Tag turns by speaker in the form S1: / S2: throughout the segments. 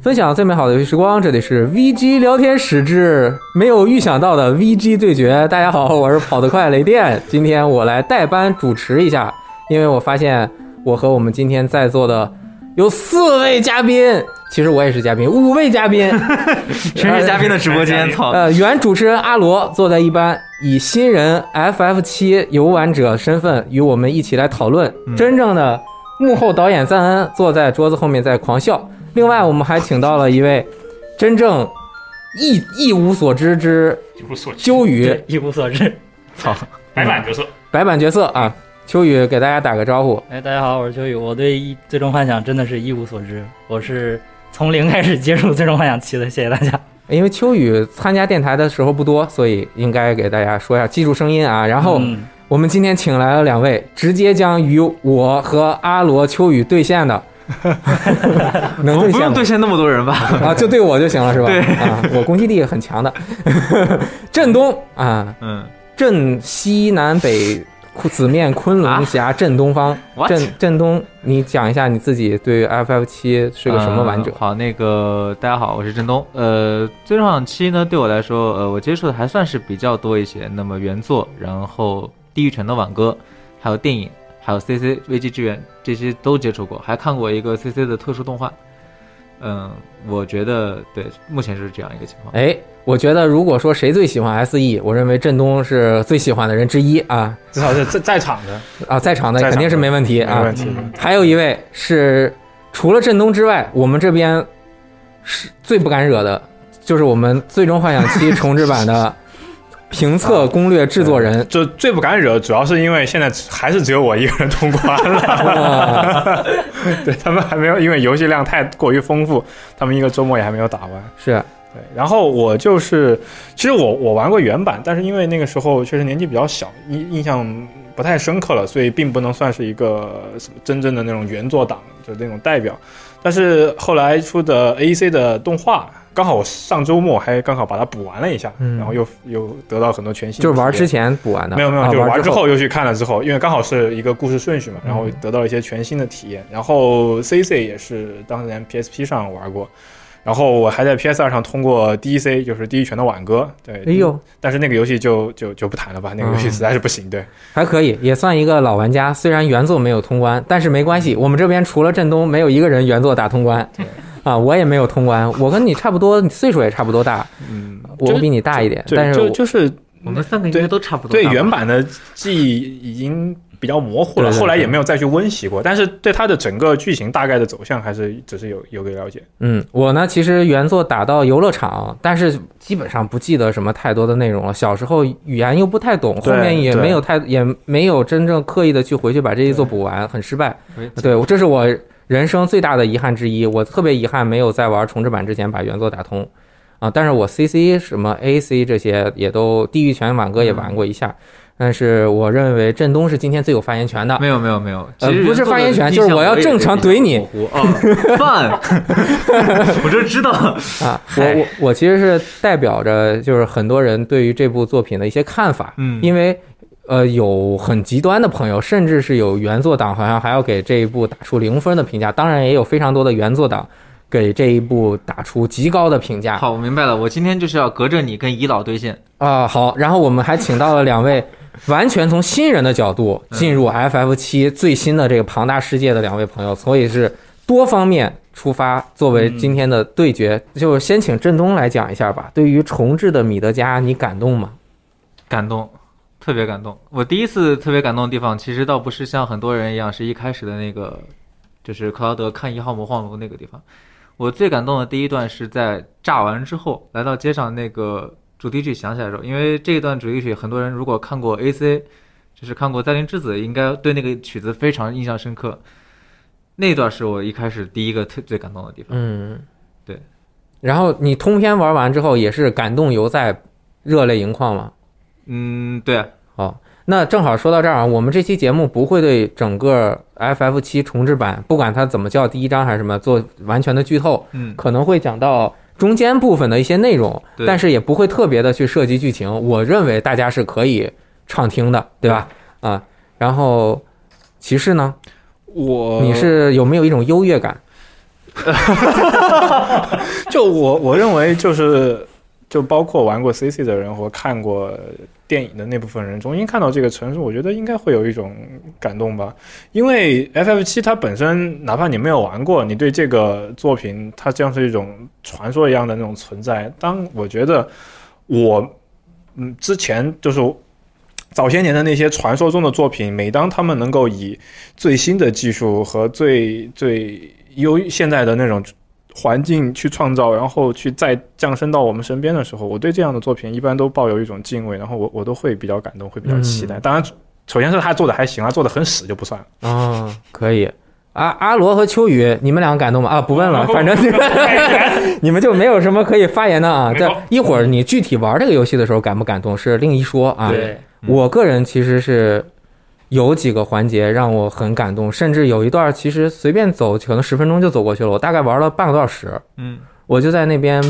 S1: 分享最美好的游戏时光，这里是 VG 聊天室之没有预想到的 VG 对决。大家好，我是跑得快雷电， 今天我来代班主持一下，因为我发现我和我们今天在座的有四位嘉宾，其实我也是嘉宾，五位嘉宾，
S2: 全是嘉宾的直播间，操！
S1: 呃，原主持人阿罗坐在一班，以新人 FF 七游玩者身份与我们一起来讨论。
S3: 嗯
S1: 真正的幕后导演赞恩坐在桌子后面在狂笑。另外，我们还请到了一位真正一一无所知之
S4: 一无所知，
S1: 秋雨
S3: 对，一无所知。
S2: 操！
S4: 白板角色，
S1: 白板角色啊，秋雨给大家打个招呼。
S3: 哎，大家好，我是秋雨，我对一《最终幻想》真的是一无所知，我是从零开始接触《最终幻想七》的，谢谢大家。
S1: 因为秋雨参加电台的时候不多，所以应该给大家说一下，记住声音啊。然后
S3: 嗯
S1: 我们今天请来了两位，直接将与我和阿罗、秋雨对线 的，能
S2: 我
S1: 对线
S2: 们不用
S1: 吗
S2: 对线那么多人吧？
S1: 啊，就对我就行了是吧？
S2: 对
S1: 啊，我攻击力很强的。 镇东啊，
S2: 嗯，
S1: 镇西南北紫面昆仑峡，镇东方。
S2: 啊 What？
S1: 镇镇东，你讲一下你自己对 FF 七是个什么玩者
S2: 呃？好，那个大家好，我是振东。呃，最终幻想七呢，对我来说，呃，我接触的还算是比较多一些。那么原作，然后地狱城的挽歌，还有电影，还有 CC 危机支援，这些都接触过，还看过一个 CC 的特殊动画。嗯，我觉得对，目前是这样一个情况。
S1: 哎，我觉得如果说谁最喜欢 SE，我认为振东是最喜欢的人之一啊
S4: 至少是在在场的，
S1: 啊，在场的
S4: 在场的
S1: 肯定是没问题
S4: 没
S1: 啊
S4: 问。题。
S3: 嗯
S1: 还有一位是除了振东之外，我们这边是最不敢惹的，就是我们《最终幻想七》重置版的评测攻略制作 人。
S4: 就最不敢惹，主要是因为现在还是只有我一个人通关了，啊
S1: 哇
S4: 对 他们还没有，因为游戏量太过于丰富，他们一个周末也还没有打完。
S1: 是
S4: 对，然后我就是，其实我我玩过原版，但是因为那个时候确实年纪比较小，印印象不太深刻了，所以并不能算是一个什么真正的那种原作党，就是那种代表。但是后来出的 AEC 的动画，刚好我上周末还刚好把它补完了一下，
S1: 嗯
S4: 然后又又得到很多全新的体验，
S1: 就是玩之前补完的，
S4: 没有没有，
S1: 啊
S4: 就是玩
S1: 玩
S4: 之
S1: 后嗯
S4: 后又去看了之后，因为刚好是一个故事顺序嘛，然后得到了一些全新的体验。然后 CC 也是当年 PSP 上玩过，然后我还在 PS 二上通过 DEC，就是《第一拳的挽歌》。对，
S1: 哎呦，
S4: 但是那个游戏就就就不谈了吧，那个游戏
S1: 嗯
S4: 实在是不行。对，
S1: 还可以，也算一个老玩家。虽然原作没有通关，但是没关系，我们这边除了振东，没有一个人原作打通关。啊，我也没有通关，我跟你差不多，你岁数也差不多大，
S4: 嗯，
S1: 我比你大一点，
S4: 就
S1: 但是
S4: 就
S1: 我
S4: 就是
S2: 我们三个应
S4: 对
S2: 该都差不多
S4: 对
S2: 大吧。
S4: 原版的记忆已经比较模糊
S1: 对
S4: 了，
S1: 对对
S4: 后来也没有再去温习过，但是对它的整个剧情大概的走向还是只是有有个了解。
S1: 嗯，我呢其实原作打到游乐场，但是基本上不记得什么太多的内容了。小时候语言又不太懂，后
S4: 对
S1: 面也
S4: 对
S1: 没有太也没有真正刻意的去回去把这一作补完，很失败。
S2: 对
S1: 对，我这是我人生最大的遗憾之一，我特别遗憾没有在玩重置版之前把原作打通。啊，但是我 CC 什么 AC 这些也都《地狱拳挽歌》也玩过一下，但是我认为振东是今天最有发言权的。
S2: 没有没有没有，
S1: 呃
S2: 其实
S1: 不是
S2: 原作的
S1: 发言权
S2: 意
S1: 就是
S2: 向
S1: 我要
S2: 也
S1: 正常怼你
S2: 比较模糊。哦，饭， 我就知道。
S1: 啊，我我我其实是代表着就是很多人对于这部作品的一些看法，
S2: 嗯
S1: 因为呃有很极端的朋友，甚至是有原作党好像还要给这一部打出零分的评价，当然也有非常多的原作党给这一部打出极高的评价啊、
S2: 好，我明白了，我今天就是要隔着你跟遗老对线。
S1: 啊好，然后我们还请到了两位完全从新人的角度进入 FF 七最新的这个庞大世界的两位朋友，所以是多方面。出发作为今天的对决，就先请振东来讲一下吧。对于重置的米德加，你感动吗？
S2: 感动，特别感动。我第一次特别感动的地方，其实倒不是像很多人一样，是一开始的那个，就是克劳德看一号魔幻炉那个地方。我最感动的第一段是在炸完之后，来到街上那个主题曲响起来的时候，因为这一段主题曲，很多人如果看过 AC，就是看过《灾林之子》，应该对那个曲子非常印象深刻。那段是我一开始第一个特最感动的地方。
S1: 嗯，
S2: 对。
S1: 然后你通篇玩完之后，也是感动犹在，热泪盈眶嘛。
S2: 嗯，对啊，
S1: 好，那正好说到这儿啊，我们这期节目不会对整个 FF 七重置版，不管它怎么叫第一章还是什么，做完全的剧透，
S2: 嗯，
S1: 可能会讲到中间部分的一些内容，
S2: 对
S1: 但是也不会特别的去涉及剧情。我认为大家是可以畅听的，对吧？啊，然后骑士呢，
S4: 我呃
S1: 你是有没有一种优越感？
S4: 就我我认为就是就包括玩过 CC 的人或看过电影的那部分人中，应看到这个城市，我觉得应该会有一种感动吧。因为 FF 七它本身，哪怕你没有玩过，你对这个作品它像是一种传说一样的那种存在。当我觉得我嗯之前就是。早些年的那些传说中的作品，每当他们能够以最新的技术和最最优现在的那种环境去创造，然后去再降生到我们身边的时候，我对这样的作品一般都抱有一种敬畏，然后我我都会比较感动，会比较期待。当然，首先是他做的还行啊，做的很屎就不算了。
S1: 啊，可以。阿阿罗和秋雨，你们两个感动吗？啊，不问
S5: 哦
S1: 了， 反正 你们就没有什么可以发言的啊。
S4: 没
S1: 这
S4: 有
S1: 一会儿你具体玩这个游戏的时候感不感动是另一说啊。
S3: 对，
S1: 我个人其实是有几个环节让我很感动，甚至有一段其实随便走可能十分钟就走过去了，我大概玩了半个多小时。
S2: 嗯
S1: 我就在那边，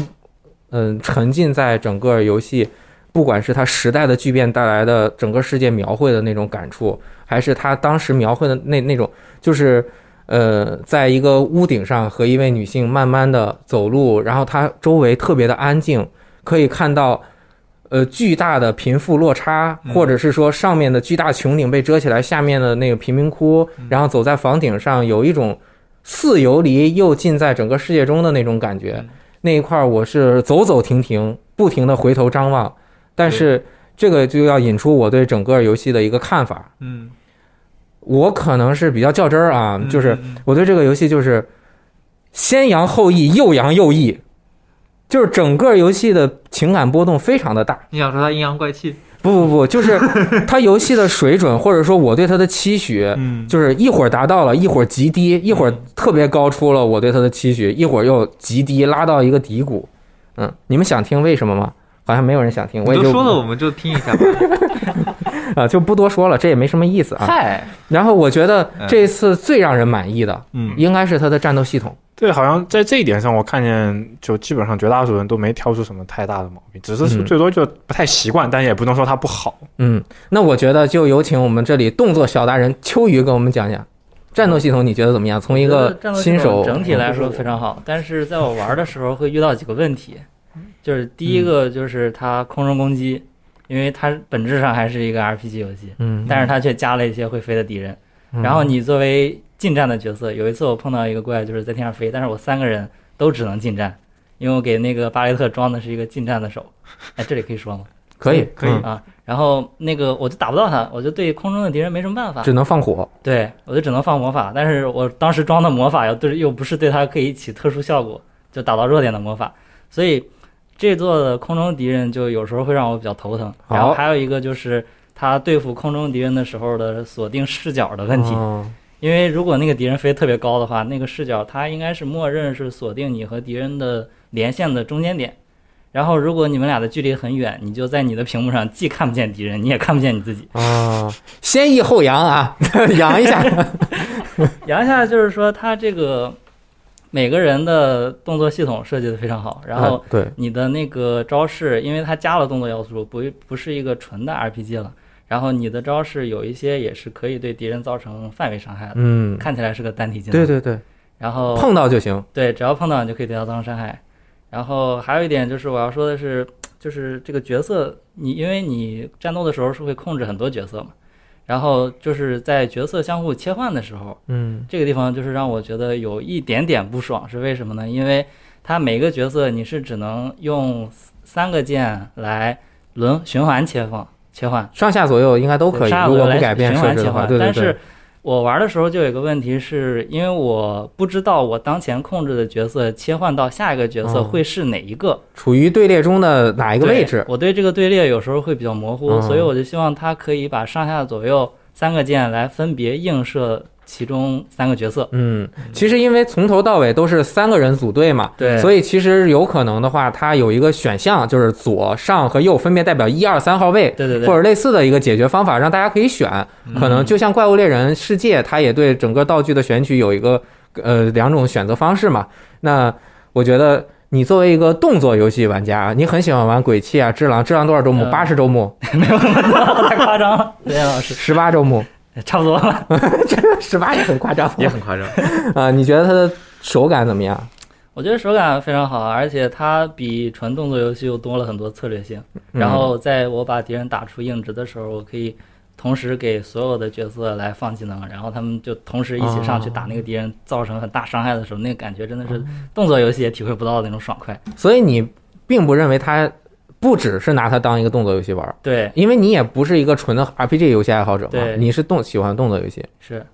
S1: 嗯，沉浸在整个游戏，不管是它时代的巨变带来的整个世界描绘的那种感触，还是它当时描绘的那那种，就是呃，在一个屋顶上和一位女性慢慢的走路，然后它周围特别的安静，可以看到。呃，巨大的贫富落差，
S2: 嗯
S1: 或者是说上面的巨大穹顶被遮起来，下面的那个贫民窟，
S2: 嗯
S1: 然后走在房顶上，有一种似游离又近在整个世界中的那种感觉。
S2: 嗯
S1: 那一块儿我是走走停停，不停的回头张望，但是这个就要引出我对整个游戏的一个看法。
S2: 嗯，
S1: 我可能是比较较真儿啊，
S2: 嗯
S1: 就是
S2: 嗯
S1: 我对这个游戏就是先扬后抑，又扬又抑，就是整个游戏的情感波动非常的大。
S2: 你想说他阴阳怪气？
S1: 不不不，就是 它游戏的水准，或者说我对它的期许，
S2: 嗯
S1: 就是一会儿达到了，一会儿极低，一会儿特别高出了我对它的期许，一会儿又极低拉到一个低谷。嗯，你们想听为什么吗？好像没有人想听，我
S2: 你
S1: 也
S2: 都
S1: 就
S2: 说了，我们就听一下吧。
S1: 啊，就不多说了，这也没什么意思啊。
S2: 嗨，
S1: 然后我觉得
S2: 嗯
S1: 这次最让人满意的
S2: 嗯
S1: 应该是它的战斗系统。
S4: 对，好像在这一点上，我看见就基本上绝大多数人都没挑出什么太大的毛病，只是
S1: 嗯
S4: 最多就不太习惯，但也不能说它不好。
S1: 嗯，那我觉得就有请我们这里动作小达人秋雨给我们讲讲战斗系统，你觉得怎么样？从一
S3: 我觉
S1: 个
S3: 得战斗系
S1: 新
S3: 统
S1: 手嗯
S3: 整体来说非常好，但是在我玩的时候会遇到几个问题，
S1: 嗯
S3: 就是第一个就是它空中攻击，因为它本质上还是一个 RPG 游戏，
S1: 嗯，
S3: 但是它却加了一些会飞的敌人。
S1: 嗯
S3: 然后你作为近战的角色，有一次我碰到一个怪，就是在天上飞，但是我三个人都只能近战，因为我给那个巴雷特装的是一个近战的手。哎，这里可以说吗？
S1: 可以
S2: 可以
S1: 嗯
S3: 啊，然后那个我就打不到他，我就对空中的敌人没什么办 法，
S1: 只能放火。
S3: 对我就只能放魔法，但是我当时装的魔法又对又不是对他可以起特殊效果，就打到弱点的魔法，所以这座的空中敌人就有时候会让我比较头疼。然后
S1: 好
S3: 还有一个就是他对付空中敌人的时候的锁定视角的问题，
S1: 哦
S3: 因为如果那个敌人飞特别高的话，那个视角它应该是默认是锁定你和敌人的连线的中间点。然后，如果你们俩的距离很远，你就在你的屏幕上既看不见敌人，你也看不见你 自己。
S1: 啊，先抑后扬啊， 扬一下。
S3: 杨一下就是说，他这个每个人的动作系统设计的非常好，然后
S1: 啊 对，
S3: 你的那个招式，因为它加了动作要素，不不是一个纯的 RPG 了。然后你的招式有一些也是可以对敌人造成范围伤害的，
S1: 嗯，
S3: 看起哦来是个单体技能。
S1: 对。对对，
S3: 然后
S1: 碰到就行。
S3: 对，只要碰到你就可以对他造成伤害。然后还有一点就是我要说的是，就是这个角色，你因为你战斗的时候是会控制很多角色嘛，然后就是在角色相互切换的时候，
S1: 嗯
S3: 这个地方就是让我觉得有一点点不爽，是为什么呢？因为它每个角色你是只能用三个键来轮循环切换切换，
S1: 上下左右应该都可以，
S3: 杀
S1: 如
S3: 我
S1: 果
S3: 来
S1: 不改变
S3: 循
S1: 设
S3: 环
S1: 置
S3: 切
S1: 的话，
S3: 换。
S1: 对对
S3: 但是
S1: 对，
S3: 我玩的时候就有一个问题是，因为我不知道我当前控制的角色切换到下一个角色
S1: 嗯
S3: 会是哪一个，
S1: 处于队列中的哪一
S3: 一
S1: 个位置？
S3: 我对这个队列有时候会比较模糊，
S1: 嗯
S3: 所以我就希望它可以把上下左右三个键来分别映射其中三个角色。
S1: 嗯，其实因为从头到尾都是三个人组队嘛，
S3: 对
S1: 所以其实有可能的话，它有一个选项就是左上和右分别代表一二三号位，
S3: 对对对嗯
S1: 或，者类似的一个解决方法，让大家可以选。可能就像怪物猎人世界，它也对整个道具的选取有一个呃两种选择方式嘛。那我觉得你作为一个动作游戏玩家，你很喜欢玩鬼泣啊、只狼、只狼多少周目？
S3: 嗯
S1: 八十周 目、
S3: 太夸张了，对老师，
S1: 十八周目，
S3: 差不多了。
S1: 十八也很夸张
S2: 也很夸张。
S1: 啊。你觉得它的手感怎么样？
S3: 我觉得手感非常好，而且它比纯动作游戏又多了很多策略性。
S1: 嗯
S3: 然后在我把敌人打出硬直的时候，我可以同时给所有的角色来放技能，然后他们就同时一起上去打那个敌人，造成很大伤害的时候，那个感觉真的是
S1: 嗯
S3: 动作游戏也体会不到的那种爽快。
S1: 所以你并不认为它不只是拿它当一个动作游戏玩儿，
S3: 对，
S1: 因为你也不是一个纯的 RPG 游戏爱好者嘛，
S3: 对
S1: 你是动喜欢动作游戏。
S3: 是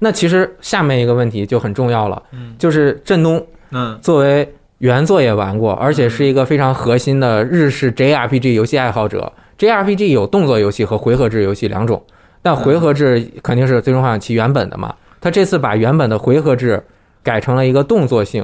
S1: 那其实下面一个问题就很重要了，
S2: 嗯
S1: 就是振东
S2: 嗯
S1: 作为原作也玩过，而且是一个非常核心的日式 JRPG 游戏爱好者。JRPG 有动作游戏和回合制游戏两种，
S2: 嗯
S1: 但回合制肯定是《最终幻想七》原本的嘛。他这次把原本的回合制改成了一个动作性，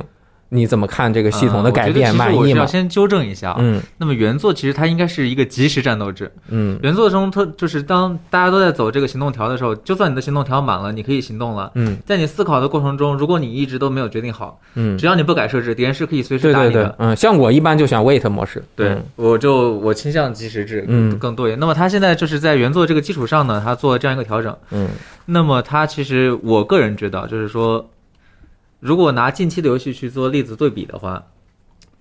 S1: 你怎么看这个系统的
S2: 嗯
S1: 改
S2: 我觉得
S1: 变？
S2: 其实
S1: 满
S2: 我
S1: 意
S2: 是要
S1: 吗？
S2: 先纠正一下啊，
S1: 嗯
S2: 那么原作其实它应该是一个即时战斗制。
S1: 嗯
S2: 原作中特就是当大家都在走这个行动条的时候，就算你的行动条满了，你可以行动了。
S1: 嗯
S2: 在你思考的过程中，如果你一直都没有决定好，
S1: 嗯，
S2: 只要你不改设置，敌人是可以随时
S1: 对
S2: 打
S1: 对
S2: 你的。
S1: 对，嗯，像我一般就选 wait 模式，
S2: 对，
S1: 嗯
S2: 我就我倾向即时制，
S1: 嗯
S2: 更多一点。那么它现在就是在原作这个基础上呢，它做这样一个调整。
S1: 嗯
S2: 那么它其实我个人觉得，啊就是说，如果拿近期的游戏去做例子对比的话，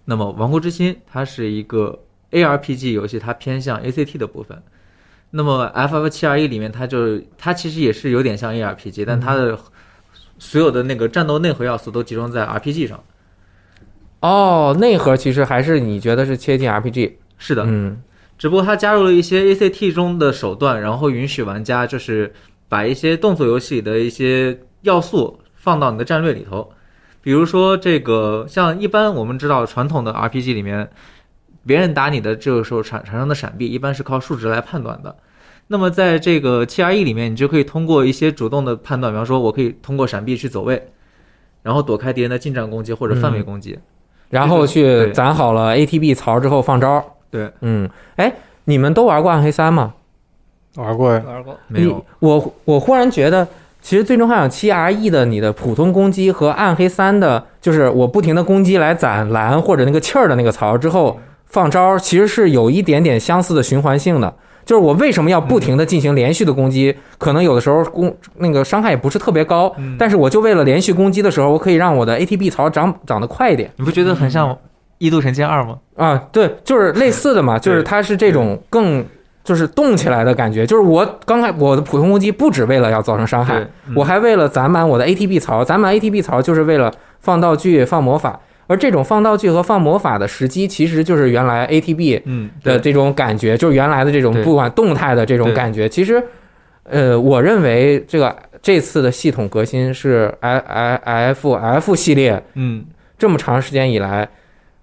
S2: 那么《王国之心》它是一个 ARPG 游戏，它偏向 ACT 的部分。那么 FF 七二一里面，它就它其实也是有点像 ARPG，但它
S1: 嗯
S2: 的所有的那个战斗内核要素都集中在 RPG 上。
S1: 哦，内核其实还是你觉得是切近 RPG
S2: 是的，
S1: 嗯
S2: 只不过它加入了一些 ACT 中的手段，然后允许玩家就是把一些动作游戏里的一些要素放到你的战略里头。比如说这个，像一般我们知道传统的 RPG 里面，别人打你的这个时候产产生的闪避，一般是靠数值来判断的。那么在这个 7R1 里面，你就可以通过一些主动的判断，比方说我可以通过闪避去走位，然后躲开敌人的近战攻击或者范围攻击。
S1: 然后去
S2: 对
S1: 攒好了 ATB 槽之后放招。
S2: 对，
S1: 嗯，哎，你们都玩过《暗黑三》吗？
S4: 玩 过呀，
S3: 玩过，
S2: 没有
S1: 你，我我忽然觉得，其实《最终幻想七 RE》的你的普通攻击和《暗黑三》的，就是我不停的攻击来攒蓝或者那个气儿的那个槽之后放招，其实是有一点点相似的循环性的。就是我为什么要不停的进行连续的攻击？可能有的时候攻那个伤害也不是特别高，
S2: 嗯
S1: 但是我就为了连续攻击的时候，我可以让我的 ATB 槽长长得快一点。
S2: 你不觉得很像《异度神剑二》吗？
S1: 啊，对，就是类似的 嘛，就是它是这种更就是动起来的感觉，就是我刚开我的普通攻击不只为了要造成伤害
S2: 对，
S1: 啊
S2: 嗯
S1: 我还为了攒满我的 ATB 槽，攒满 ATB 槽就是为了放道具、放魔法，而这种放道具和放魔法的时机，其实就是原来 ATB
S2: 嗯，
S1: 的这种感觉，就是原来的这种
S2: 对
S1: 不管动态的这种
S2: 对
S1: 感觉，其实，呃，我认为这个这次的系统革新是 I I F F 系列
S2: 嗯，
S1: 这么长时间以来，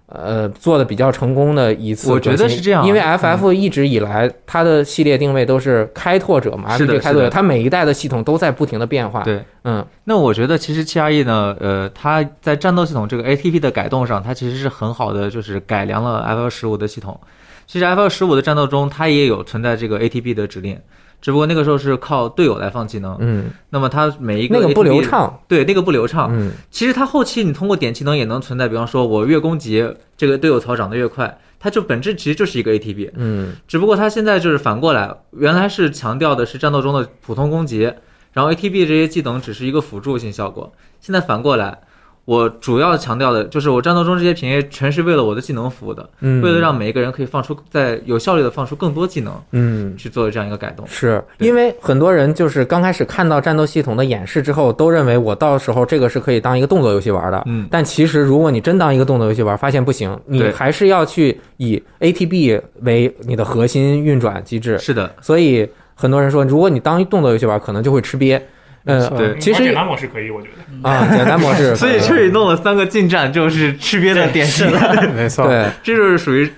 S1: 呃，做的比较成功的一次革新。
S2: 我觉得是这样啊
S1: 因为 FF 一直以来它的系列定位都是开拓者嘛
S2: 是的
S1: ，RPG 开拓
S2: 是
S1: 者，
S2: 的
S1: 它每一代的系统都在不停的变化。，
S2: 对。
S1: 嗯
S2: 那我觉得其实 T R E 呢，呃，它在战斗系统这个 A T P 的改动上，它其实是很好的，就是改良了 F 十五的系统。其实 F 十五的战斗中，它也有存在这个 A T P 的指令，只不过那个时候是靠队友来放技能。
S1: 嗯，
S2: 那么它每一个
S1: 那个不
S2: ATB
S1: 流，畅。
S2: 对，那个不流畅。
S1: 嗯
S2: 其实它后期你通过点技能也能存在，比方说我越攻击，这个队友槽长得越快，它就本质其实就是一个 A T P。
S1: 嗯
S2: 只不过它现在就是反过来，原来是强调的是战斗中的普通攻击，然后 ATB 这些技能只是一个辅助性效果。现在反过来，我主要强调的就是我战斗中这些平 A 全是为了我的技能服务的，
S1: 嗯，
S2: 为了让每一个人可以放出在有效率的放出更多技能
S1: 嗯。
S2: 去做这样一个改动。
S1: 是
S2: 对
S1: 因为很多人就是刚开始看到战斗系统的演示之后，都认为我到时候这个是可以当一个动作游戏玩的。
S2: 嗯
S1: 但其实如果你真当一个动作游戏玩，发现不行，你
S2: 对
S1: 还是要去以 ATB 为你的核心运转机制。
S2: 是的，
S1: 所以很多人说，如果你当动作游戏玩，可能就会吃瘪。呃
S4: 是
S2: 对
S1: 其实
S5: 简单模式可以，我觉得。
S1: 啊，简单 模式，
S2: 所以这里弄了三个近战，就是吃瘪的典型。
S4: 没错，
S1: 对
S2: 这就是属于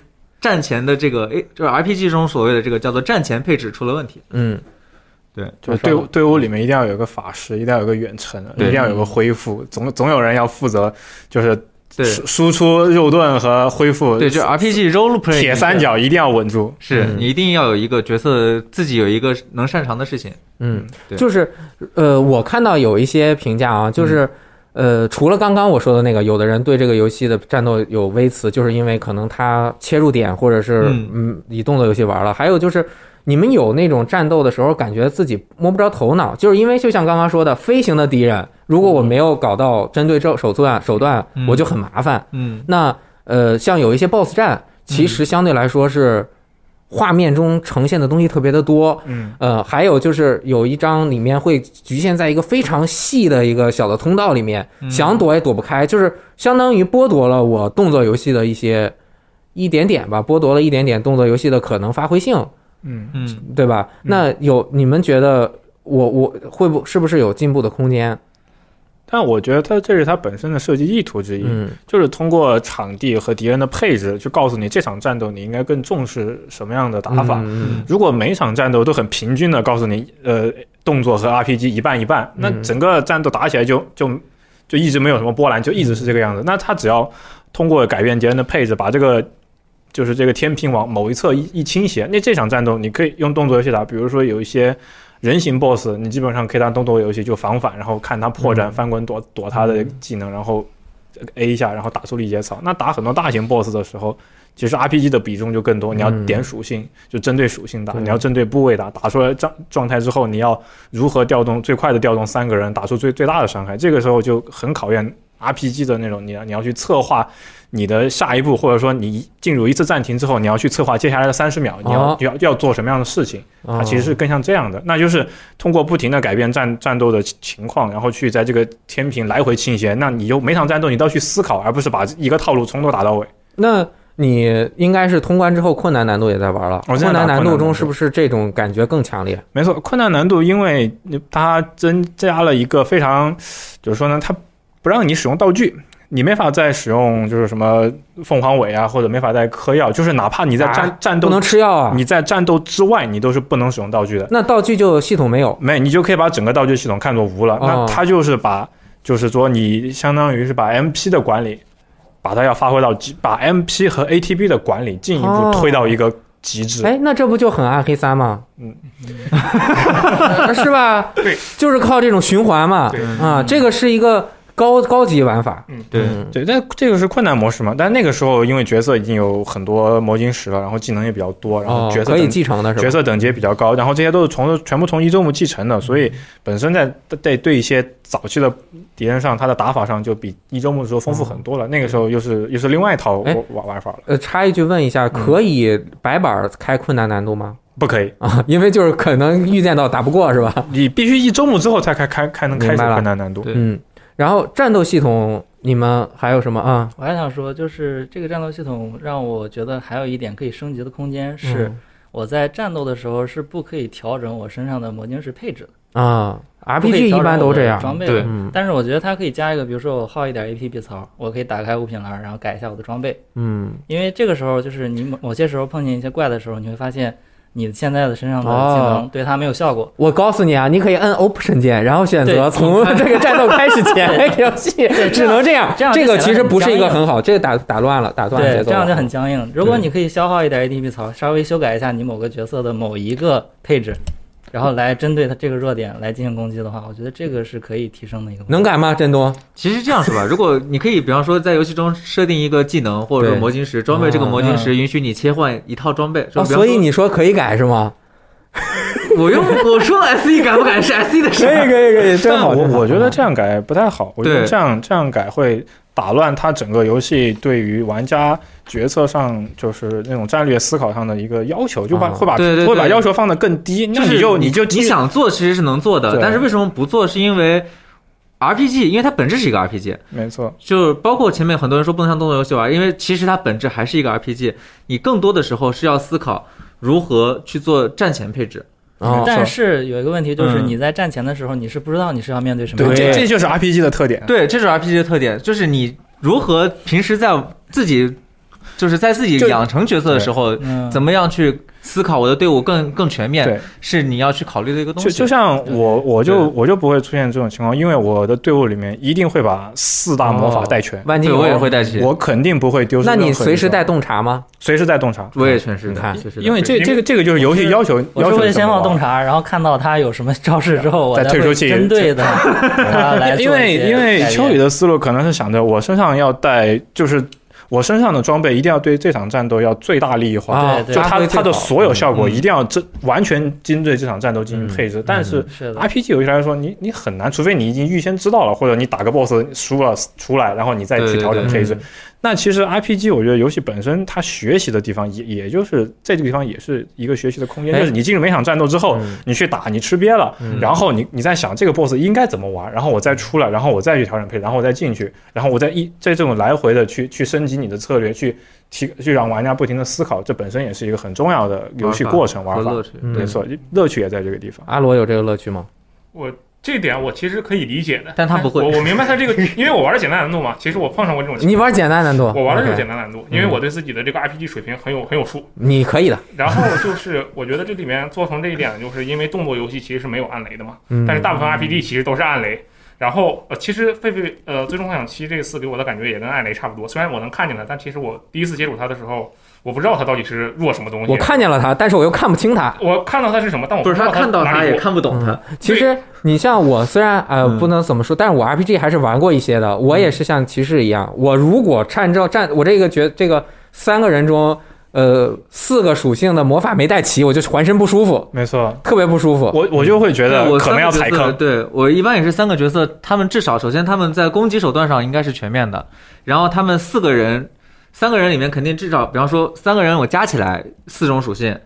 S2: 战前的这个 A，就是 RPG 中所谓的这个叫做战前配置出了问题。
S1: 嗯
S2: 对，
S4: 就是队伍队伍里面一定要有个法师，一定要有个远程，一
S2: 对
S4: 定要有个恢复，总总有人要负责，就是
S2: 对
S4: 输输出肉盾和恢复。
S2: 对，就是 RPG role play
S4: 铁三角一定要稳住。
S2: 是
S1: 嗯
S2: 你一定要有一个角色自己有一个能擅长的事情。
S1: 嗯，
S2: 对嗯
S1: 就是呃，我看到有一些评价啊，就是。呃，除了刚刚我说的那个，有的人对这个游戏的战斗有微词，就是因为可能它切入点或者是
S2: 嗯
S1: 嗯以动作游戏玩了。还有就是你们有那种战斗的时候感觉自己摸不着头脑，就是因为就像刚刚说的，飞行的敌人，如果我没有搞到针对这手段手段，
S2: 嗯
S1: 我就很麻烦。
S2: 嗯
S1: 那呃，像有一些 BOSS 战，其实相对来说是画面中呈现的东西特别的多。
S4: 嗯
S1: 呃，还有就是有一张里面会局限在一个非常细的一个小的通道里面，
S2: 嗯
S1: 想躲也躲不开，就是相当于剥夺了我动作游戏的一些一点点吧，剥夺了一点点动作游戏的可能发挥性，
S4: 嗯，
S2: 嗯，
S1: 对吧？那有你们觉得我我会不是不是有进步的空间？
S4: 但我觉得它这是它本身的设计意图之一，
S1: 嗯
S4: 就是通过场地和敌人的配置，去告诉你这场战斗你应该更重视什么样的打法。
S1: 嗯
S4: 如果每场战斗都很平均的告诉你，呃，动作和 RPG 一半一半，那
S1: 嗯
S4: 整个战斗打起来就就就一直没有什么波澜，就一直是这个样子。
S1: 嗯
S4: 那他只要通过改变敌人的配置，把这个就是这个天平往某一侧一一倾斜，那这场战斗你可以用动作游戏打，比如说有一些。人形 BOSS，你基本上可以当动作游戏就防反，然后看他破绽、
S1: 嗯
S4: 翻滚躲躲他的技能，然后 A 一下，然后打出力节操。那打很多大型 BOSS 的时候，其实 RPG 的比重就更多，你要
S1: 嗯
S4: 点属性，就针对属性打，
S1: 对
S4: 你要针对部位打，打出来状状态之后，你要如何调动最快的调动三个人，打出最最大的伤害，这个时候就很考验 RPG 的那种，你要你要去策划你的下一步，或者说你一进入一次暂停之后，你要去策划接下来的三十秒，你要、
S1: 哦
S4: 要要做什么样的事情。
S1: 嗯
S4: 它其实是更像这样的，那就是通过不停的改变战战斗的情情况，然后去在这个天平来回倾斜。那你就每场战斗你都要去思考，而不是把一个套路从头打到尾。
S1: 那你应该是通关之后困难难度也在玩了，
S4: 哦我现在
S1: 困
S4: 打
S1: 难难
S4: 困难
S1: 度
S4: 难
S1: 中
S4: 度
S1: 是不是这种感觉更强烈？
S4: 没错，困难难度因为它增加了一个非常，就是说呢，它不让你使用道具。你没法再使用，就是什么凤凰尾啊，或者没法再嗑药，就是哪怕你在战、
S1: 啊
S4: 战
S1: 不
S4: 斗
S1: 能，吃药啊？
S4: 你在战斗之外，你都是不能使用道具的。
S1: 那道具就系统没有，
S4: 没，你就可以把整个道具系统看作无了。
S1: 哦
S4: 那它就是把，就是说你相当于是把 MP 的管理，把它要发挥到极，把 MP 和 ATB 的管理进一步
S1: 哦
S4: 推到一个极致。
S1: 哎，那这不就很暗黑三吗？
S4: 嗯，
S1: 是吧？
S4: 对，
S1: 就是靠这种循环嘛。
S4: 对
S1: 啊，这个是一个高高级玩法。
S2: 对，
S1: 嗯
S4: 对，但这个是困难模式嘛？但那个时候因为角色已经有很多魔晶石了，然后技能也比较多，然后
S1: 哦
S4: 角，色
S1: 可以
S4: 等
S1: 继承的是
S4: 角
S1: 吧？
S4: 色等级也比较高，然后这些都是从全部从一周目继承的，所以本身在在对一些早期的敌人上，他的打法上就比一周目的时候丰富很多了。那个时候又是又是另外一套
S1: 哦哎
S4: 玩玩玩法了，
S1: 呃，插一句问一
S4: 嗯
S1: 下，可以白板开困难难度吗？
S4: 不可以，
S1: 啊，因为就是可能预见到打不过是吧？
S4: 你必须一周目之后才开开开能开
S1: 啊
S4: 始
S1: 明白了
S4: 困难难度。
S2: 对
S1: 嗯，然后战斗系统你们还有什么啊？
S3: 我还想说，就是这个战斗系统让我觉得还有一点可以升级的空间是，
S1: 嗯
S3: 我在战斗的时候是不可以调整我身上的魔晶石配置的
S1: 嗯啊
S3: 不可
S1: ，RPG
S3: 以调
S1: 一
S3: 整
S1: 般
S3: 我
S1: 都
S3: 的
S1: 这样。
S3: 装备
S2: 对
S3: 的
S1: 嗯
S3: 但是我觉得它可以加一个，比如说我耗一点 APP 槽，我可以打开物品栏，然后改一下我的装备，
S1: 嗯，
S3: 因为这个时候就是你某某些时候碰见一些怪的时候，你会发现你现在的身上的
S1: 哦
S3: 技能对它没有效果，
S1: 我告诉你啊，你可以按 Option 键，然后选择
S3: 对
S1: 从
S3: 重开
S1: 这个战斗开始 前游戏，只能这样。
S3: 这样就
S1: 这个其实不是一
S3: 显得
S1: 个
S3: 很
S1: 很好，这个打打乱了，打断节
S3: 对，
S1: 奏啊嗯
S3: 这
S1: 了。
S3: 样就很僵硬。如果你可以消耗一点 ATP 槽，稍微修改一下你某个角色的某一个配置，然后来针对它这个弱点来进行攻击的话，我觉得这个是可以提升的一个功能。
S1: 能改吗？振东，
S2: 其实这样是吧？如果你可以，比方说在游戏中设定一个技能或者说
S1: 对
S2: 魔晶石装备，这个魔晶石允许你切换一套装备。就
S1: 哦，
S2: 比方说
S1: 所以你说可以改是吗？
S2: 我用我说 S E 改不改是 S E 的事
S1: 可以，
S2: 儿。
S1: 可以，可以，真
S4: 但
S1: 好。嗯
S4: 我
S1: 真好
S4: 我觉得这样改不太好，我觉得
S2: 对
S4: 这样这样改会打乱它整个游戏对于玩家决策上就是那种战略思考上的一个要求，就把
S1: 啊
S4: 会把
S2: 对对对
S4: 会把要求放得更低，那
S2: 是
S4: 你就你就
S2: 你想做其实是能做的，
S4: 对
S2: 但是为什么不做？是因为 R P G，因为它本质是一个 R P G。
S4: 没错，
S2: 就是包括前面很多人说不能像动作游戏玩，因为其实它本质还是一个 RPG，你更多的时候是要思考如何去做战前配置。
S1: 哦
S3: 但是有一个问题就是，
S2: 嗯
S3: 你在战前的时候，你是不知道你是要面对什么样的
S4: 这
S1: 对
S4: 这就是 RPG 的特点。
S2: 对，这是 RPG 的特点，就是你如何平时在自己就是在自己
S4: 就
S2: 养成角色的时候，
S3: 嗯，
S2: 怎么样去思考我的队伍更更全面，
S4: 对，
S2: 是你要去考虑的一个东
S4: 就
S2: 西。
S4: 就像我，我就
S2: 对
S4: 我就不会出现这种情况，因为我的队伍里面一定会把四大魔法带全，
S1: 万金
S2: 对，
S1: 油，
S2: 我也会带齐，
S4: 我肯定不会丢失
S1: 那
S4: 任何一个。
S1: 你随时带洞察吗？
S4: 随时带洞察，
S2: 我也全是
S1: 你
S2: 的
S1: 看，
S2: 确实的
S4: 嗯因为这这个这个就是游戏要求
S3: 我
S4: 要
S3: 是
S4: 求
S3: 会
S4: 是什
S3: 先
S4: 么
S3: 放洞
S4: 吧。
S3: 察，然后看到他有什么招式之后，我
S4: 再退出
S3: 会
S4: 去
S3: 针对的它来做
S4: 因为因为秋雨的思路可能是想着我身上要带就是。我身上的装备一定要对这场战斗要最大利益化，
S1: 啊，
S3: 对
S4: 就
S1: 发
S4: 它
S1: 挥最
S4: 它的
S1: 好
S4: 所有效果
S2: 嗯
S4: 一定要这完全针对这场战斗进行配置。但是
S3: 是的，
S4: RPG 游戏来说，你你很难，除非你已经预先知道了，或者你打个 BOSS 输了出来，然后你再
S2: 对
S4: 去
S2: 对
S4: 调整
S2: 对
S4: 配置。那其实 RPG 我觉得游戏本身它学习的地方也也就是在这个地方也是一个学习的空间，
S1: 哎
S4: 就是你进入每场战斗之后，
S1: 嗯
S4: 你去打，你吃瘪了，
S1: 嗯
S4: 然后你你在想这个 BOSS 应该怎么玩，然后我再出来，然后我再去调整配置，然后我再进去，然后我再一在这种来回的去去升级你的策略，去提去让玩家不停的思考，这本身也是一个很重要的游戏
S2: 玩法
S4: 过程玩
S2: 和
S4: 法。
S2: 乐趣，
S1: 嗯
S4: 没错，乐趣也在这个地方。
S1: 阿罗有这个乐趣吗？
S5: 我这点我其实可以理解的，
S2: 但他不会
S5: 我我明白 他这个，因为我玩的简单难度嘛，其实我碰上过这种情
S1: 你
S5: 况。
S1: 玩简单难度，
S5: 我玩的就是
S1: OK 嗯
S5: 简单难度，因为我对自己的这个 RPG 水平很有很有数。
S1: 你可以的。
S5: 然后就是我觉得这里面做成这一点，就是因为动作游戏其实是没有暗雷的嘛，
S1: 嗯，
S5: 但是大部分 RPG 其实都是暗雷。然后呃，其实狒狒呃，最终幻想七这次给我的感觉也跟暗雷差不多，虽然我能看见它，但其实我第一次接触它的时候，我不知道它到底是弱什么东西。
S1: 我看见了他，但是我又看不清他。
S5: 我看到它是什么，但我
S2: 不是
S5: 知
S2: 他
S5: 道
S2: 看到
S5: 哪
S2: 他
S5: 里
S2: 也
S5: 弱
S2: 看不懂他，
S1: 其实你像我，虽然呃
S2: 嗯
S1: 不能怎么说，但是我 RPG 还是玩过一些的。我也是像骑士一样，我如果按照战我这个角这个三个人中，呃四个属性的魔法没带齐，我就浑身不舒服，
S4: 没错，
S1: 特别不舒服。
S4: 我我就会觉
S2: 对
S4: 得
S2: 我
S4: 可能要踩
S2: 三个角色
S4: 坑。
S2: 对我一般也是三个角色，他们至少首先他们在攻击手段上应该是全面的，然后他们四个人，三个人里面肯定至少，比方说三个人我加起来四种属性，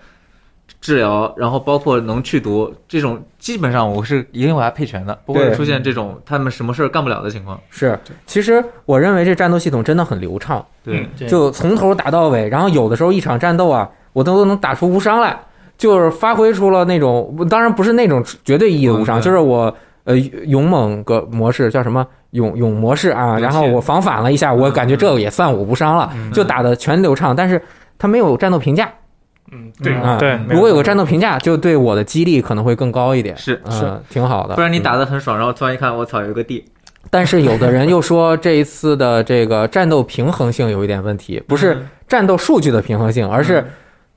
S2: 治疗，然后包括能去毒这种，基本上我是一定会把它配全的，不会
S1: 对
S2: 出现这种他们什么事儿干不了的情况。
S1: 是，其实我认为这战斗系统真的很流畅，
S2: 对，
S5: 嗯
S3: 对
S1: 就从头打到尾。然后有的时候一场战斗啊，我都能打出无伤来，就是发挥出了那种，当然不是那种绝对意义的无伤，
S2: 嗯对
S1: 就是我呃勇猛个模式叫什么勇勇模式啊，
S2: 勇气
S1: 然后我防反了一下，我感觉这个也算我无伤了，
S2: 嗯
S1: 就打的全流畅，但是。它没有战斗评价，
S5: 嗯，对，
S1: 啊、
S4: 对
S2: 没有
S1: 如果有个战斗评价，就对我的激励可能会更高一点，
S2: 是
S1: 嗯、
S4: 是
S1: 挺好的。嗯
S2: 不然你打的很爽，然后突然一看，我操，有个 D，
S1: 但是有的人又说这一次的这个战斗平衡性有一点问题，不是
S2: 嗯
S1: 战斗数据的平衡性，而是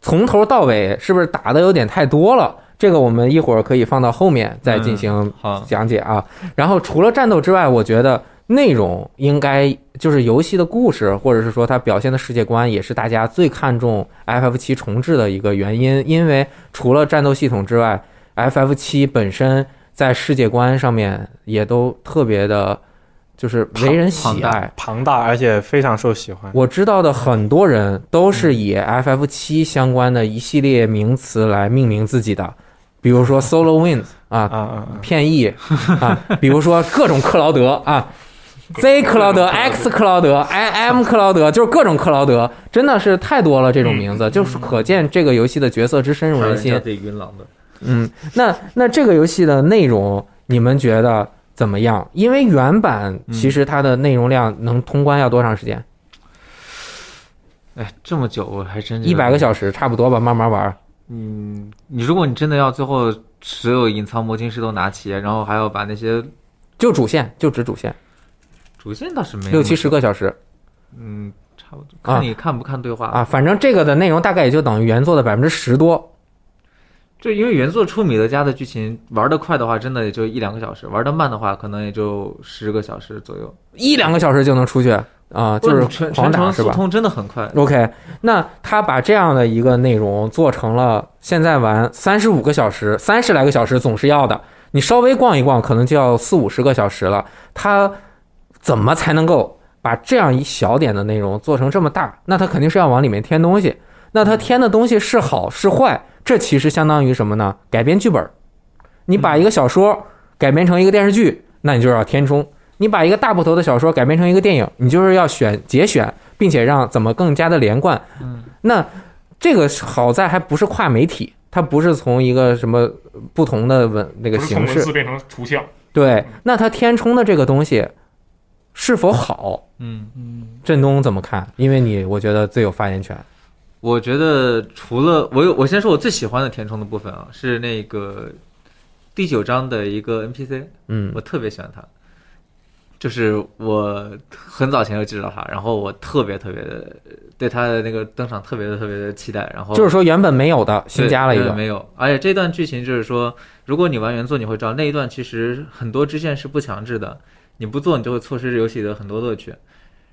S1: 从头到尾是不是打的有点太多了？这个我们一会儿可以放到后面再进行
S2: 好，
S1: 讲解啊。然后除了战斗之外，我觉得内容应该就是游戏的故事，或者是说它表现的世界观，也是大家最看重 FF 七重置的一个原因。因为除了战斗系统之外，FF 七本身在世界观上面也都特别的，就是为人
S2: 庞
S1: 喜
S2: 大
S1: 爱。
S4: 庞大而且非常受喜欢。
S1: 我知道的很多人都是以 FF 七相关的一系列名词来命名自己的，比如说 Solo Win 啊
S4: 啊，啊啊！
S1: 片翼啊，比如说各种克劳德啊，Z 克劳德、X 克劳德、I M 克劳德，就是各种克劳德，真的是太多了这种名字，就是可见这个游戏的角色之深入
S2: 差
S1: 人
S2: 点
S1: 心
S2: 叫。自己晕狼的。
S1: 嗯，那那这个游戏的内容你们觉得怎么样？因为原版其实它的内容量能通关要多长时间？
S2: 哎，这么久我还真觉
S1: 一
S2: 得
S1: 百个小时差不多吧，慢慢玩。
S2: 嗯，你如果你真的要最后所有隐藏魔晶石都拿齐，然后还要把那些
S1: 就主线，就只主线，
S2: 主线倒是没
S1: 六七，十个小时
S2: 嗯，差不多，
S1: 啊
S2: 看你看不看对话
S1: 啊，。反正这个的内容大概也就等于原作的百分之十多。
S2: 就因为原作出米德加的剧情，玩的快的话，真的也就一两个小时；玩的慢的话，可能也就十个小时左右。
S1: 一两个小时就能出去啊、就是
S2: 哇全
S1: 狂
S2: 全
S1: 打
S2: 程
S1: 是
S2: 速
S1: 吧
S2: 通真的很快。
S1: ？OK，那他把这样的一个内容做成了现在玩三十五个小时、三十来个小时总是要的，你稍微逛一逛，可能就要四五十个小时了。他怎么才能够把这样一小点的内容做成这么大？那他肯定是要往里面添东西。那他添的东西是好是坏，这其实相当于什么呢？改编剧本儿。你把一个小说改编成一个电视剧，那你就是要填充；你把一个大部头的小说改编成一个电影，你就是要选节选，并且让怎么更加的连贯。
S2: 嗯，
S1: 那这个好在还不是跨媒体，它不是从一个什么不同的文那个
S5: 不是从
S1: 形
S5: 文
S1: 式
S5: 字，变成图像。
S1: 对。那它填充的这个东西是否好？
S2: 嗯，
S3: 嗯，
S1: 振东怎么看？因为你我觉得最有发言权。
S2: 我觉得除了我有，我先说我最喜欢的填充的部分啊，是那个第九章的一个 NPC。
S1: 嗯
S2: 我特别喜欢他，就是我很早前就知道他，然后我特别特别的对他的那个登场特别的特别的期待，然后
S1: 就是说原本没有的新
S2: 对
S1: 加了一
S2: 对
S1: 个，
S2: 没有，而且这段剧情就是说，如果你玩原作，你会知道那一段其实很多支线是不强制的，你不做你就会错失游戏的很多乐趣。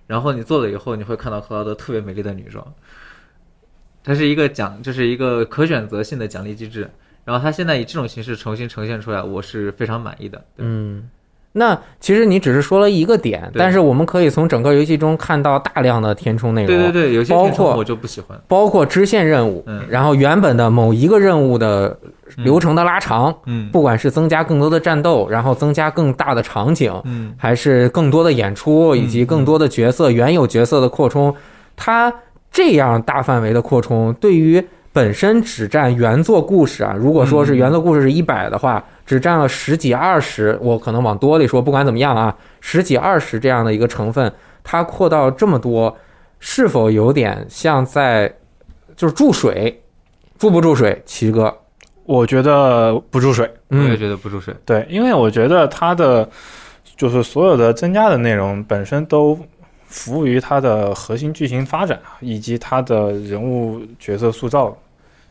S2: 然后你做了以后，你会看到克劳德特别美丽的女装。它是一个奖，这是一个可选择性的奖励机制。然后它现在以这种形式重新呈现出来，我是非常满意的。对
S1: 嗯，那其实你只是说了一个点，
S2: 对
S1: 但是我们可以从整个游戏中看到大量的填充内容，
S2: 对对对，有些
S1: 包
S2: 填充
S1: 括
S2: 我就不喜欢。
S1: 包括支线任务，
S2: 嗯
S1: 然后原本的某一个任务的流程的拉长，
S2: 嗯
S1: 不管是增加更多的战斗，然后增加更大的场景，
S2: 嗯
S1: 还是更多的演出，以及更多的角色、原有角色的扩充，它这样大范围的扩充，对于本身只占原作故事啊，如果说是
S2: 嗯
S1: 原作故事是一百的话，只占了十几二十，我可能往多里说，不管怎么样啊，十几二十这样的一个成分，它扩到这么多，是否有点像在就是注水，注不注水，齐哥？
S4: 我觉得不注水，
S2: 我也
S1: 嗯
S2: 觉得不注水。
S4: 对，因为我觉得它的就是所有的增加的内容本身都服务于它的核心剧情发展啊以及它的人物角色塑造，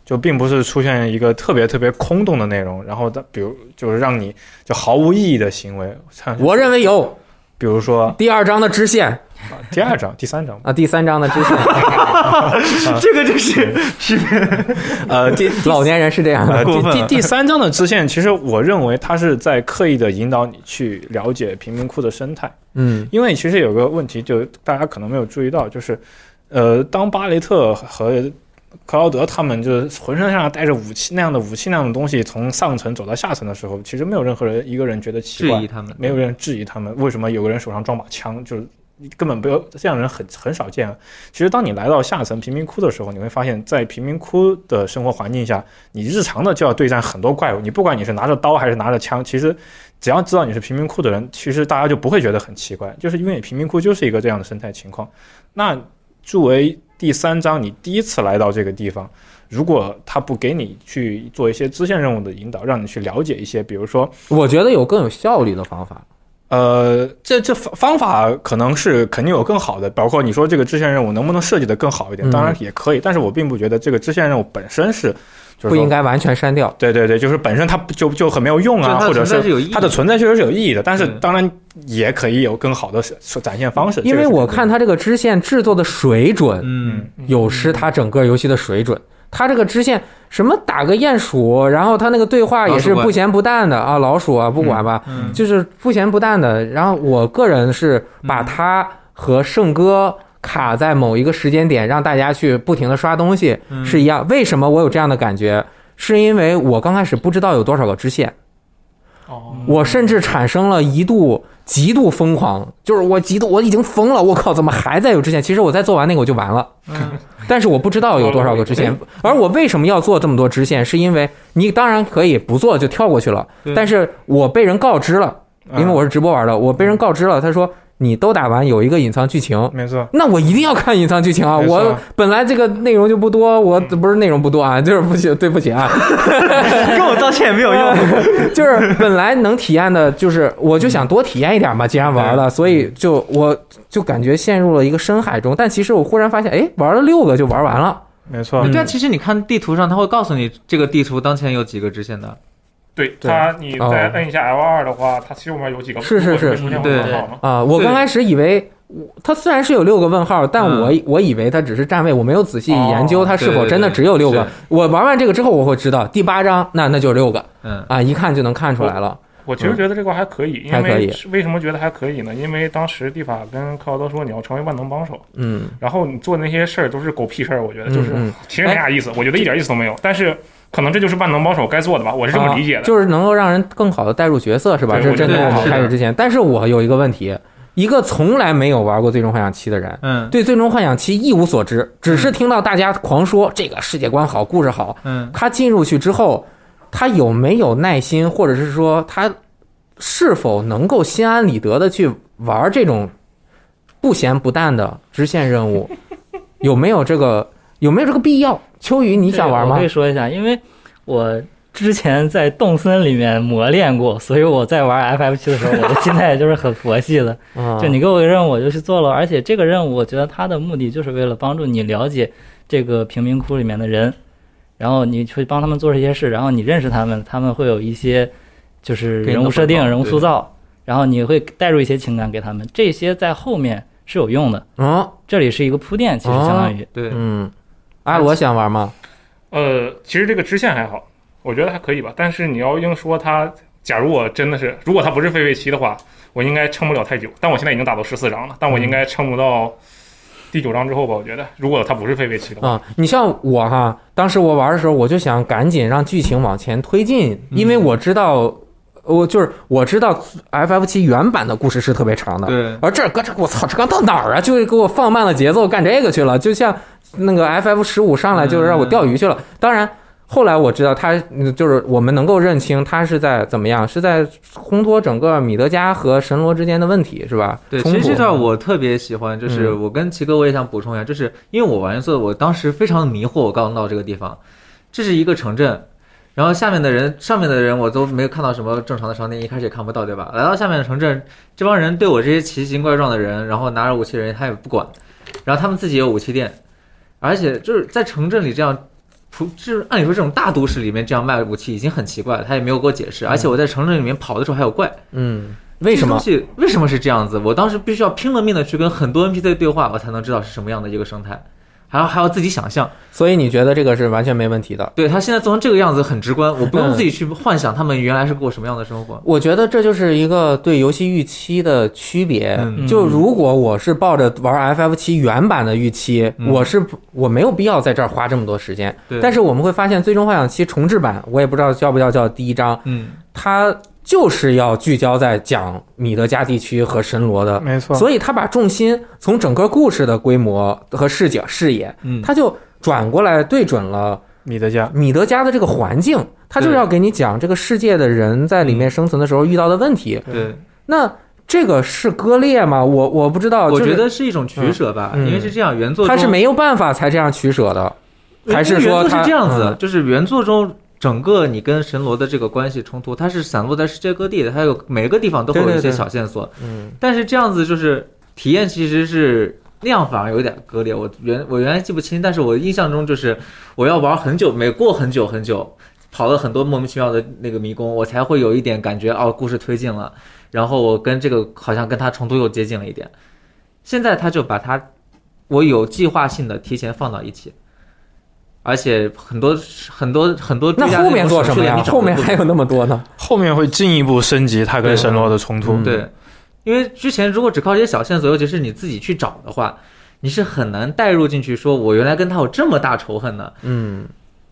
S4: 就并不是出现一个特别特别空洞的内容，然后它比如就是让你就毫无意义的行为，像
S1: 我认为有
S4: 比如说
S1: 第二章的支线
S4: 第二章、第三 章，
S1: 啊，第三章的支线，
S4: 这个就是是 呃第
S1: 老年人是这样的
S4: 呃，。
S2: 过
S4: 第
S2: 分
S4: 第
S2: 了
S4: 第 三章的支线，其实我认为它是在刻意的引导你去了解贫民窟的生态，
S1: 嗯
S4: 因为其实有个问题，就大家可能没有注意到，就是，呃，当巴雷特和克劳德他们就是浑身上下带着武器那样的武器那样的东西从上层走到下层的时候，其实没有任何人一个人觉得奇
S2: 质
S4: 怪
S2: 疑，他们，
S4: 没有人质疑他们为什么有个人手上装把枪，就是根本不要这样的人很很少见啊。其实当你来到下层贫民窟的时候，你会发现在贫民窟的生活环境下，你日常的就要对战很多怪物，你不管你是拿着刀还是拿着枪，其实只要知道你是贫民窟的人，其实大家就不会觉得很奇怪，就是因为贫民窟就是一个这样的生态情况。那作为第三章，你第一次来到这个地方。如果他不给你去做一些支线任务的引导，让你去了解一些，比如说，
S1: 我觉得有更有效率的方法。
S4: 呃，这这方方法可能是肯定有更好的，包括你说这个支线任务能不能设计的更好一点，
S1: 嗯
S4: 当然也可以，但是我并不觉得这个支线任务本身是，就是
S1: 不应
S4: 说，
S1: 该完全删掉。
S4: 对对对，就是本身它不就就很没有用
S2: 就
S4: 啊，
S2: 嗯它
S4: 或
S2: 的
S4: 者
S2: 存在
S4: 是
S2: 是有意义
S4: 它的嗯存在确实是有意义的，但是
S2: 对
S4: 当然也可以有更好的是展现方式，
S1: 因为
S4: 这个是
S1: 我看它这个支线制作的水准，
S2: 嗯
S1: 有失它整个游戏的水准。它这个支线什么打个鼹鼠，然后它那个对话也是
S2: 老鼠怪
S1: 不咸不淡的啊，老鼠啊，不管吧，
S2: 嗯，
S1: 就是不咸不淡的。然后我个人是把它和圣歌卡在某一个时间点，让大家去不停的刷东西
S2: 嗯
S1: 是一样。为什么我有这样的感觉？是因为我刚开始不知道有多少个支线。
S5: 哦，
S1: 我甚至产生了一度极度疯狂，就是我极度我已经疯了，我靠，怎么还在有支线？其实我再做完那个我就完了，
S4: 嗯
S1: 但是我不知道有多少个支线。而我为什么要做这么多支线？是因为你当然可以不做就跳过去了，
S2: 对
S1: 但是我被人告知了，
S4: 嗯
S1: 因为我是直播玩的，我被人告知了，他说你都打完有一个隐藏剧情，
S4: 没错，
S1: 那我一定要看隐藏剧情啊！
S4: 没错
S1: 我本来这个内容就不多，我不是内容不多啊，就是不行，对不起啊，
S2: 跟 我道歉也没有用。
S1: 就是本来能体验的，就是我就想多体验一点嘛，既然玩
S2: 嗯
S1: 了，所以就我就感觉陷入了一个深海中。但其实我忽然发现，哎，玩了六个就玩完了，
S4: 没错，
S1: 嗯
S2: 对啊，其实你看地图上，它会告诉你这个地图当前有几个支线的。
S5: 对
S1: 对
S5: 它，你
S1: 哦
S5: 再摁一下 L 二的话，它其实我面有几个
S1: 是是是
S5: 出现
S2: 对
S5: 很好嘛。
S1: 啊、我
S2: 对
S1: 刚开始以为我它虽然是有六个问号，但我、我以为它只是站位，我没有仔细研究
S5: 哦
S1: 它是否
S2: 对对
S1: 真的
S2: 嗯对
S1: 只有六个。
S2: 是
S1: 我玩完这个之后，我会知道第八章那那就六个
S2: 嗯
S1: 啊，一看就能看出来了。
S5: 我其实觉得这个还可以，
S1: 嗯还
S5: 因
S1: 可以
S5: 为是为什么觉得还可以呢？因为当时蒂法跟克劳德说你要成为万能帮手，
S1: 嗯，
S5: 然后你做那些事儿都是狗屁事儿，我觉得就是
S1: 嗯嗯
S5: 其实没啥意思，我觉得一点意思都没有。但是可能这就是万能帮手该做的吧，我是这么理解
S1: 啊，
S5: 的。
S1: 就是能够让人更好的带入角色，是吧？
S5: 对
S1: 这
S5: 我觉
S1: 真
S5: 得
S1: 的我们
S5: 是的
S1: 开始之前，但是我有一个问题，一个从来没有玩过《最终幻想七》的人，
S2: 嗯
S1: 对《最终幻想七》一无所知，只
S5: 嗯
S1: 是听到大家狂说这个世界观好，故事好。
S2: 嗯，
S1: 他进入去之后，他有没有耐心，或者是说他是否能够心安理得的去玩这种不咸不淡的支线任 务？有没有这个有没有这个必要？秋雨，你
S3: 对
S1: 想玩
S3: 我
S1: 吗
S3: 可以？说一下，因为我之前在动森里面磨练过，所以我在玩 FF 七的时候，我的心态就是很佛 系的，
S1: 嗯，
S3: 就你给我个任务我就去做了。而且这个任务，我觉得它的目的就是为了帮助你了解这个贫民窟里面的人，然后你去帮他们做这些事，然后你认识他们，他们会有一些就是
S2: 给你
S3: 人
S2: 的
S3: 物设定、
S2: 回报
S3: 人物塑
S2: 对
S3: 造，然后你会带入一些情感给他们，这些在后面。是有用的。
S1: 嗯
S3: 这里是一个铺垫，其实相当于、
S2: 对，
S1: 嗯，阿罗想玩吗？
S5: 呃，其实这个支线还好，我觉得还可以吧。但是你要硬说它，假如我真的是，如果它不是费费七的话，我应该撑不了太久。但我现在已经打到十四章了，但我应该撑不到第九章之后吧？我觉得，如果它不是费费七的话，
S1: 啊、你像我哈，当时我玩的时候，我就想赶紧让剧情往前推进，
S2: 嗯
S1: 因为我知道，我就是我知道 FF 七原版的故事是特别长的，
S2: 对，
S1: 而这儿搁这，我操，这刚到哪儿啊？就是给我放慢了节奏，干这个去了，就像那个 FF 十五上来就是让我钓鱼去了。当然，后来我知道他嗯就是我们能够认清他是在怎么样，是在烘托整个米德加和神罗之间的问题，是吧？
S2: 对，
S1: 冲
S2: 其
S1: 突嗯
S2: 实这段我特别喜欢，就是我跟奇哥我也想补充一下，就是因为我玩色，我当时非常迷惑，我刚到这个地方，这是一个城镇，然后下面的人，上面的人我都没有看到什么正常的商店，一开始也看不到，对吧？来到下面的城镇，这帮人对我这些奇形怪状的人，然后拿着武器的人他也不管，然后他们自己也有武器店，而且就是在城镇里这样。普就是按理说这种大都市里面这样卖武器已经很奇怪了，他也没有给我解释，而且我在城镇里面跑的时候还有怪，
S1: 嗯，为什么？
S2: 这东西为什么是这样子？我当时必须要拼了命的去跟很多 NPC 对话，我才能知道是什么样的一个生态，还要还要自己想象。
S1: 所以你觉得这个是完全没问题的？
S2: 对他现在做成这个样子很直观，我
S1: 嗯
S2: 不用自己去幻想他们原来是过什么样的生活。
S1: 我觉得这就是一个对游戏预期的区别。
S2: 嗯
S1: 就如果我是抱着玩 FF 七原版的预期，
S2: 嗯
S1: 我是不我没有必要在这儿花这么多时间。
S2: 对，
S1: 但
S2: 是
S1: 是我们会发现，《最终幻想七》重置版，我也不知道叫不叫叫第一章，
S2: 嗯，
S1: 它就是要聚焦在讲米德加地区和神罗
S2: 嗯
S1: 的，
S4: 没错，
S1: 所以它把重心从整个故事的规模和视角视野，
S2: 嗯
S1: 它就转过来对准了。
S4: 米德加，
S1: 米德加的这个环境，他就是要给你讲这个世界的人在里面生存的时候遇到的问题。
S2: 对，
S1: 那这个是割裂吗？我我不知道，
S2: 我觉
S1: 哦就是
S2: 得是一种取舍吧，
S1: 嗯
S2: 因为是这样，原作中
S1: 他是没有办法才这样取舍的，还是
S2: 因为
S1: 说
S2: 原作
S1: 他嗯
S2: 是这样子？就是原作中。整个你跟神罗的这个关系冲突，它是散落在世界各地的，它有每个地方都会有
S1: 对
S2: 一
S1: 对
S2: 些
S1: 对
S2: 小线索。
S1: 嗯？
S2: 但是这样子就是体验其实是那样反而有点割裂。我原我原来记不清，但是我印象中就是我要玩很久，每过很久很久，跑了很多莫名其妙的那个迷宫，我才会有一点感觉哦，故事推进了，然后我跟这个好像跟它冲突又接近了一点。现在他就把它，我有计划性的提前放到一起。而且很多很多很多
S1: 嗯那
S2: 追加
S1: 后
S2: 种
S1: 面做什
S2: 手续
S1: 么
S2: 的
S1: 呀
S2: 你？找
S1: 后
S2: 不
S1: 面
S2: 出
S1: 还有那么多呢？
S4: 后面会进一步升级他跟神罗的冲突
S1: 嗯。
S2: 对，因为之前如果只靠这些小线索，尤其是你自己去找的话，你是很难带入进去。说我原来跟他有这么大仇恨呢。
S1: 嗯，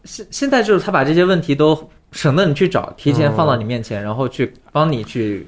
S2: 现现在就是他把这些问题都省得你去找，提前放
S1: 嗯
S2: 到你面前，然后去帮你去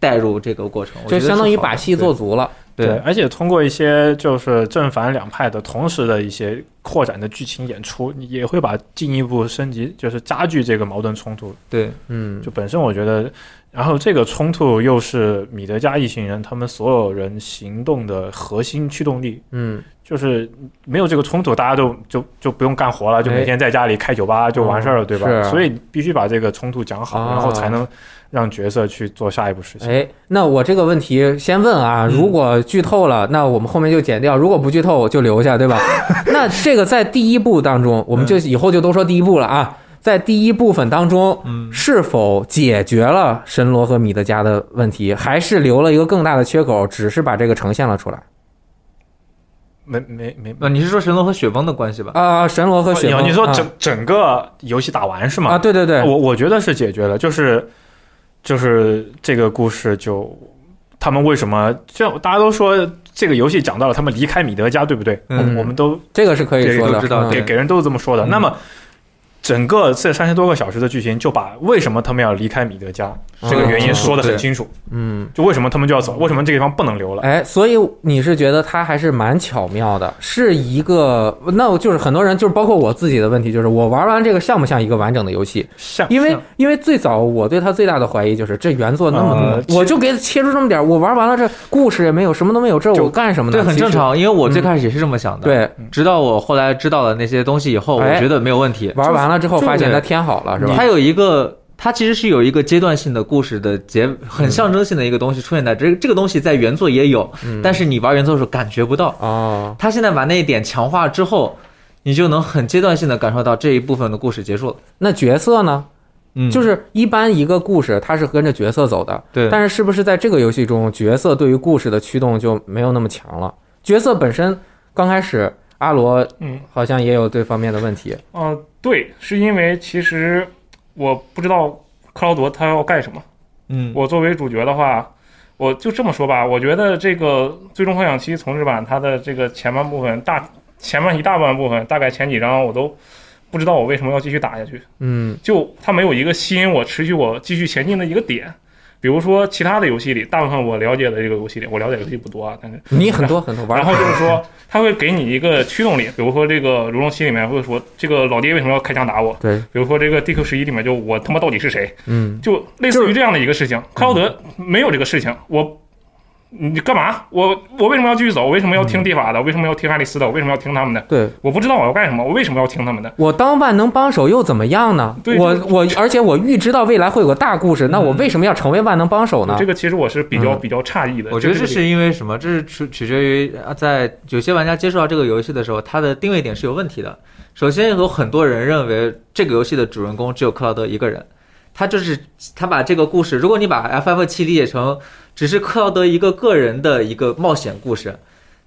S2: 带入这个过程，我
S1: 就
S2: 觉得是
S1: 相当于
S2: 好的
S1: 把戏做足了。
S2: 对。对
S4: 而且通过一些就是正反两派的同时的一些扩展的剧情演出，你也会把进一步升级，就是加剧这个矛盾冲突。
S2: 对
S1: 嗯，
S4: 就本身我觉得，然后这个冲突又是米德加一行人他们所有人行动的核心驱动力，
S1: 嗯，
S4: 就是没有这个冲突，大家都就就不用干活了，就
S1: 哎哦
S4: 每天在家里开酒吧就完事儿了，对吧？
S1: 是
S4: 所以必须把这个冲突讲好，
S1: 啊
S4: 然后才能让角色去做下一步事情。
S1: 哎，那我这个问题先问
S2: 嗯
S1: 啊，如果剧透了，那我们后面就剪掉；如果不剧透，我就留下，对 吧？那这个在第一部当中，我们就以后就都说第一部了啊，在第一部分当中，
S2: 嗯
S1: 是否解决了神罗和米德加的问题，还是留了一个更大的缺口，只是把这个呈现了出来
S4: 没没没，
S2: 呃，你是说神龙和雪崩的关系吧？
S1: 啊、神罗和雪
S4: 你
S2: 哦
S1: 崩，
S4: 你说
S1: 啊
S4: 整、整个游戏打完是吗？
S1: 啊，对对对，
S4: 我我觉得是解决了，就是就是这个故事就他们为什么就大家都说这个游戏讲到了他们离开米德加，对不对？
S2: 嗯
S4: 我们我们都
S1: 这个是可以说的，
S2: 这个都知道
S1: 嗯
S4: 给
S2: 对
S4: 给人都是这么说的。
S2: 嗯
S4: 那么整个这三十多个小时的剧情就把为什么他们要离开米德加
S1: 嗯
S4: 这个原因说的很
S2: 对
S4: 清楚，
S1: 嗯。
S4: 就为什么他们就要走，为什么这个地方不能留了。
S1: 哎，所以你是觉得它还是蛮巧妙的，是一个那我就是很多人就是包括我自己的问题，就是我玩完这个像不像一个完整的游戏？
S4: 像
S1: 因为
S2: 像
S1: 因为最早我对它最大的怀疑就是这原作那么
S4: 呃
S1: 多，我就给它切出这么点儿，我玩完了这故事也没有，什么都没有，这
S4: 就
S1: 我干什么呢？
S2: 对，很
S1: 其实嗯
S2: 正。常，因为我最开始也是这么想的。，嗯
S1: 对，
S2: 直到我后来知道了那些东西以后，我
S1: 哎
S2: 觉得没有问题。
S1: 玩完了之后
S2: 就是
S1: 发现它填好了，是吧？
S2: 它有一个，它其实是有一个阶段性的故事的结，很象征性的一个东西出现在这个这个东西在原作也有，
S1: 嗯
S2: 但是你玩原作的时候感觉不到。
S1: 哦，
S2: 它现在把那一点强化之后，你就能很阶段性的感受到这一部分的故事结束了。
S1: 那角色呢？
S2: 嗯，
S1: 就是一般一个故事它是跟着角色走的，
S2: 对，
S1: 但是是不是在这个游戏中，角色对于故事的驱动就没有那么强了？角色本身刚开始，阿罗
S5: 嗯，
S1: 好像也有这方面的问题。
S5: 呃，对，是因为其实我不知道克劳德他要干什么。
S2: 嗯
S5: 我作为主角的话，我就这么说吧，我觉得这个《最终幻想七重置版》它的这个前半部分大前半一大半部分，大概前几章我都不知道我为什么要继续打下去，
S1: 嗯
S5: 就它没有一个吸引我持续我继续前进的一个点。比如说其他的游戏里，大部分我了解的这个游戏里，我了解游戏不多啊，但是
S1: 你很多很多玩
S5: 然后就是说， 它会给你一个驱动力，比如说这个《如龙七》里面会说这个老爹为什么要开枪打我，
S1: 对，
S5: 比如说这个 DQ 十一里面就我他妈到底是谁，
S1: 嗯
S5: 就类似于这样的一个事情。克劳德没有这个事情，我你干嘛？我我为什么要继续走？我为什么要听蒂法的？我为什么要听爱丽丝的？我为什么要听他们的？
S1: 对。
S5: 我不知道我要干什么，我为什么要听他们的？
S1: 我当万能帮手又怎么样呢？
S5: 对
S1: 我
S5: 就是
S1: 我，而且我预知到未来会有个大故事，那我为什么要成为万能帮手呢
S5: 这？个其实我是比较
S1: 嗯
S5: 比较诧异的。
S2: 我觉得
S5: 就
S2: 这是因为什么？这是取取决于啊在有些玩家接触到这个游戏的时候，他的定位点是有问题的。首先有很多人认为这个游戏的主人公只有克劳德一个人，他就是他把这个故事，如果你把 FF 七理解成只是克劳德一个个人的一个冒险故事，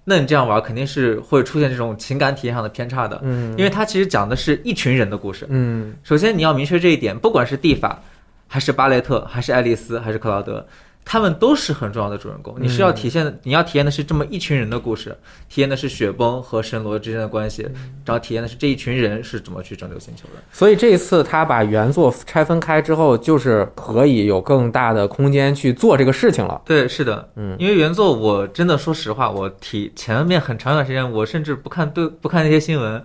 S2: 那你这样玩肯定是会出现这种情感体验上的偏差的，
S1: 嗯，
S2: 因为他其实讲的是一群人的故事。
S1: 嗯
S2: 首先你要明确这一点，不管是蒂法，还是巴雷特，还是爱丽丝，还是克劳德，他们都是很重要的主人公。你是要体现，你要体验的是这么一群人的故事，体验的是雪崩和神罗之间的关系，然后体验的是这一群人是怎么去拯救星球的。
S1: 所以这一次他把原作拆分开之后，就是可以有更大的空间去做这个事情了。
S2: 对，是的，
S1: 嗯
S2: 因为原作我真的说实话，我体前面很长一段时间，我甚至不看对不看那些新闻，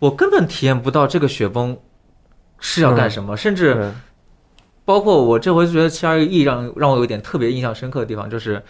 S2: 我根本体验不到这个雪崩是要干什么，甚至。
S1: 对
S2: 包括我这回觉得七二一让让我有一点特别印象深刻的地方，就是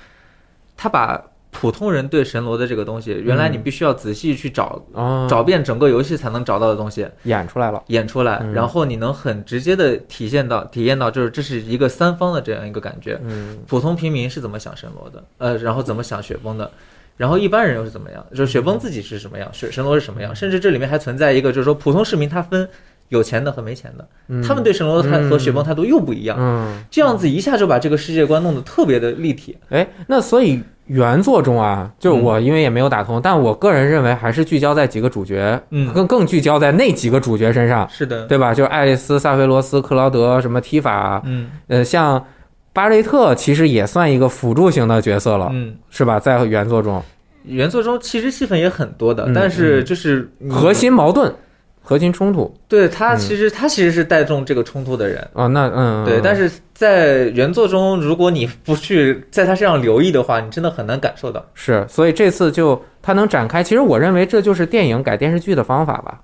S2: 他把普通人对神罗的这个东西，原来你必须要仔细去找、
S1: 哦，
S2: 找遍整个游戏才能找到的东西
S1: 演出来了。
S2: 演出来，
S1: 嗯
S2: 然后你能很直接的体现到体验到，就是这是一个三方的这样一个感觉，
S1: 嗯
S2: 普通平民是怎么想神罗的，呃，然后怎么想雪崩的，然后一般人又是怎么样，就是雪崩自己是什么样，雪神罗是什么样，甚至这里面还存在一个，就是说普通市民他分有钱的和没钱的，
S1: 嗯
S2: 他们对神罗的态
S1: 嗯
S2: 和雪崩态度又不一样。
S1: 嗯，
S2: 这样子一下就把这个世界观弄得特别的立体。
S1: 哎，那所以原作中啊，就
S2: 嗯
S1: 我因为也没有打通，但我个人认为还是聚焦在几个主角，
S2: 嗯
S1: 更更聚焦在那几个主角身上，
S2: 是的，
S1: 对吧？就是爱丽丝、萨菲罗斯、克劳德、什么提法，
S2: 嗯
S1: 呃，像巴雷特其实也算一个辅助型的角色了，
S2: 嗯，
S1: 是吧？在原作中，
S2: 原作中其实戏份也很多的，
S1: 嗯
S2: 但是就是你
S1: 核心矛盾、核心冲突
S2: 对他其实、他其实是带动这个冲突的人。
S1: 啊、那嗯，
S2: 对，但
S1: 是
S2: 是在原作中，如果你不去在他身上留意的话，你真的很难感受到。
S1: 是，所以这次就它能展开，其实我认为这就是电影改电视剧的方法吧。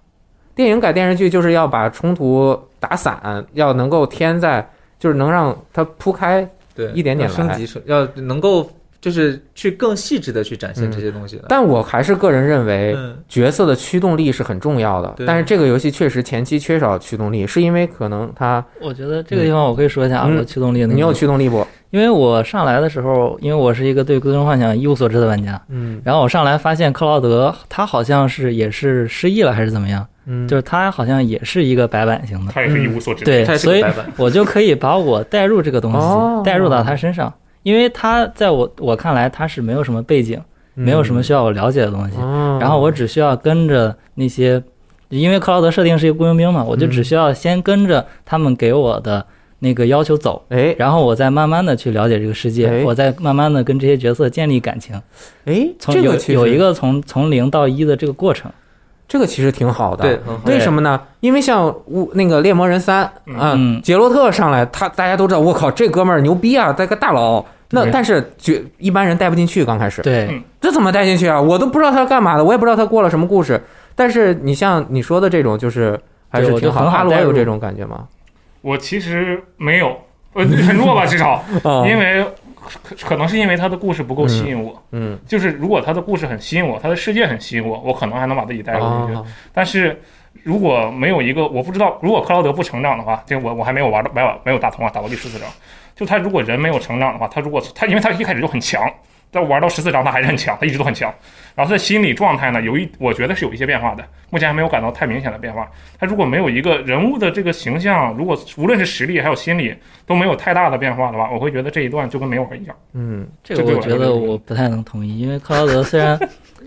S1: 电影改电视剧就是要把冲突打散，要能够添在，就是能让它铺开。
S2: 对，
S1: 一点点来
S2: 要升级是，要能够就是去更细致的去展现这些东西的。
S1: 但我还是个人认为，
S2: 嗯
S1: 角色的驱动力是很重要的。
S2: 对
S1: 但是这个游戏确实前期缺少驱动力，是因为可能它
S3: 我觉得这个地方我可以说一下啊，
S1: 嗯
S3: 我的驱动力的那个
S1: 你有驱动力不？
S3: 因为我上来的时候，因为我是一个对《最终幻想》一无所知的玩家，
S1: 嗯
S3: 然后我上来发现克劳德他好像是也是失忆了还是怎么样，
S1: 嗯
S3: 就是他好像也是一个白板型的，
S5: 他也是一无所知。
S3: 对
S2: 它，是
S3: 所
S2: 个
S3: 以
S2: 白板
S3: 我就可以把我带入这个东
S1: 哦
S3: 西带入到他身上，因为他在我我看来他是没有什么背景，
S1: 嗯
S3: 没有
S2: 嗯
S3: 什么需要我了解的东西，
S1: 哦
S3: 然后我只需要跟着那些，因为克劳德设定是一个雇佣兵嘛，我就
S1: 嗯
S3: 只需要先跟着他们给我的那个要求走，
S1: 哎
S3: 然后我再慢慢的去了解这个世界，
S1: 哎
S3: 我再慢慢的跟这些角色建立感情，
S1: 哎，
S3: 从
S1: 这
S3: 有、
S1: 个其实
S3: 有一个从从零到一的这个过程。
S1: 这个其实挺好的，
S2: 对很好
S1: 为什么呢？因为像乌那个猎魔人三
S5: 嗯
S1: 啊
S3: 嗯，
S1: 杰洛特上来，他大家都知道，我靠，这哥们儿牛逼啊，这个大佬。那
S3: 对
S1: 但是绝一般人带不进去，刚开始
S3: 对
S5: 嗯
S1: 这怎么带进去啊？我都不知道他干嘛的，我也不知道他过了什么故事。但是你像你说的这种，就是还是
S3: 对我
S1: 挺
S3: 就
S1: 好。
S3: 很好
S1: 阿罗
S3: 带入
S1: 有这种感觉 吗？
S5: 我其实没有， 呃，很弱吧，至少，
S1: 啊，
S5: 因为可可能是因为他的故事不够吸引我。
S1: 嗯
S5: 就是如果他的故事很吸引我，他的世界很吸引我，我可能还能把自己带入进去。
S1: 啊，
S5: 但是如果没有一个，我不知道，如果克劳德不成长的话，这我我还没有玩到，没有没有打通啊，打到第十四章。就他如果人没有成长的话，他如果他因为他一开始就很强，在玩到十四章他还是很强，他一直都很强。然后他的心理状态呢，有一我觉得是有一些变化的，目前还没有感到太明显的变化。他如果没有一个人物的这个形象，如果无论是实力还有心理都没有太大的变化的话，我会觉得这一段就跟没玩一样。
S1: 嗯，
S3: 这个
S5: 这对
S3: 我
S5: 我来
S3: 觉得
S5: 说
S3: 我不太能同意，因为克劳德 虽然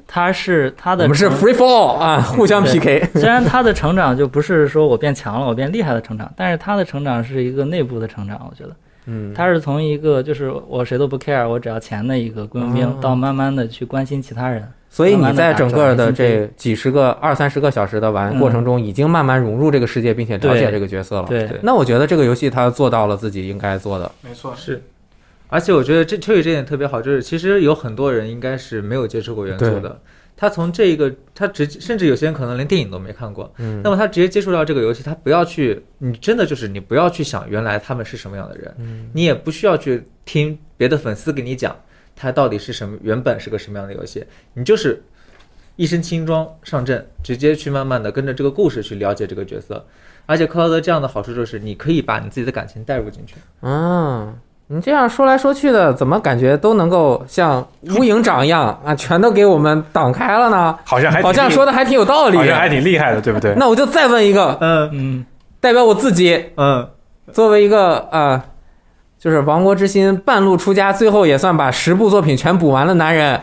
S3: 他是他
S1: 我
S3: 的
S1: 们是
S3: 成
S1: free fall 啊，互相
S3: 对
S1: PK。
S3: 虽然他的成长就不是说我变强了，我变厉害的成长，但是他的成长是一个内部的成长，我觉得
S1: 嗯，
S3: 他是从一个就是我谁都不 care，我只要钱的一个雇佣兵
S1: 哦，
S3: 到慢慢的去关心其他人。
S1: 所以
S3: 慢
S1: 你
S3: 慢地
S1: 在
S3: 打
S1: 整
S3: 转
S1: 个
S3: 进
S1: 的
S3: 去
S1: 这几十个、二三十个小时的玩过程中，已经慢慢融入这个世界，并且了解
S3: 嗯对
S1: 这个角色了。
S3: 对
S2: 对
S1: 那我觉得这个游戏它做到了自己应该做的。
S4: 没错，
S2: 是，而且我觉得这秋雨这点特别好，就是其实有很多人应该是没有接触过原作的，他从这个他直甚至有些人可能连电影都没看过，
S1: 嗯
S2: 那么他直接接触到这个游戏，他不要去，你真的就是你不要去想原来他们是什么样的人，
S1: 嗯
S2: 你也不需要去听别的粉丝给你讲它到底是什么，原本是个什么样的游戏，你就是一身轻装上阵，直接去慢慢的跟着这个故事去了解这个角色。而且克劳德这样的好处就是，你可以把你自己的感情带入进去。
S1: 啊，你这样说来说去的，怎么感觉都能够像无影掌一样 啊，全都给我们挡开了呢？
S4: 好像还挺
S1: 好像
S4: 厉
S1: 说的还挺有道理
S4: 好。像还挺厉害的，对不对？
S1: 那我就再问一个，
S2: 嗯
S3: 嗯，
S1: 代表我自己，
S2: 嗯，
S1: 作为一个啊、呃就是《亡国之心》半路出家，最后也算把十部作品全补完了男人。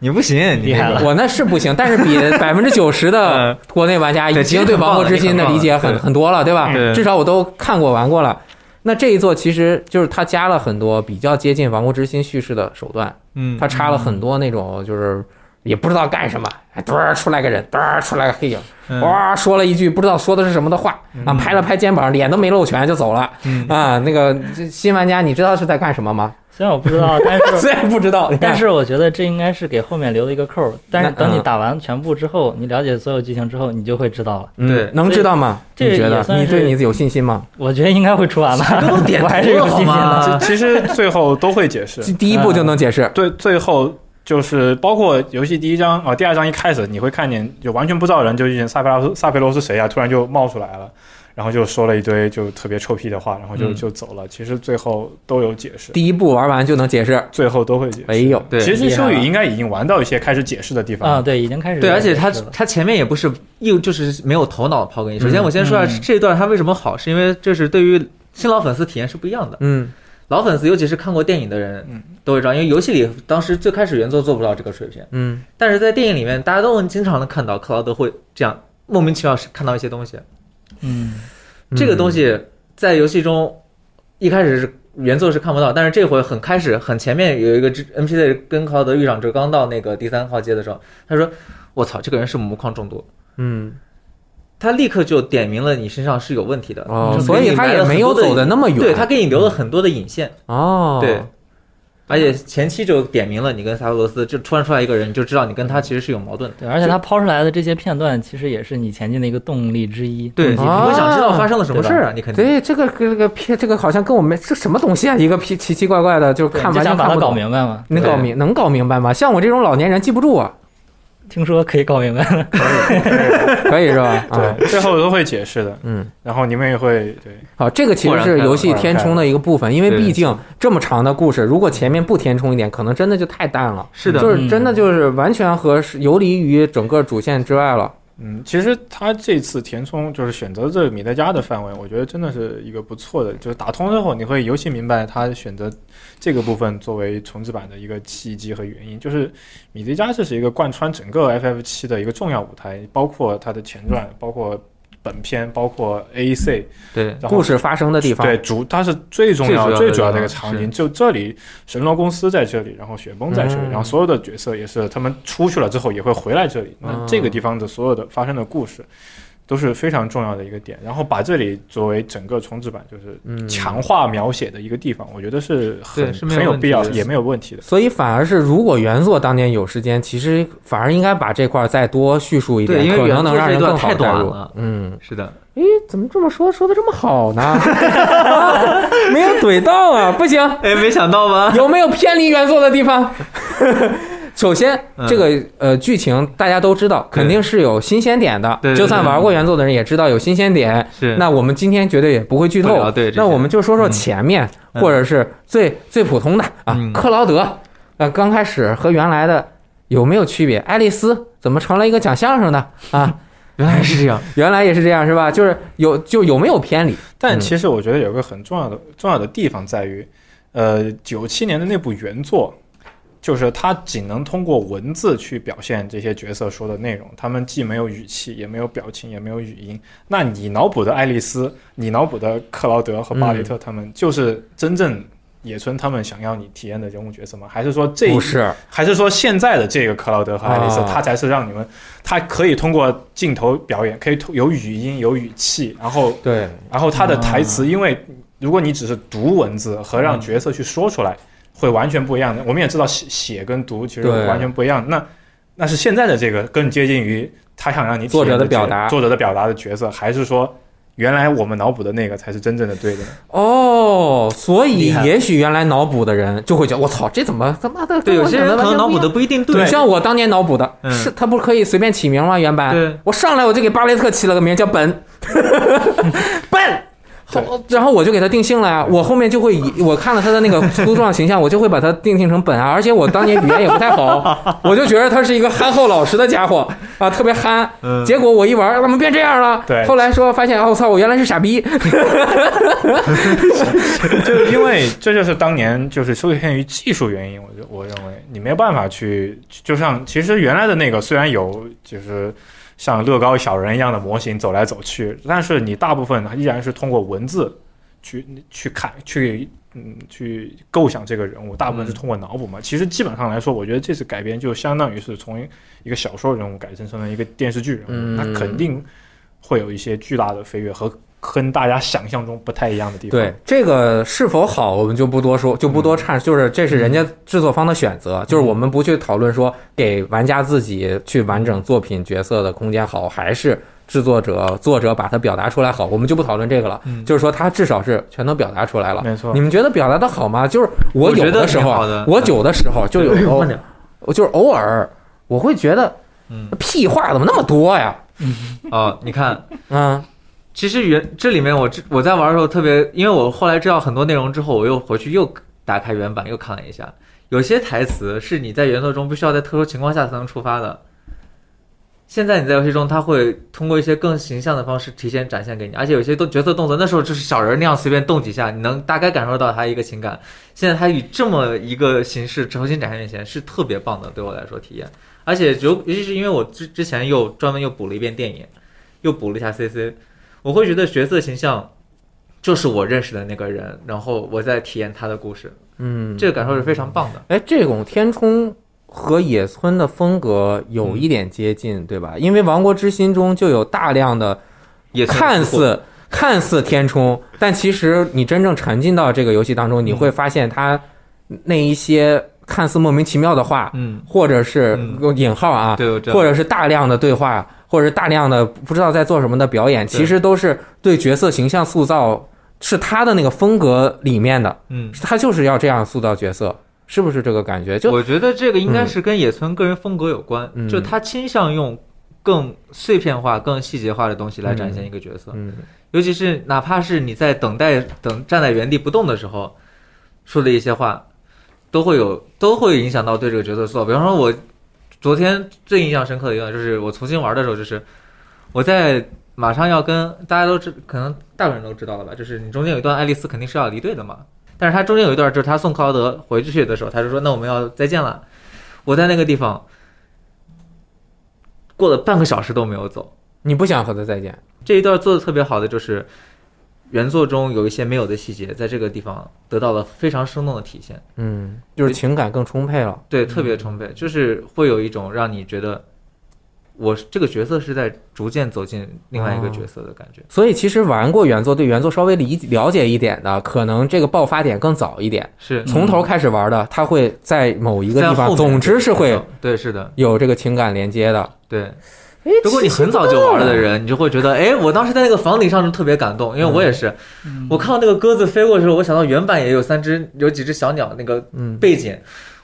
S2: 你不行，你嗯
S3: 厉害了
S1: 我那是不行，但是 比百分之九十的国内玩家已
S2: 对其
S1: 经
S2: 实
S1: 对《
S2: 很棒
S1: 王国之心》的理解
S2: 了
S1: 很
S2: 对嗯
S1: 很多了，对吧？
S2: 对
S1: 至少我都看过玩过了。那这一座其实就是它加了很多比较接近《王国之心》叙事的手段，
S2: 嗯
S1: 它插了很多那种就是也不知道干什么，哎，突然出来个人，突然出来个黑影，
S2: 嗯
S1: 哇，说了一句不知道说的是什么的话啊，拍了拍肩膀，脸都没露全就走了
S2: 嗯
S1: 啊。那个这新玩家，你知道是在干什么吗？
S3: 虽然我不知道，但是
S1: 虽然不知道，你看
S3: 但是我觉得这应该是给后面留了一个扣儿。但是
S1: 那
S3: 等你
S1: 嗯
S3: 打完全部之后，你了解所有剧情之后，你就会知道了。
S1: 嗯
S2: 对
S1: 能知道吗？
S3: 这
S1: 你觉得
S3: 也算
S1: 你对
S3: 是
S1: 你有信心吗？
S3: 我觉得应该会出完吧， 我还是有信心的。
S2: 吗？
S4: 其实最后都会解 释
S1: 这，第一步
S2: 嗯
S1: 就能解释。
S4: 对，最后就是包括游戏第一章啊、呃第二章一开始，你会看见有完全不知道的人，就遇见萨菲拉斯萨菲罗是谁啊，突然就冒出来了，然后就说了一堆就特别臭屁的话，然后就、
S2: 嗯
S4: 就走了。其实最后都有解释，
S1: 第一步玩完就能解释。
S4: 最后都会解释。
S1: 哎呦，
S2: 对
S4: 其实
S3: 厉害
S4: 修
S3: 了
S4: 宇应该已经玩到一些开始解释的地方
S3: 啊，
S4: 了。
S3: 对，已经开始
S2: 对，而且
S3: 有
S2: 他
S3: 解释了
S2: 他前面也不是又就是没有头脑抛给你。首先，
S1: 嗯
S2: 我先说一下
S3: 嗯
S2: 这段它为什么好，是因为这是对于新老粉丝体验是不一样的。
S1: 嗯
S2: 老粉丝，尤其是看过电影的人
S4: 嗯，
S2: 都会知道，因为游戏里当时最开始原作做不到这个水平，
S1: 嗯，
S2: 但是在电影里面，大家都能经常能看到克劳德会这样莫名其妙是看到一些东西。
S3: 嗯，
S2: 这个东西在游戏中一开始是原作是看不到，但是这回很开始很前面有一个 NPC 跟克劳德狱长这刚到那个第三号街的时候，他说：“我操，这个人是魔矿中毒。”
S1: 嗯
S2: 他立刻就点明了你身上是有问题的，
S1: 哦，
S2: 就
S1: 所
S2: 给
S1: 以
S2: 你
S1: 他
S2: 埋
S1: 也
S2: 了很
S1: 没有
S2: 多的
S1: 走的那么远。
S2: 对他给你留了很多的引线，
S1: 哦，
S2: 对，而且前期就点明了你跟萨格罗斯，就突然出来一个人，你就知道你跟他其实是有矛盾的。
S3: 对，而且他抛出来的这些片段，其实也是你前进的一个动力之一。嗯
S2: 对，你
S3: 动
S1: 啊
S3: 机
S2: 会想知道发生了什么事儿啊？你肯定
S1: 对这个这个片这个好像跟我们这什么东西啊，一个奇奇奇怪怪的，就是
S3: 对
S1: 看
S3: 你就
S1: 完全
S3: 想把
S1: 看
S3: 它
S1: 不
S3: 搞
S1: 懂。
S3: 明白嘛？
S1: 能搞明能搞明白吗？像我这种老年人记不住啊，
S3: 听说可以 搞明白了。
S1: 可以是 吧？啊，
S4: 对，最后都会解释的，
S1: 嗯，
S4: 然后你们也会对，
S1: 好，这个其实是游戏填充的一个部分，因为
S2: 对
S1: 毕竟这么长的故事，如果前面不填充一点，可能真的就太淡了。
S2: 是的嗯
S1: 就是真的就是完全和游离于整个主线之外了。
S4: 嗯，其实他这次填充就是选择这个米德加的范围，我觉得真的是一个不错的，就是打通之后你会尤其明白他选择这个部分作为重置版的一个契机和原因。就是米德加这是一个贯穿整个 FF 七的一个重要舞台，包括它的前传，包括本片，包括 AEC，
S2: 对
S4: 然后
S1: 故事发生的地方，
S4: 对，主它是最重要、
S2: 最
S4: 最
S2: 主
S4: 主
S2: 要
S4: 要
S2: 的
S4: 的一个
S2: 地方
S4: 场景，就这里，神罗公司在这里，然后雪崩在这里，
S1: 嗯
S4: 然后所有的角色也是他们出去了之后也会回来这里。
S1: 嗯
S4: 那这个地方的所有的发生的故事都是非常重要的一个点，然后把这里作为整个重置版就是
S1: 嗯，
S4: 强化描写的一个地方，我觉得是
S2: 对
S4: 很
S2: 是没有
S4: 很有
S2: 问题
S4: 必要
S2: 的
S4: 也没有问题的。
S1: 所以反而是，如果原作当年有时间，其实反而应该把这块儿再多叙述一
S2: 对
S1: 点，
S2: 因为
S1: 可能
S2: 原作
S1: 能让
S2: 这
S1: 人
S2: 段
S1: 更好
S2: 太
S1: 代
S2: 短
S1: 入
S2: 了。
S1: 嗯，
S2: 是的，
S1: 诶，怎么这么说说的这么好 呢？没有怼到啊，不行，
S2: 哎，没想到吧？
S1: 有没有偏离原作的地方？ 首先
S2: 嗯，
S1: 这个呃剧情大家都知道，
S2: 对
S1: 肯定是有新鲜点的
S2: 对对。对
S1: 就算玩过原作的人也知道有新鲜点。
S2: 是
S1: 那我们今天绝对也不会剧
S2: 不
S1: 透
S2: 聊对。这些
S1: 那我们就说说前面，
S2: 嗯
S1: 或者是最最普通的啊
S2: 嗯，
S1: 克劳德。呃，刚开始和原来的有没有区别？爱丽丝怎么成了一个讲相声的啊？
S2: 原来是这样，
S1: 原来也是这样是吧？就是有就有没有偏离？
S4: 但其实我觉得有个很重要的重要的地方在于，呃，九七年的那部原作，就是它仅能通过文字去表现这些角色说的内容，他们既没有语气，也没有表情，也没有语音。那你脑补的爱丽丝，你脑补的克劳德和巴雷
S1: 嗯
S4: 特他们，就是真正野村他们想要你体验的人物角色吗？还是说这一
S1: 不是，
S4: 还是说现在的这个克劳德和爱丽丝，
S1: 啊
S4: 他才是让你们，他可以通过镜头表演，可以通有语音、有语气，然后
S1: 对，
S4: 然后他的台
S1: 哦
S4: 词，因为如果你只是读文字和让角色去说出来，会完全不一样的。我们也知道写写跟读其实
S1: 对
S4: 完全不一样。那那是现在的这个更接近于他想让你体
S1: 作
S4: 验
S1: 者的
S4: 角
S1: 表达
S4: 作者的表达的角色，还是说原来我们脑补的那个才是真正的对的呢？
S1: 哦，所以
S3: 厉害
S1: 也许原来脑补的人就会觉得我操，这怎么他妈的？跟
S2: 对，
S1: 我
S2: 有些
S1: 想
S2: 人可
S1: 完全
S2: 能脑
S1: 不一
S2: 补
S1: 样
S2: 的不一定
S1: 对，
S2: 对，
S1: 像我当年脑补的，
S2: 嗯
S1: 是他不是可以随便起名吗？原版
S2: 对
S1: 我上来我就给巴雷特起了个名叫本，本。
S4: 对
S1: 好，然后我就给他定性了呀。我后面就会以我看了他的那个粗壮形象，我就会把他定性成本啊。而且我当年语言也不太好，我就觉得他是一个憨厚老实的家伙啊，特别憨。
S2: 嗯
S1: 结果我一玩啊儿，怎么变这样了？
S4: 对
S1: 后来说发现，哦，我操，我原来是傻逼。
S4: 就是因为这就是当年就是受限于技术原因，我就我认为你没有办法去，就像其实原来的那个虽然有就是像乐高小人一样的模型走来走去，但是你大部分依然是通过文字去去看去。嗯，去构想这个人物，大部
S1: 嗯
S4: 分是通过脑补嘛。其实基本上来说，我觉得这次改编就相当于是从一个小说人物改编成了一个电视剧人物，
S1: 嗯
S4: 那肯定会有一些巨大的飞跃和跟大家想象中不太一样的地方。
S1: 对这个是否好，我们就不多说，就不多阐，就是这是
S2: 嗯
S1: 人家制作方的选择，就是我们不去讨论说给玩家自己去完整作品角色的空间好，还是制作者作者把它表达出来好，我们就不讨论这个了。
S2: 嗯
S1: 就是说他至少是全都表达出来了。
S4: 没错
S1: 你们觉得表达的好吗？就是我
S2: 我觉
S1: 有
S2: 得
S1: 的时候
S2: 挺好
S1: 啊
S2: 的，
S1: 我有的时候就 有时候
S2: 慢点，
S1: 我就是偶尔我会觉得
S2: 嗯
S1: 屁话怎么那么多呀？
S2: 哦，你看，
S1: 嗯
S2: 其实原这里面我知我在玩的时候特别，因为我后来知道很多内容之后，我又回去又打开原版又看了一下，有些台词是你在原作中必须要在特殊情况下才能触发的。现在你在游戏中，它会通过一些更形象的方式提前展现给你，而且有些动角色动作，那时候就是小人那样随便动几下，你能大概感受到他一个情感。现在他以这么一个形式重新展现面前，是特别棒的，对我来说体验。而且尤尤其是因为我之之前又专门又补了一遍电影，又补了一下 CC，我会觉得角色形象就是我认识的那个人，然后我在体验他的故事，
S1: 嗯，
S2: 这个感受是非常棒的。
S1: 哎，这种天冲和野村的风格
S2: 嗯
S1: 有一点接近，对吧？因为《王国之心》中就有大量的
S2: 也曾
S1: 看
S2: 经
S1: 似看似天冲，但其实你真正沉浸到这个游戏当中，
S2: 嗯
S1: 你会发现它那一些看似莫名其妙的话，
S2: 嗯，
S1: 或者是
S2: 嗯
S1: 用引号啊，
S2: 对，我知道。
S1: 或者是大量的对话，或者是大量的不知道在做什么的表演，其实都是对角色形象塑造是他的那个风格里面的，
S2: 嗯，
S1: 他就是要这样塑造角色，是不是这个感觉？就
S2: 我觉得这个应该是跟野村个人风格有关，
S1: 嗯
S2: 就他倾向用更碎片化、更细节化的东西来展现一个角色，
S1: 嗯
S2: 尤其是哪怕是你在等待、等站在原地不动的时候说的一些话，都会有都会影响到对这个角色塑造。比方说，我昨天最印象深刻的一段就是我重新玩的时候，就是我在马上要跟大家都知，可能大部分人都知道了吧，就是你中间有一段爱丽丝肯定是要离队的嘛，但是他中间有一段就是他送克劳德回去的时候，他就说那我们要再见了，我在那个地方过了半个小时都没有走。
S1: 你不想和他再见，
S2: 这一段做的特别好的就是，原作中有一些没有的细节，在这个地方得到了非常生动的体现，
S1: 嗯，就是情感更充沛了。
S2: 对，特别充沛，就是会有一种让你觉得，我这个角色是在逐渐走进另外一个角色的感觉。
S1: 所以其实玩过原作，对原作稍微理了解一点的，可能这个爆发点更早一点，
S2: 是
S1: 从头开始玩的，他会在某一个
S2: 嗯在
S1: 地方，
S2: 后面
S1: 总之是会
S2: 对，是的，
S1: 有这个情感连接的。
S2: 对。如果你很早就玩了的人，你就会觉得，哎，我当时在那个房顶上就特别感动，因为我也是，我看到那个鸽子飞过的时候，我想到原版也有三只，有几只小鸟那个
S1: 嗯，
S2: 背景，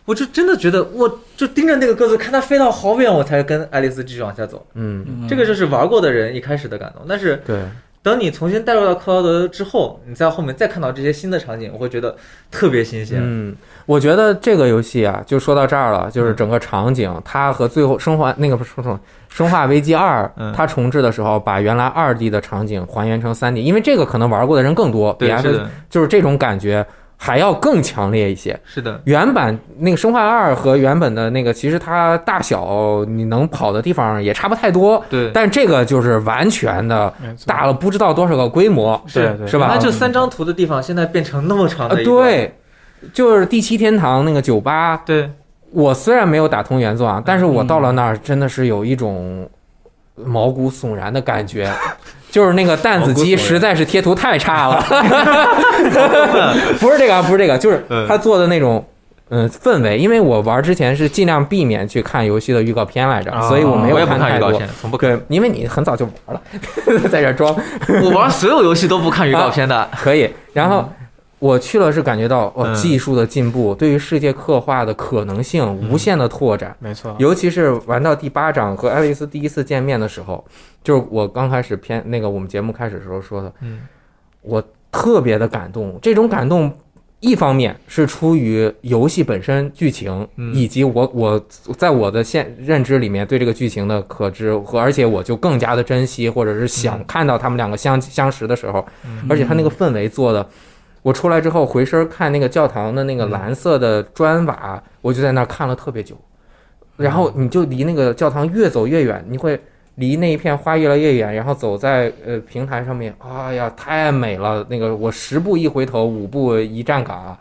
S2: 我就真的觉得，我就盯着那个鸽子，看它飞到好远，我才跟爱丽丝继续往下走。
S1: 嗯，
S2: 这个就是玩过的人一开始的感动，但是
S1: 对，
S2: 等你重新带入到克劳德之后，你在后面再看到这些新的场景，我会觉得特别新鲜。
S1: 嗯，我觉得这个游戏啊，就说到这儿了，
S2: 嗯
S1: 就是整个场景，它和最后生化那个不是说什么《生化危机二》
S2: 嗯
S1: 它重置的时候，把原来二 D 的场景还原成三 D，因为这个可能玩过的人更多，比
S2: 对，
S1: F
S2: 是的，
S1: 就是这种感觉还要更强烈一些。
S2: 是的，
S1: 原版那个《生化二》和原本的那个，其实它大小你能跑的地方也差不太多，
S2: 对，
S1: 但这个就是完全的
S4: 没错
S1: 大了不知道多少个规模，
S4: 对对
S1: 是吧
S2: 原来就三张图的地方，现在变成那么长
S1: 啊，
S2: 的一段。
S1: 对，就是第七天堂那个酒吧，
S2: 对，
S1: 我虽然没有打通原作
S2: 嗯
S1: 啊，但是我到了那儿真的是有一种毛骨悚然的感觉， 就是那个弹子
S2: 毛
S1: 鸡
S2: 骨悚然
S1: 实在是贴图太差 了， 不是这个啊，不是这个，就是
S2: 嗯
S1: 他做的那种。嗯，氛围，因为我玩之前是尽量避免去看游戏的预告片来着，
S4: 啊
S1: 所以我没有
S2: 我也不
S1: 看
S2: 看
S1: 太
S2: 预告
S1: 多。
S2: 片，从不看。
S1: 对，因为你很早就玩了， 在这装
S2: 我玩所有游戏都不看预告 片的。
S1: 可以。然后我去了是感觉到，哦，
S2: 嗯
S1: 技术的进步对于世界刻画的可能性无
S2: 嗯
S1: 限的拓展，
S4: 没错，
S1: 尤其是玩到第八章和爱丽丝第一次见面的时候，就是我刚开始片那个我们节目开始的时候说的，
S2: 嗯，
S1: 我特别的感动。这种感动，一方面是出于游戏本身剧情，
S2: 嗯
S1: 以及我我在我的现认知里面对这个剧情的可知和，而且我就更加的珍惜，或者是想看到他们两个相相识的时候，
S2: 嗯
S1: 而且他那个氛围做的。我出来之后回身看那个教堂的那个蓝色的砖瓦，我就在那儿看了特别久。然后你就离那个教堂越走越远，你会离那一片花越来越远，然后走在呃平台上面，哎呀，太美了！那个我十步一回头，五步一站岗啊，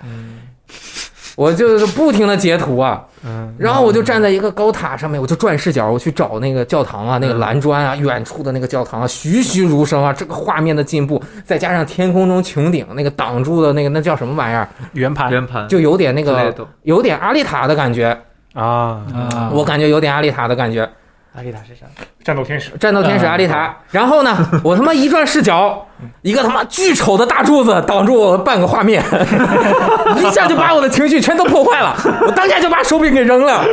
S1: 我就是不停的截图啊，
S4: 嗯，
S1: 然后我就站在一个高塔上面，我就转视角，我去找那个教堂啊，那个蓝砖啊，远处的那个教堂啊，栩栩如生啊，这个画面的进步，再加上天空中穹顶那个挡住的那个那叫什么玩意儿，
S4: 圆盘
S2: 圆盘
S1: 就有点那
S2: 嗯之类
S1: 个
S2: 的嗯
S1: 有点阿丽塔的感觉，
S4: 啊，
S3: 啊，
S1: 我感觉有点阿丽塔的感觉。
S2: 阿丽塔是啥？
S5: 战斗天使，
S1: 战斗天使阿
S4: 嗯
S1: 丽塔。然后 呢，我他妈一转视角，一个他妈巨丑的大柱子挡住我半个画面， 一下就把我的情绪全都破坏了。我当下就把手柄给扔了。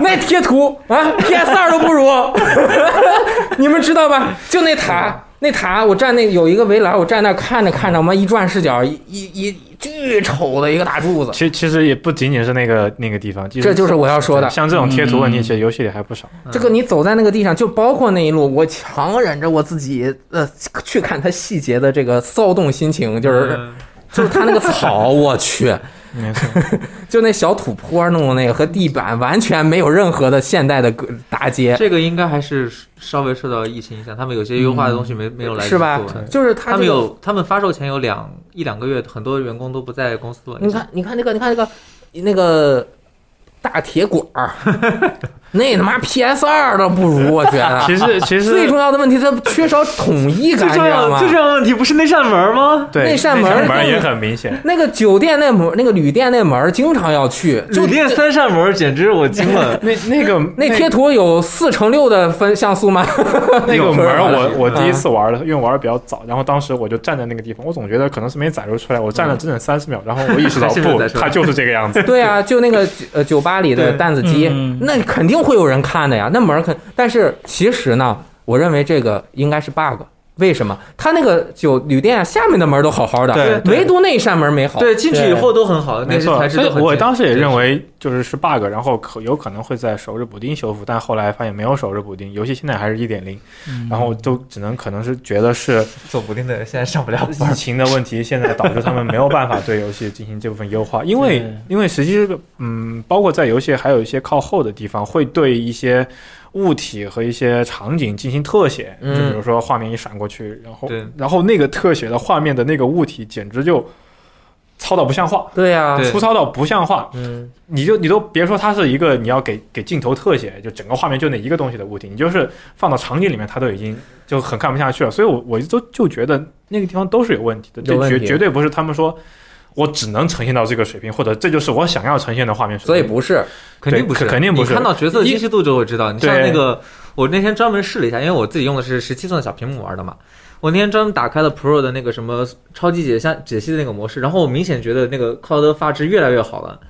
S1: 那贴图啊，PS 二都不如， 你们知道吧？就那塔。那塔，我站那有一个围栏，我站那看着看着，我妈一转视角，一一一巨丑的一个大柱子，
S4: 其其实也不仅仅是那个那个地方，其实
S1: 这就是我要说的。
S4: 像这种贴图问题，
S3: 嗯
S4: 其实游戏里还不少。
S2: 嗯
S1: 这个你走在那个地上，就包括那一路，我强忍着我自己呃去看它细节的这个骚动心情，就是
S2: 嗯
S1: 就是它那个草，我去，
S4: 没错，
S1: 就那小土坡弄的那个和地板完全没有任何的现代的个搭接，
S2: 这个应该还是稍微受到疫情影响，他们有些优化的东西没没有来得及
S1: 是吧
S2: 做完？
S1: 就是它
S2: 他
S1: 这
S2: 们
S1: 个
S2: 有，他们发售前有两一两个月，很多员工都不在公司了。
S1: 你 看，你看这个，你看这个，那个大铁管 儿，那他妈 PS 二都不如，我觉 得。
S4: 其实其实
S1: 最重要的问题，它缺少统一感，你知道吗？
S2: 要的问题不是那扇门吗？
S4: 对
S1: 那扇门
S4: 门也很明显。
S1: 那个酒店那门，那个旅店那门儿经常要去，就
S2: 酒店三扇门，简直我惊了。
S4: 那那个
S1: 呃那贴图有四乘六的分像素吗？
S4: 那个门儿我我
S1: 啊
S4: 第一次玩的，因为玩的比较早，然后当时我就站在那个地方，我总觉得可能是没载入出来，我站了整整三十秒，然后我意 识到
S2: 还是没有
S4: 不
S2: 载，出来
S4: 它就是这个样子。
S1: 对啊，就那个呃酒吧里的
S2: 对
S1: 担子机
S3: 嗯，
S1: 那肯定会有人看的呀。那门儿肯，但是其实呢，我认为这个应该是 bug。为什么？他那个酒旅店啊下面的门儿都好好的，
S4: 对
S2: 对
S1: 唯独那一扇门没好。
S2: 对，进去以后都很好，那
S4: 没
S2: 些
S4: 错
S2: 材，质
S4: 所
S2: 都
S4: 以
S2: 很。
S4: 我当时也 认，为就是是 bug，然后可有可能会在首日补丁修复，但后来发现没有首日补丁，游戏现在还是一点零，然后就只能可能是觉得是
S2: 总不定的人现在上不了
S4: 疫情的问题，现在导致他们没有办法对游戏进行这部分优化，因为
S3: 对
S4: 因为实际嗯，包括在游戏还有一些靠后的地方，会对一些物体和一些场景进行特写，
S1: 嗯
S4: 就比如说画面一闪过去，然后
S2: 对
S4: 然后那个特写的画面的那个物体简直就糙到不像话，
S1: 对呀，
S2: 对
S4: 粗糙到不像话，
S1: 嗯，
S4: 你就你都别说它是一个你要给给镜头特写，就整个画面就那一个东西的物体，你就是放到场景里面，它都已经就很看不下去了。所以我，我就就觉得那个地方都是有问题的，
S1: 有
S4: 这
S1: 问
S4: 绝
S1: 题
S4: 绝对不是他们说我只能呈现到这个水平，或者这就是我想要呈现的画面水
S1: 所以
S4: 平。
S1: 不是，
S2: 肯定不是，
S4: 对肯定不是
S2: 你看到角色的清晰度之后，我知道。你像
S4: 对
S2: 那个，我那天专门试了一下，因为我自己用的是十七寸的小屏幕玩的嘛。我那天专门打开了 Pro 的那个什么超级解像解析的那个模式，然后我明显觉得那个克劳德发质越来越好了，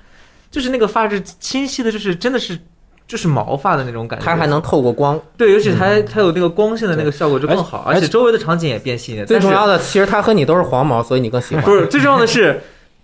S2: 就是那个发质清晰的，就是真的是就是毛发的那种感觉，
S1: 它还能透过光。
S2: 对，尤其它还它有那个光线的那个效果就更好，
S1: 而且
S2: 嗯而且周围的场景也变细一点。
S1: 最重要
S2: 的
S1: 的，其实它和你都是黄毛，所以你更喜欢。
S2: 不是最重要的 是，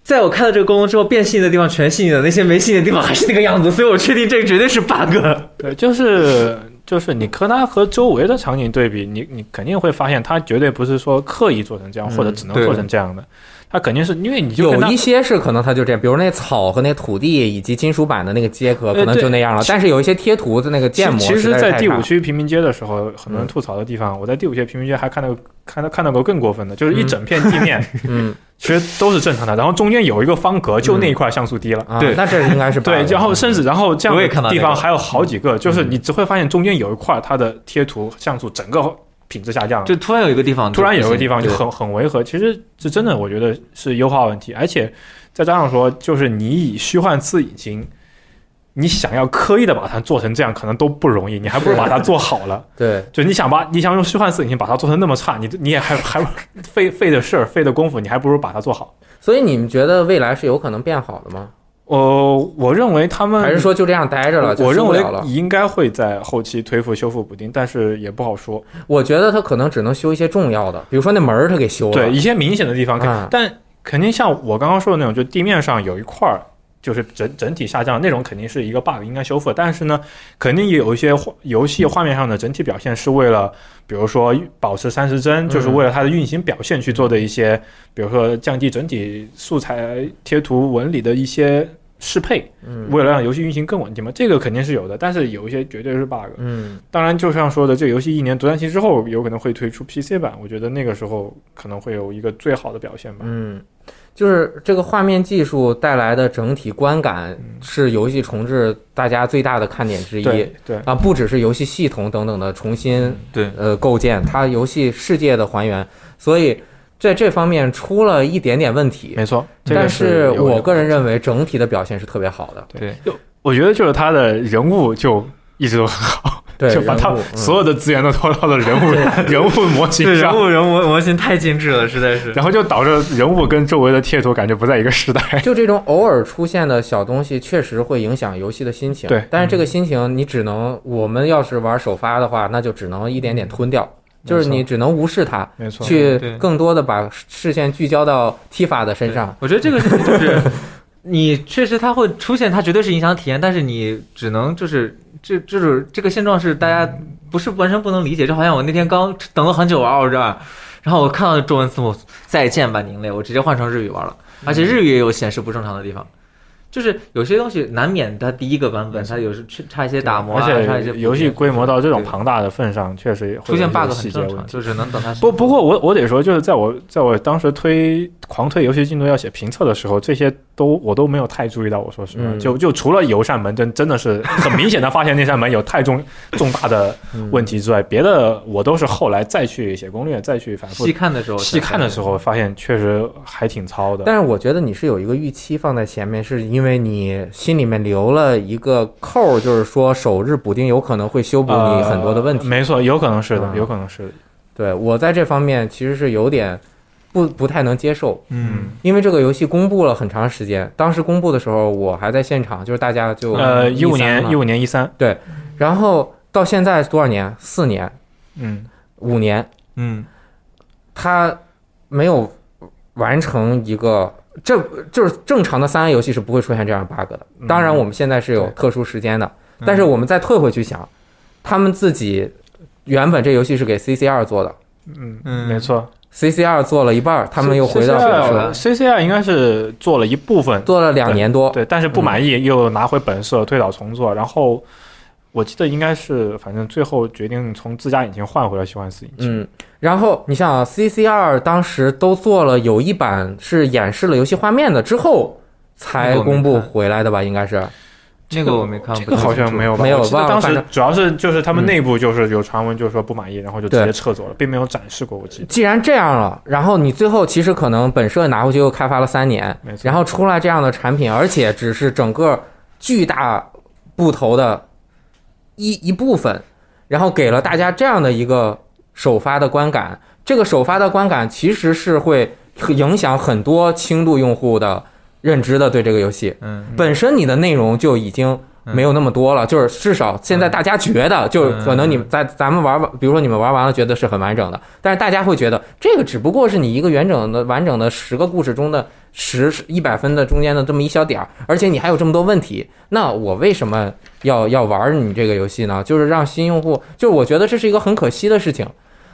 S2: 在我看到这个功能之后，变细腻的地方全细腻了，那些没细腻的地方还是那个样子，所以我确定这个绝对是 bug。
S4: 对，就是就是你和它和周围的场景对比，你你肯定会发现它绝对不是说刻意做成这样，
S2: 嗯
S4: 或者只能
S2: 对
S4: 做成这样的，它肯定是因为你就跟
S1: 有
S4: 它
S1: 一些是可能它就这样，比如那草和那土地以及金属板的那个接壳，
S4: 呃
S1: 可能
S4: 对
S1: 就那样了。但是有一些贴图的那个
S4: 其
S1: 建模
S4: 其
S1: 实
S4: 实，
S1: 在是
S4: 在
S1: 太
S4: 第
S1: 差
S4: 五区平民街的时候，很多人
S1: 嗯
S4: 吐槽的地方，我在第五区平民街还看到看到看到过更过分的，就是一
S1: 嗯
S4: 整片地面
S1: 嗯
S4: 其实都是正常的，然后中间有一个方格，就那一块像素低了。
S1: 啊，
S2: 对
S1: 那这应该是
S4: 对，
S1: bug
S4: 然后甚至然后这样
S2: 我也
S4: 的
S2: 看到
S4: 地
S2: 那
S4: 方
S2: 个
S4: 还有好几个，就是你只会发现中间有一块它的贴图像素整个品质下降了，
S2: 就突然有一个地方，
S4: 嗯突然有一个地方就
S2: 对
S4: 很很违和。其实这真的我觉得是优化问题，而且再加上说，就是你以虚幻四引擎，你想要刻意的把它做成这样，可能都不容易，你还不如把它做好 了。
S1: 对
S4: 就你想把你想用虚幻四引擎把它做成那么差，你你也还还费费的事儿费的功夫，你还不如把它做好。
S1: 所以你们觉得未来是有可能变好的吗？
S4: 我、呃我认为他们
S1: 还是说就这样待着了？就
S4: 我认
S1: 受不
S4: 为
S1: 了了。
S4: 应该会在后期推复、修复、补丁，但是也不好说。
S1: 我觉得它可能只能修一些重要的，比如说那门儿它给修了。
S4: 对一些明显的地方肯，
S1: 嗯
S4: 但肯定像我刚刚说的那种，就地面上有一块儿就是整整体下降，那种肯定是一个 bug 应该修复。但是呢，肯定有一些画游戏画面上的整体表现是为了，比如说保持三十
S1: 嗯
S4: 帧，就是为了它的运行表现去做的一些，比如说降低整体素材、贴图、纹理的一些适配，
S1: 嗯
S4: 为了让游戏运行更稳定嘛，这个肯定是有的。但是有一些绝对是 bug。
S1: 嗯，
S4: 当然，就像说的，这个游戏一年独占期之后，有可能会推出 PC 版。我觉得那个时候可能会有一个最好的表现吧。
S1: 嗯，就是这个画面技术带来的整体观感是游戏重置大家最大的看点之一
S4: 对嗯对，
S1: 啊，不只是游戏系统等等的重新
S2: 对
S1: 呃构建，它游戏世界的还原，所以在这方面出了一点点问题。
S4: 没错。这
S1: 但
S4: 是有
S1: 我个人，认为整体的表现是特别好的，
S2: 对，
S4: 我觉得就是他的人物就一直都很好，
S1: 对，
S4: 就把他
S1: 人物嗯
S4: 所有的资源都投到了人物 人物模型
S2: 对人
S4: 上，
S2: 物人物模型太精致了，实在是。
S4: 然后就导致人物跟周围的贴图感觉不在一个时代。
S1: 就这种偶尔出现的小东西，确实会影响游戏的心情。
S4: 对
S1: 但是这个心情你只能，我们要是玩首发的话，那就只能一点点吞掉，就是你只能无视它，
S4: 嗯没 错
S1: 去
S2: 对
S1: 更多的把视线聚焦到踢法的身上。
S2: 我觉得这 个事情就是，你确实它会出现，它绝对是影响体验，但是你只能就是这这种这个现状是大家不是完全不能理解，就好像我那天刚等了很久啊玩奥尔战，然后我看到中文字幕“再见吧您嘞”，我直接换成日语玩了，而且日语也有显示不正常的地方。就是有些东西难免，它第一个版本它有时去差一些打磨啊，差
S4: 而
S2: 一些
S4: 且
S2: 补
S4: 游戏
S2: 丁
S4: 规模到这种
S2: 对
S4: 庞大的份上，确实会
S2: 出现
S4: 有一些
S2: bug
S4: 细
S2: 很
S4: 节
S2: 正
S4: 问
S2: 常，
S4: 题。
S2: 就是能等它
S4: 不，不过我我得说，就是在我在我当时推狂推游戏进度要写评测的时候，这些都我都没有太注意到。我说实话，
S1: 嗯
S4: 就就除了有一扇门，真真的是很明显的发现那扇门有太重重大的嗯
S1: 嗯
S4: 问题之外，别的我都是后来再去写攻略，再去反复
S2: 细看的时候才发现，
S4: 细看的时候，发现确实还挺糙的。
S1: 但是我觉得你是有一个预期放在前面，是因为你心里面留了一个扣儿，就是说首日补丁有可能会修补你很多的问题。
S4: 呃没错，有可能是的，
S1: 嗯
S4: 有可能是的。
S1: 对我在这方面其实是有点不不太能接受。
S2: 嗯，
S1: 因为这个游戏公布了很长时间，当时公布的时候我还在现场，就是大家就
S4: 呃，一五
S1: 13
S4: 年
S1: 嘛
S4: 一五年一三，
S1: 然后到现在多少年？四年、
S4: 嗯，
S1: 五年，
S2: 嗯，
S1: 它没有完成一个，这就是正常的三 A 游戏是不会出现这样的 bug 的。
S4: 嗯
S1: 当然，我们现在是有
S4: 对
S1: 特殊时间的，但是我们再退回去想，他们自己原本这游戏是给 CCR 做的
S4: 嗯，
S2: 嗯
S4: 没错。
S1: ，CCR 做了一半儿，他们又回到
S2: CCR
S1: 本社，
S4: C C R 应该是做了一部分，
S1: 做了两年多。
S4: 对，但是不满意又拿回本社推倒重做，然后我记得应该是反正最后决定从自家引擎换回了虚幻四引擎。
S1: 嗯，然后你想、啊、，CCR 当时都做了有一版是演示了游戏画面的，之后才公布回来的吧？应该是
S2: 那个我没看，
S4: 这个好像没有吧？
S1: 没有
S4: 我记得
S1: 忘了
S4: 当
S1: 反
S4: 时
S1: 正嗯
S4: 主要是就是他们内部就是有传闻，就是说不满意，然后就直接
S1: 对
S4: 撤走了，并没有展示过。我记得
S1: 既然这样了，然后你最后其实可能本社拿回去又开发了三年
S4: 没，错
S1: 然后出来这样的产品，而且只是整个巨大部头的一一部分，然后给了大家这样的一个首发的观感。这个首发的观感其实是会影响很多轻度用户的认知的对这个游戏。
S2: 嗯，
S1: 本身你的内容就已经
S2: 嗯嗯
S1: 没有那么多了，就是至少现在大家觉得，就是可能你们在咱们玩完，比如说你们玩完了觉得是很完整的，但是大家会觉得这个只不过是你一个完整的完整的十个故事中的十一百分的中间的这么一小点儿，而且你还有这么多问题，那我为什么要要玩你这个游戏呢？就是让新用户，就是我觉得这是一个很可惜的事情，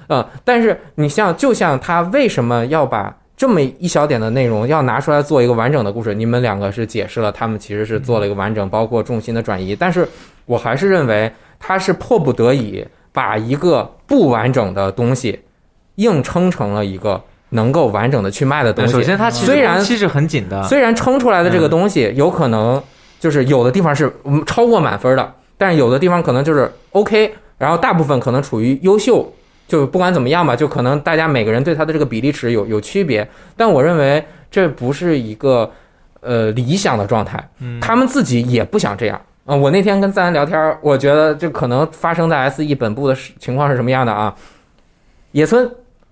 S1: 嗯，但是你像就像他为什么要把这么一小点的内容要拿出来做一个完整的故事，你们两个是解释了，他们其实是做了一个完整，包括重心的转移，但是我还是认为他是迫不得已把一个不完整的东西硬撑成了一个能够完整的去卖的东
S2: 对
S1: 西。
S2: 首先它其实
S1: 虽然
S2: 工期是很紧的，嗯
S1: 虽然撑出来的这个东西有可能就是有的地方是嗯超过满分的，但是有的地方可能就是 OK，然后大部分可能处于优秀，就不管怎么样吧，就可能大家每个人对它的这个比例尺有有区别，但我认为这不是一个呃理想的状态。
S2: 嗯
S1: 他们自己也不想这样。啊、我那天跟赞恩聊天儿，我觉得这可能发生在 S E 本部的事情况是什么样的啊？野村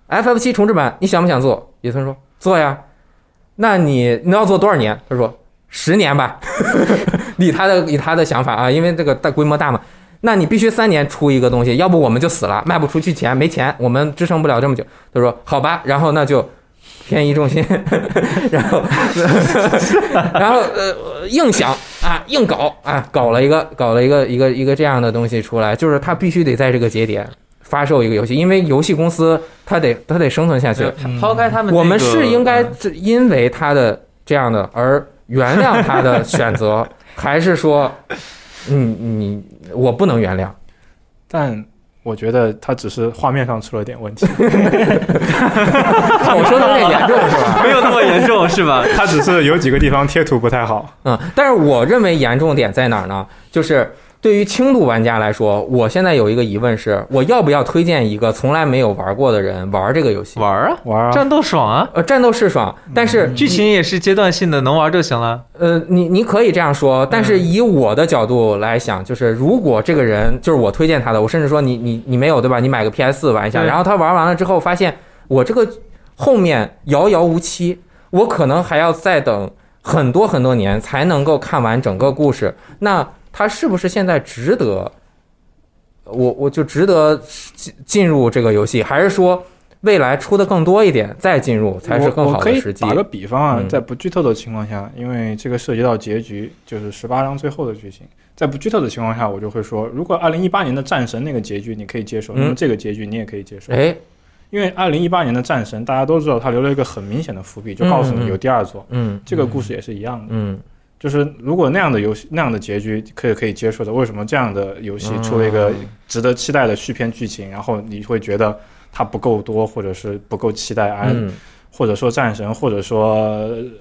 S1: ，F F 七重置版，你想不想做？野村说做呀。那你你要做多少年？他说十年吧。 以他的以他的想法啊，因为这个大规模大嘛，那你必须三年出一个东西，要不我们就死了，卖不出去钱，没钱，我们支撑不了这么久。他说好吧，然后那就偏移重心， 然后 然后呃硬想啊硬搞啊搞了一个搞了一个一个一个这样的东西出来，就是他必须得在这个节点发售一个游戏，因为游戏公司它得它得生存下去，
S2: 对抛开他
S1: 嗯
S2: 们这个，嗯
S1: 我们是应该是因为他的这样的而原谅他的选择，还是说，嗯，你我不能原谅？
S4: 但我觉得它只是画面上出了点问题，
S1: 我说的有点严重是吧？
S2: 没有那么严重是吧？
S4: 它只是有几个地方贴图不太好。
S1: 嗯，但是我认为严重点在哪儿呢？就是对于轻度玩家来说，我现在有一个疑问是，我要不要推荐一个从来没有玩过的人 玩这个游戏？
S2: 玩嗯儿啊，
S4: 玩啊，
S2: 战斗爽啊，
S1: 呃，战斗是爽，但是
S2: 剧情也是阶段性的，能玩就行了。
S1: 呃，你你可以这样说，但
S4: 嗯
S1: 是以我的角度来想，就是如果这个人就是我推荐他的，我甚至说你你你没有对吧？你买个 PS 四玩一下，
S2: 对
S1: 然后他玩完了之后发现我这个后面遥遥无期，我可能还要再等很多很多年才能够看完整个故事，那他是不是现在值得？我我就值得进进入这个游戏，还是说未来出的更多一点再进入才是更
S4: 我我
S1: 好
S4: 可
S1: 的
S4: 以
S1: 时机
S4: 打？个比方啊
S1: 嗯，
S4: 在不剧透的情况下，因为这个涉及到结局，就是十八章最后的剧情。在不剧透的情况下，我就会说，如果二零一八年的战神那个结局你可以接受，
S1: 嗯
S4: 那么这个结局你也可以接受。
S1: 哎，
S4: 因为二零一八年的战神，大家都知道它留了一个很明显的伏笔，就告诉
S1: 嗯嗯
S4: 你
S1: 嗯
S4: 有第二座。
S1: 嗯
S4: 这个故事也是一样的，
S1: 嗯。
S4: 就是如果那样的游戏那样的结局可以可以接受的，为什么这样的游戏出了一个
S1: 嗯
S4: 值得期待的续篇剧情，然后你会觉得它不够多，或者是不够期待啊？
S1: 嗯
S4: 或者说战神，或者说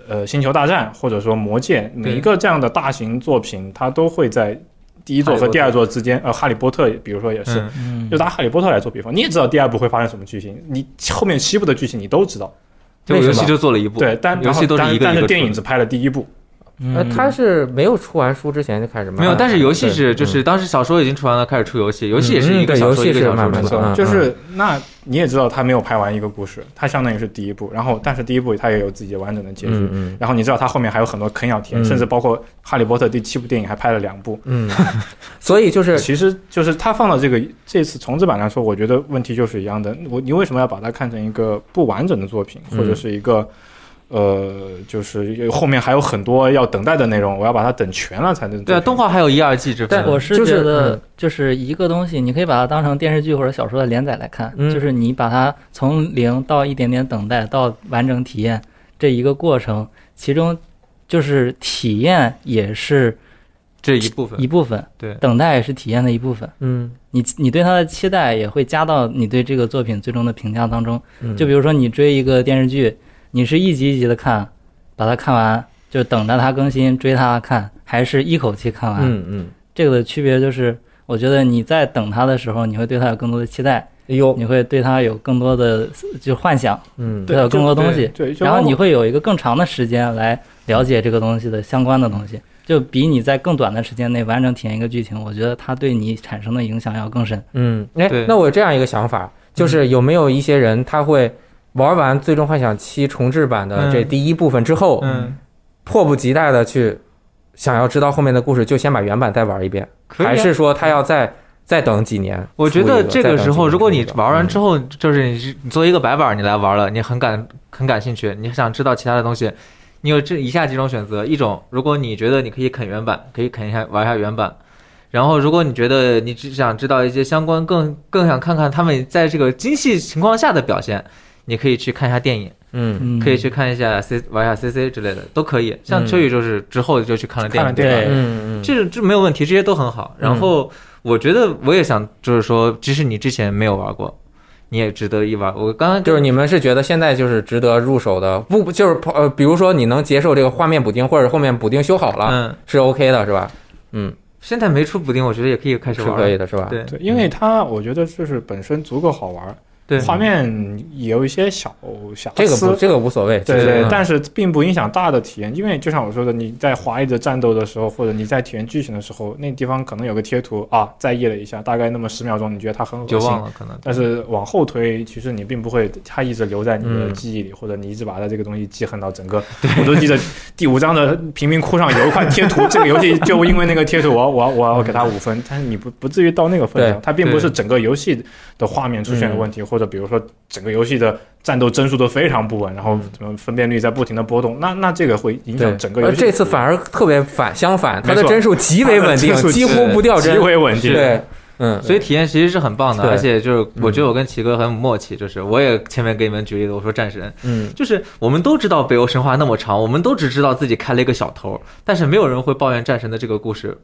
S4: 呃星球大战，或者说魔戒，每一个这样的大型作品，它都会在第一座和第二座之间，呃，哈利波特，比如说也是，
S2: 嗯，
S3: 嗯
S4: 就拿哈利波特来做比方，你也知道第二部会发生什么剧情，你后面七部的剧情你都知道，
S2: 结
S1: 为
S2: 果
S1: 什
S2: 游
S1: 么
S2: 戏就做了一部，
S4: 对，但
S2: 游戏都
S4: 然后
S2: 是一个
S4: 但
S2: 一
S4: 但
S2: 个
S4: 是电影
S2: 出
S4: 只拍了第一部，
S1: 呃，他是没有出完书之前就开始
S2: 的
S1: 卖，
S2: 没有，但是游戏
S1: 对
S2: 是就是当时小说已经出完了，开始出游戏，游戏也
S1: 嗯
S2: 是一个
S1: 对
S2: 小
S1: 游
S2: 说
S1: 戏
S2: 一个
S1: 是
S2: 小
S1: 慢
S2: 说
S1: 慢
S2: 出
S1: 的
S2: 的。
S1: 嗯
S4: 就是那你也知道他没有拍完一个故事，他相当于是第一部，然后但是第一部他也有自己完整的结局，
S1: 嗯
S4: 然后你知道他后面还有很多坑要填，
S1: 嗯
S4: 甚至包括哈利波特第七部电影还拍了两部，
S1: 嗯，嗯 所以 就是
S4: 其实就是他放到这个这次重置版来说，我觉得问题就是一样的。我你为什么要把它看成一个不完整的作品，
S1: 嗯
S4: 或者是一个、呃，就是有后面还有很多要等待的内容，我要把它等全了才能做
S2: 对啊，动画还有一二季之分
S1: 但
S2: 呢。
S3: 我是
S1: 就是
S3: 觉得
S1: 嗯，
S3: 就是一个东西，你可以把它当成电视剧或者小说的连载来看，
S1: 嗯
S3: 就是你把它从零到一点点等待到完整体验这一个过程，其中就是体验也是
S2: 这一部分
S3: 一部分，
S2: 对
S3: 等待也是体验的一部分。
S1: 嗯，
S3: 你你对它的期待也会加到你对这个作品最终的评价当中。
S1: 嗯
S3: 就比如说你追一个电视剧，你是一集一集的看，把它看完，就等着它更新追它看，还是一口气看完？
S1: 嗯嗯，
S3: 这个的区别就是，我觉得你在等它的时候，你会对它有更多的期待，
S1: 哎呦，
S3: 你会对它有更多的就幻想，
S1: 嗯
S3: 对它有更多东西，
S4: 对，就
S3: 然后
S4: 包括
S3: 你会有一个更长的时间来了解这个东西的相关的东西，就比你在更短的时间内完整体验一个剧情，我觉得它对你产生的影响要更深。
S1: 嗯，哎
S2: 对，嗯
S1: 那我有这样一个想法，就是有没有一些人他会玩完《最终幻想七重置版》的这
S2: 嗯
S1: 第一部分之后，
S2: 嗯，
S1: 迫不及待的去想要知道后面的故事，就先把原版再玩一遍，
S2: 可以啊
S1: 还是说他要再再等几年出一？
S2: 我觉得这
S1: 再等
S2: 个
S1: 几
S2: 时候，
S1: 年
S2: 如果
S1: 出一
S2: 你
S1: 个
S2: 玩完
S1: 嗯
S2: 之后，就是你是你作为一个白板儿，你来玩了，你很感很感兴趣，你想知道其他的东西，你有这以下几种选择：一种，如果你觉得你可以啃原版，可以啃一下玩一下原版；然后，如果你觉得你只想知道一些相关，更更想看看他们在这个精细情况下的表现，你可以去看一下电影，
S1: 嗯，
S3: 嗯，
S2: 可以去看一下 C 玩一下 CC 之类的，都可以。像秋雨就是之后就去看了电
S4: 看
S2: 影
S4: 了，电
S3: 对
S1: 嗯
S4: 影，
S1: 嗯，嗯
S2: 这这没有问题，这些都很好。然后我觉得我也想，就是说，即使你之前没有玩过，你也值得一玩。我刚 刚
S1: 就是你们是觉得现在就是值得入手的，不不就是呃，比如说你能接受这个画面补丁，或者后面补丁修好了、
S2: 嗯，
S1: 是 OK 的，是吧？嗯，
S2: 现在没出补丁，我觉得也可以开始
S1: 是
S2: 玩。
S1: 可以的，是吧？
S2: 对，
S4: 对，因为它我觉得就是本身足够好玩，
S2: 对
S4: 画面也有一些小瑕疵，
S1: 这个不这个无所谓，
S4: 对
S1: 其实
S4: 对
S1: 嗯，
S4: 但是并不影响大的体验，因为就像我说的，你在华裔的战斗的时候，或者你在体验剧情的时候，那地方可能有个贴图啊，在意了一下，大概那么十秒钟，你觉得它很恶
S2: 就
S4: 心，
S2: 忘了可能。
S4: 但是往后推，其实你并不会它一直留在你的
S1: 嗯
S4: 记忆里，或者你一直把它这个东西记恨到整个。 我都记得第五章的贫民窟上有一块贴图，这个游戏就因为那个贴图，我我我要给它五分，但是你不不至于到那个份上
S1: 对，嗯
S4: 它并不是整个游戏的画面出现了问题，或者比如说整个游戏的战斗帧数都非常不稳，然后什么分辨率在不停的波动，那那这个会影响
S1: 嗯对
S4: 整个游
S1: 而
S4: 戏。
S1: 这次反而特别反相反，它
S4: 没
S1: 的
S4: 错
S1: 帧数极为稳 定
S4: 它的帧，数
S1: 几乎不掉
S4: 极
S1: 帧，
S4: 为稳定，
S1: 对，嗯，
S2: 所以体验其实是很棒的，
S1: 对嗯
S2: 而且就是我觉得我跟奇哥很有默契，就是我也前面给你们举例子，我说战神，
S1: 嗯，
S2: 就是我们都知道北欧神话那么长，我们都只知道自己开了一个小头，但是没有人会抱怨战神的这个故事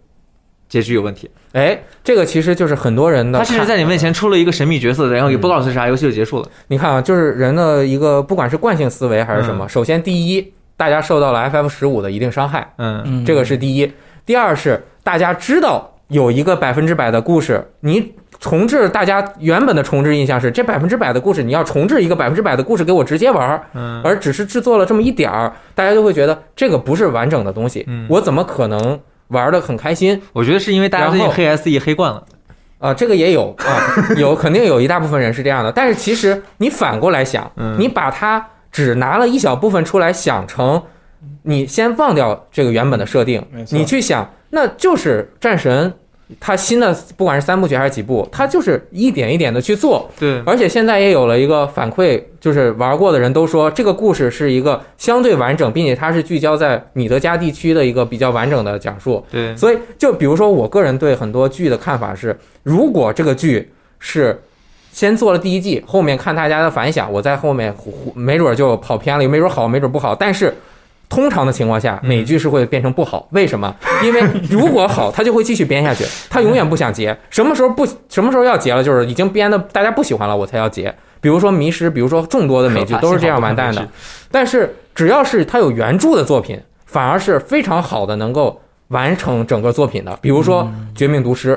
S2: 结局有问题。
S1: 哎，这个其实就是很多人的
S2: 他
S1: 看，嗯
S2: 甚至在你面前出了一个神秘角色，然后也不告诉啥，游戏就结束了。
S1: 你看啊，就是人的一个不管是惯性思维还是
S4: 嗯
S1: 什么，首先第一，大家受到了 FF 十五的一定伤害。
S2: 嗯，
S3: 嗯，
S1: 这个是第一。第二是大家知道有一个百分之百的故事，你重置大家原本的重置印象是这百分之百的故事，你要重置一个百分之百的故事给我直接玩儿，
S2: 嗯
S1: 而只是制作了这么一点儿，大家就会觉得这个不是完整的东西
S2: 嗯，
S1: 我怎么可能玩的很开心？
S2: 我觉得是因为大家最近黑 SE 黑惯了。
S1: 啊，这个也有啊，有肯定有一大部分人是这样的。但是其实你反过来想，
S2: 嗯
S1: 你把它只拿了一小部分出来想成，你先忘掉这个原本的设定
S4: 没，错
S1: 你去想，那就是战神。它新的不管是三部曲还是几部，它就是一点一点的去做，
S2: 对，
S1: 而且现在也有了一个反馈，就是玩过的人都说这个故事是一个相对完整，并且它是聚焦在米德加地区的一个比较完整的讲述。
S2: 对，
S1: 所以，就比如说，我个人对很多剧的看法是，如果这个剧是先做了第一季，后面看大家的反响，我在后面胡胡没准就跑偏了，没准好，没准不好。但是，通常的情况下，
S2: 嗯
S1: 美剧是会变成不好。为什么？因为如果好，它就会继续编下去，它永远不想结。什么时候不？什么时候要结了？就是已经编的大家不喜欢了，我才要结。比如说《迷失》，比如说众多的美剧都是这样完蛋的。但是只要是他有原著的作品，反而是非常好的，能够完成整个作品的。比如说《绝命毒师》，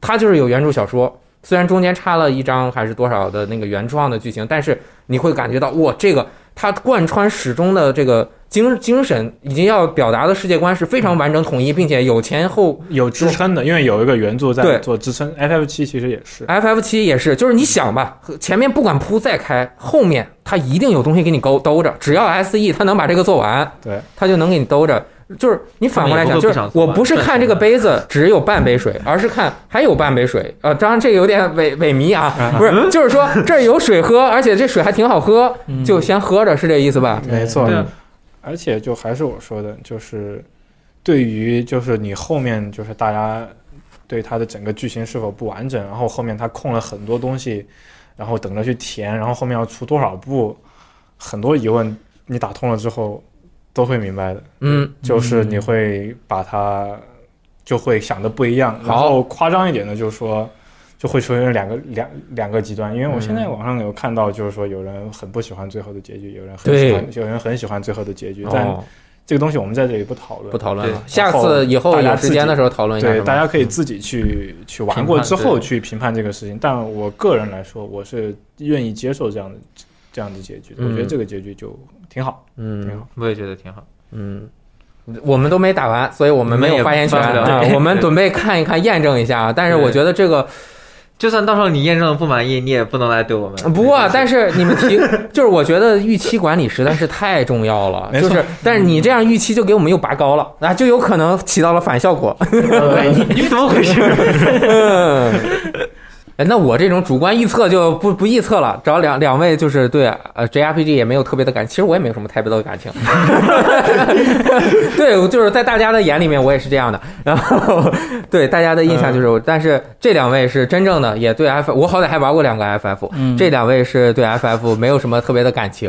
S1: 它就是有原著小说，虽然中间插了一章还是多少的那个原创的剧情，但是你会感觉到哇，这个它贯穿始终的这个精精神，以及要表达的世界观是非常完整统一，并且有前后。
S4: 有支撑的，因为有一个原著
S1: 对
S4: 在做支撑。FF 七其实也是，
S1: F F 七也是，就是你想吧，前面不管铺再开，后面它一定有东西给你勾兜着。只要 S E 它能把这个做完，
S4: 对，
S1: 他就能给你兜着。就是你反过来想，
S2: 他
S1: 就是
S2: 们也不会不想做
S1: 我
S2: 吧
S1: 不是看这个杯子只有半杯水，而是看还有半杯水。呃，当然这个有点萎萎靡啊，不
S4: 嗯
S1: 是，就是说这儿有水喝，而且这水还挺好喝，
S3: 嗯
S1: 就先喝着，是这意思吧？
S4: 没错
S2: 对。啊，
S4: 而且就还是我说的，就是对于就是你后面就是大家对它的整个剧情是否不完整，然后后面它空了很多东西，然后等着去填，然后后面要出多少步，很多疑问你打通了之后都会明白的，
S1: 嗯，
S4: 就是你会把它就会想的不一样，然后夸张一点的就说。就会出现两个两两个极端，因为我现在网上有看到，就是说有人很不喜欢最后的结局，有人很喜欢，有人很喜欢最后的结局，但
S1: 哦，
S4: 这个东西我们在这里不讨论，
S1: 不讨论了，
S2: 对
S1: 下次以后
S4: 大家
S1: 有
S4: 自
S1: 时
S4: 己
S1: 间的时候讨论一下。
S4: 对，
S1: 是
S4: 大
S1: 吧
S4: 家可以自己去去玩
S2: 评
S4: 过
S2: 判
S4: 之后
S2: 对
S4: 去评判这个事情。但我个人来说，我是愿意接受这样的这样的结局的。我觉得
S1: 嗯
S4: 这个结局就 挺好，挺
S1: 嗯
S4: 好。
S2: 我也觉得挺好。
S1: 嗯。我们都没打完，所以我们
S2: 你
S1: 没
S2: 们
S1: 有
S2: 也
S1: 发言权
S2: 发不了
S1: 啊。
S2: 对
S1: 我们
S2: 对
S1: 准备看一看、验证一下啊。但是我
S2: 对
S1: 觉得这个
S2: 就算到时候你验证的不满意，你也啊不能来怼我们。
S1: 不过，但是你们提， 就是我觉得预期管理实在是太重要了。
S4: 没
S1: 就
S4: 错
S1: 是，但是你这样预期就给我们又拔高了，那就有可能起到了反效果。
S2: 你怎么回事？
S1: 嗯， 哎，那我这种主观臆测就不不臆测了。找两两位就是对呃 JRPG 也没有特别的感，其实我也没有什么特别的感情。 对，我就是在大家的眼里面我也是这样的。然后对大家的印象就是我，但是这两位是真正的也对 F，我好歹还玩过两个 FF，、
S3: 嗯
S1: 这两位是对 FF 没有什么特别的感情。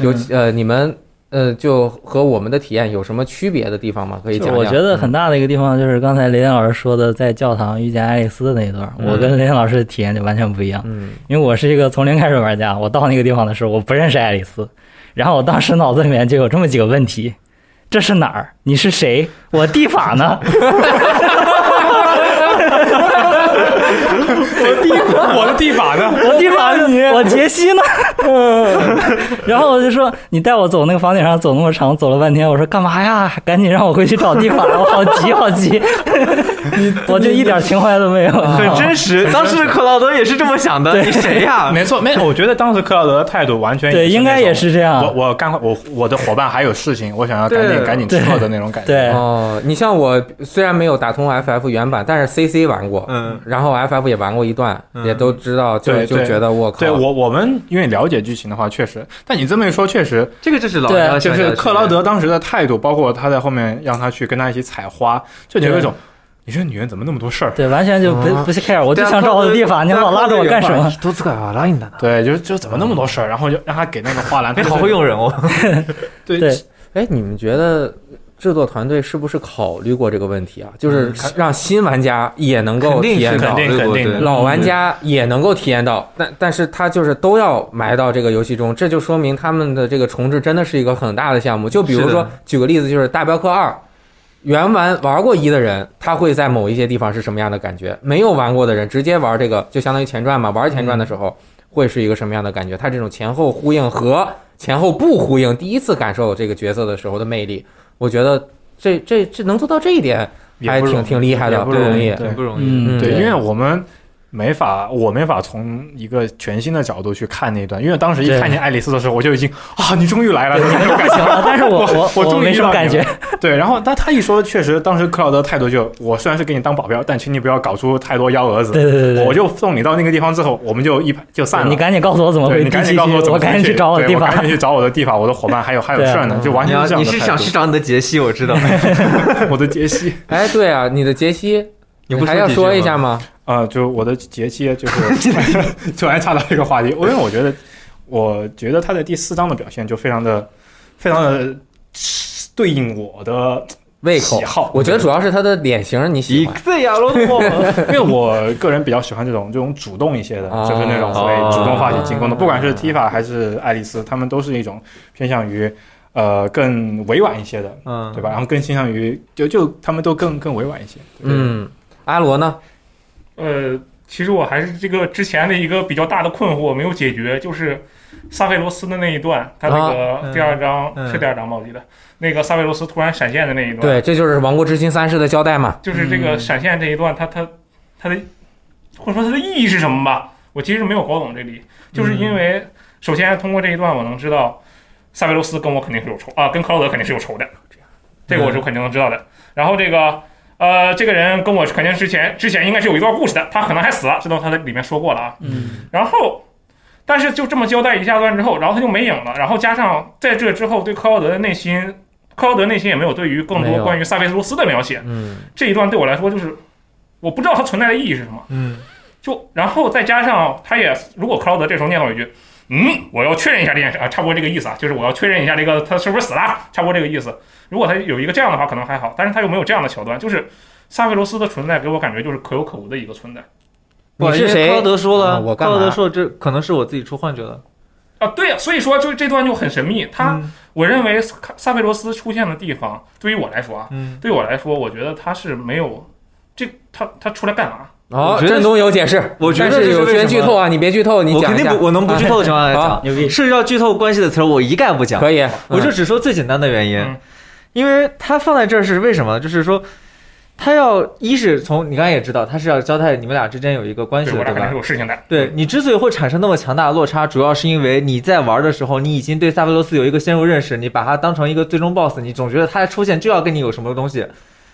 S1: 尤其呃，你们呃就和我们的体验有什么区别的地方吗？可以
S3: 就
S1: 讲
S3: 是
S1: 讲。嗯
S3: 我觉得很大的一个地方就是刚才雷电老师说的，在教堂遇见爱丽丝那一段，
S1: 嗯
S3: 我跟雷电老师的体验就完全不一样。
S1: 嗯，
S3: 因为我是一个从零开始玩家，我到那个地方的时候，我不认识爱丽丝，然后我当时脑子里面就有这么几个问题：这是哪儿？你是谁？我地法呢？
S4: 我的地法呢？
S3: 我地 法呢？我杰西呢？ 然后我就说你带我走那个房顶上走那么长，走了半天，我说干嘛呀？赶紧让我回去找地法，我好急好 急， 我就一点情怀都没有。
S1: 啊
S2: 很真实，当时克劳德也是这么想的。你谁呀？
S4: 没错，没，我觉得当时克劳德的态度完全
S3: 对，
S4: 也
S3: 应该
S4: 那种
S3: 也是啊这样。
S4: 我我干活我我的伙伴还有事情，我想要赶紧
S2: 对
S4: 赶紧撤的那种感觉。
S3: 对，
S1: 哦，你像我虽然没有打通 FF 原版，但是 CC 玩过，
S2: 嗯，
S1: 然后 FF 也玩过一段，
S2: 嗯
S1: 也都知道，就
S4: 对
S1: 就
S4: 对
S1: 觉得我靠，
S4: 对我我们因为了解剧情的话，确实，但你这么一说，确实
S2: 这个啊就是老
S3: 对
S2: 人家
S4: 就
S2: 喜欢
S4: 是
S2: 的
S4: 克劳德当时的态度，包括他在后面让他去跟他一起采花，就你有一种，你这女人怎么那么多事儿？
S3: 对，完全就不
S1: 啊
S3: 不是 care，我
S2: 对
S3: 就
S2: 啊
S3: 想找我的地方，你老拉着我干什？
S2: 克劳德
S3: 么？
S2: 人都自个儿拉你的呢。
S4: 对，就是就怎么那么多事儿，然后就让他给那个花篮，
S2: 你好会用人哦。
S4: 对
S3: 对
S1: 哎，你们觉得制作团队是不是考虑过这个问题啊？就是让新玩家也能够
S2: 肯
S1: 体
S2: 定
S1: 验
S2: 是
S1: 到
S4: 肯。定
S2: 考虑过
S4: 肯定
S2: 对
S1: 老玩家也能够体验
S4: 嗯
S1: 到，但但是他就是都要埋到这个游戏中，这就说明他们的这个重置真的是一个很大的项目。就比如
S2: 是
S1: 说
S2: 的，
S1: 举个例子，就是《大镖客二》，原玩玩过一的人，他会在某一些地方是什么样的感觉？没有玩过的人直接玩这个，就相当于前传嘛，玩前传的时候会是一个什么样的感觉？他这种前后呼应和前后不呼应，第一次感受这个角色的时候的魅力，我觉得这这这能做到这一点，
S4: 也
S1: 还
S4: 不容
S1: 挺
S4: 易
S1: 挺厉害的，
S4: 也不
S1: 容
S4: 容易
S1: 易。
S4: 对
S2: 挺不容易。
S3: 嗯，
S4: 对，
S1: 对
S4: 因为我们没法，我没法从一个全新的角度去看那一段，因为当时一
S3: 对
S4: 看见爱丽丝的时候，我就已经啊，你终于来了，那种 感
S3: 行了，但是我我
S4: 我终于
S3: 没什么感觉
S4: 遇，对，然后但他一说，确实当时克劳德态度就，我虽然是给你当保镖，但请你不要搞出太多幺蛾子。
S3: 对对对对，
S4: 我就送你到那个地方之后，我们就一拍就散了。
S3: 你赶紧告诉我怎么
S4: 对
S3: 回
S4: 你
S3: 地
S4: 赶
S3: 契
S4: 紧
S3: 去，
S4: 告诉我怎么
S3: 赶紧去找我
S4: 我
S3: 的地
S4: 我赶
S3: 方。
S4: 紧去找我的地方，我的伙伴还有还有
S3: 对啊
S4: 事儿呢，就完
S2: 你
S4: 全
S2: 要
S4: 是这样
S2: 你
S4: 的态度。
S2: 是想去找你的杰西，我 知道。
S4: 我的杰西，
S1: 哎，对啊，你的杰西，
S2: 你不
S1: 还要
S2: 几句
S1: 说一下
S2: 吗？
S1: 吗？
S4: 啊，就我的杰西就是 突然岔到一个话题，因为我觉得，我觉得他在第四章的表现就非常的，非常的对应我的
S1: 胃口
S4: 喜，好。
S1: 我觉得主要是他的脸型你喜
S2: 一
S1: 欢。
S2: 这样了我。
S4: 因为我个人比较喜欢这种这种主动一些的，
S1: 哦
S4: 就是那种所谓主动
S1: 啊
S4: 发起进攻的，不管是 Tifa 还是爱丽丝，他们都是一种偏向于呃更委婉一些的，
S2: 嗯，
S4: 对吧？？然后更倾向于就就他们都更更委婉一些。
S1: 嗯，阿罗呢？
S5: 呃，其实我还是这个之前的一个比较大的困惑没有解决，就是萨菲罗斯的那一段，他那
S2: 啊
S5: 个第二章、
S2: 嗯
S5: 是第二章吧，我记得那个萨菲罗斯突然闪现的那一段，
S1: 对，这就是《王国之心三世》的交代嘛。
S5: 就是这
S1: 嗯
S5: 个闪现这一段，它它它的或者说它的意义是什么吧？我其实没有搞懂这里，就是
S1: 嗯
S5: 因为首先通过这一段，我能知道萨维罗斯跟我肯定是有仇啊，跟克劳德肯定是有仇的，这个我是肯定能知道的。然后这个呃，这个人跟我肯定之前之前应该是有一段故事的，他可能还死了，这都他在里面说过了啊。
S3: 嗯，
S5: 然后，但是就这么交代一下段之后，然后他就没影了。然后加上在这之后，对克劳德的内心，克劳德内心也没有对于更
S1: 没
S5: 多
S1: 有
S5: 关于萨菲罗斯的描写。
S1: 嗯
S5: 这一段对我来说就是，我不知道它存在的意义是什么。
S2: 嗯，
S5: 就然后再加上他也，如果克劳德这时候念叨一句，嗯，我要确认一下这件事啊，差不多这个意思啊，就是我要确认一下这个他是不是死了，差不多这个意思。如果他有一个这样的话，可能还好，但是他又没有这样的桥段，就是萨菲罗斯的存在给我感觉就是可有可无的一个存在
S1: 你是谁
S2: 克劳德说
S1: 啊
S2: 了，
S1: 我
S2: 克
S1: 干嘛
S2: 劳德说这可能是我自己出幻觉了。
S5: 啊。对呀、所以说就是这段就很神秘。他、
S2: 嗯
S5: 我认为萨萨菲罗斯出现的地方，对于我来说啊，
S2: 嗯，
S5: 对我来说，我觉得他是没有这他他出来干嘛？
S1: 哦，
S2: 我觉得
S1: 振东有解释，
S2: 我觉得
S1: 但
S2: 这
S1: 是
S2: 是
S1: 有
S2: 为
S1: 些
S2: 什么
S1: 剧透啊，你别剧透，你
S2: 我
S1: 讲
S2: 肯
S1: 一
S2: 定
S1: 下。
S2: 不，我能不剧透的情况下
S1: 啊
S2: 讲，
S3: 牛逼，
S2: 涉及到剧透关系的词儿，我一概不讲。
S1: 可以，
S2: 我
S1: 嗯
S2: 就只说最简单的原因
S5: 嗯，
S2: 因为它放在这儿是为什么？就是说，他要一是从你刚才也知道，他是要交代你们俩之间有一个关系
S5: 对
S2: 的，
S5: 我俩
S2: 对吧
S5: 肯定是？有事情的。
S2: 对你之所以会产生那么强大的落差，主要是因为你在玩的时候，你已经对萨菲罗斯有一个深入认识，你把他当成一个最终 BOSS，你总觉得他出现就要跟你有什么东西，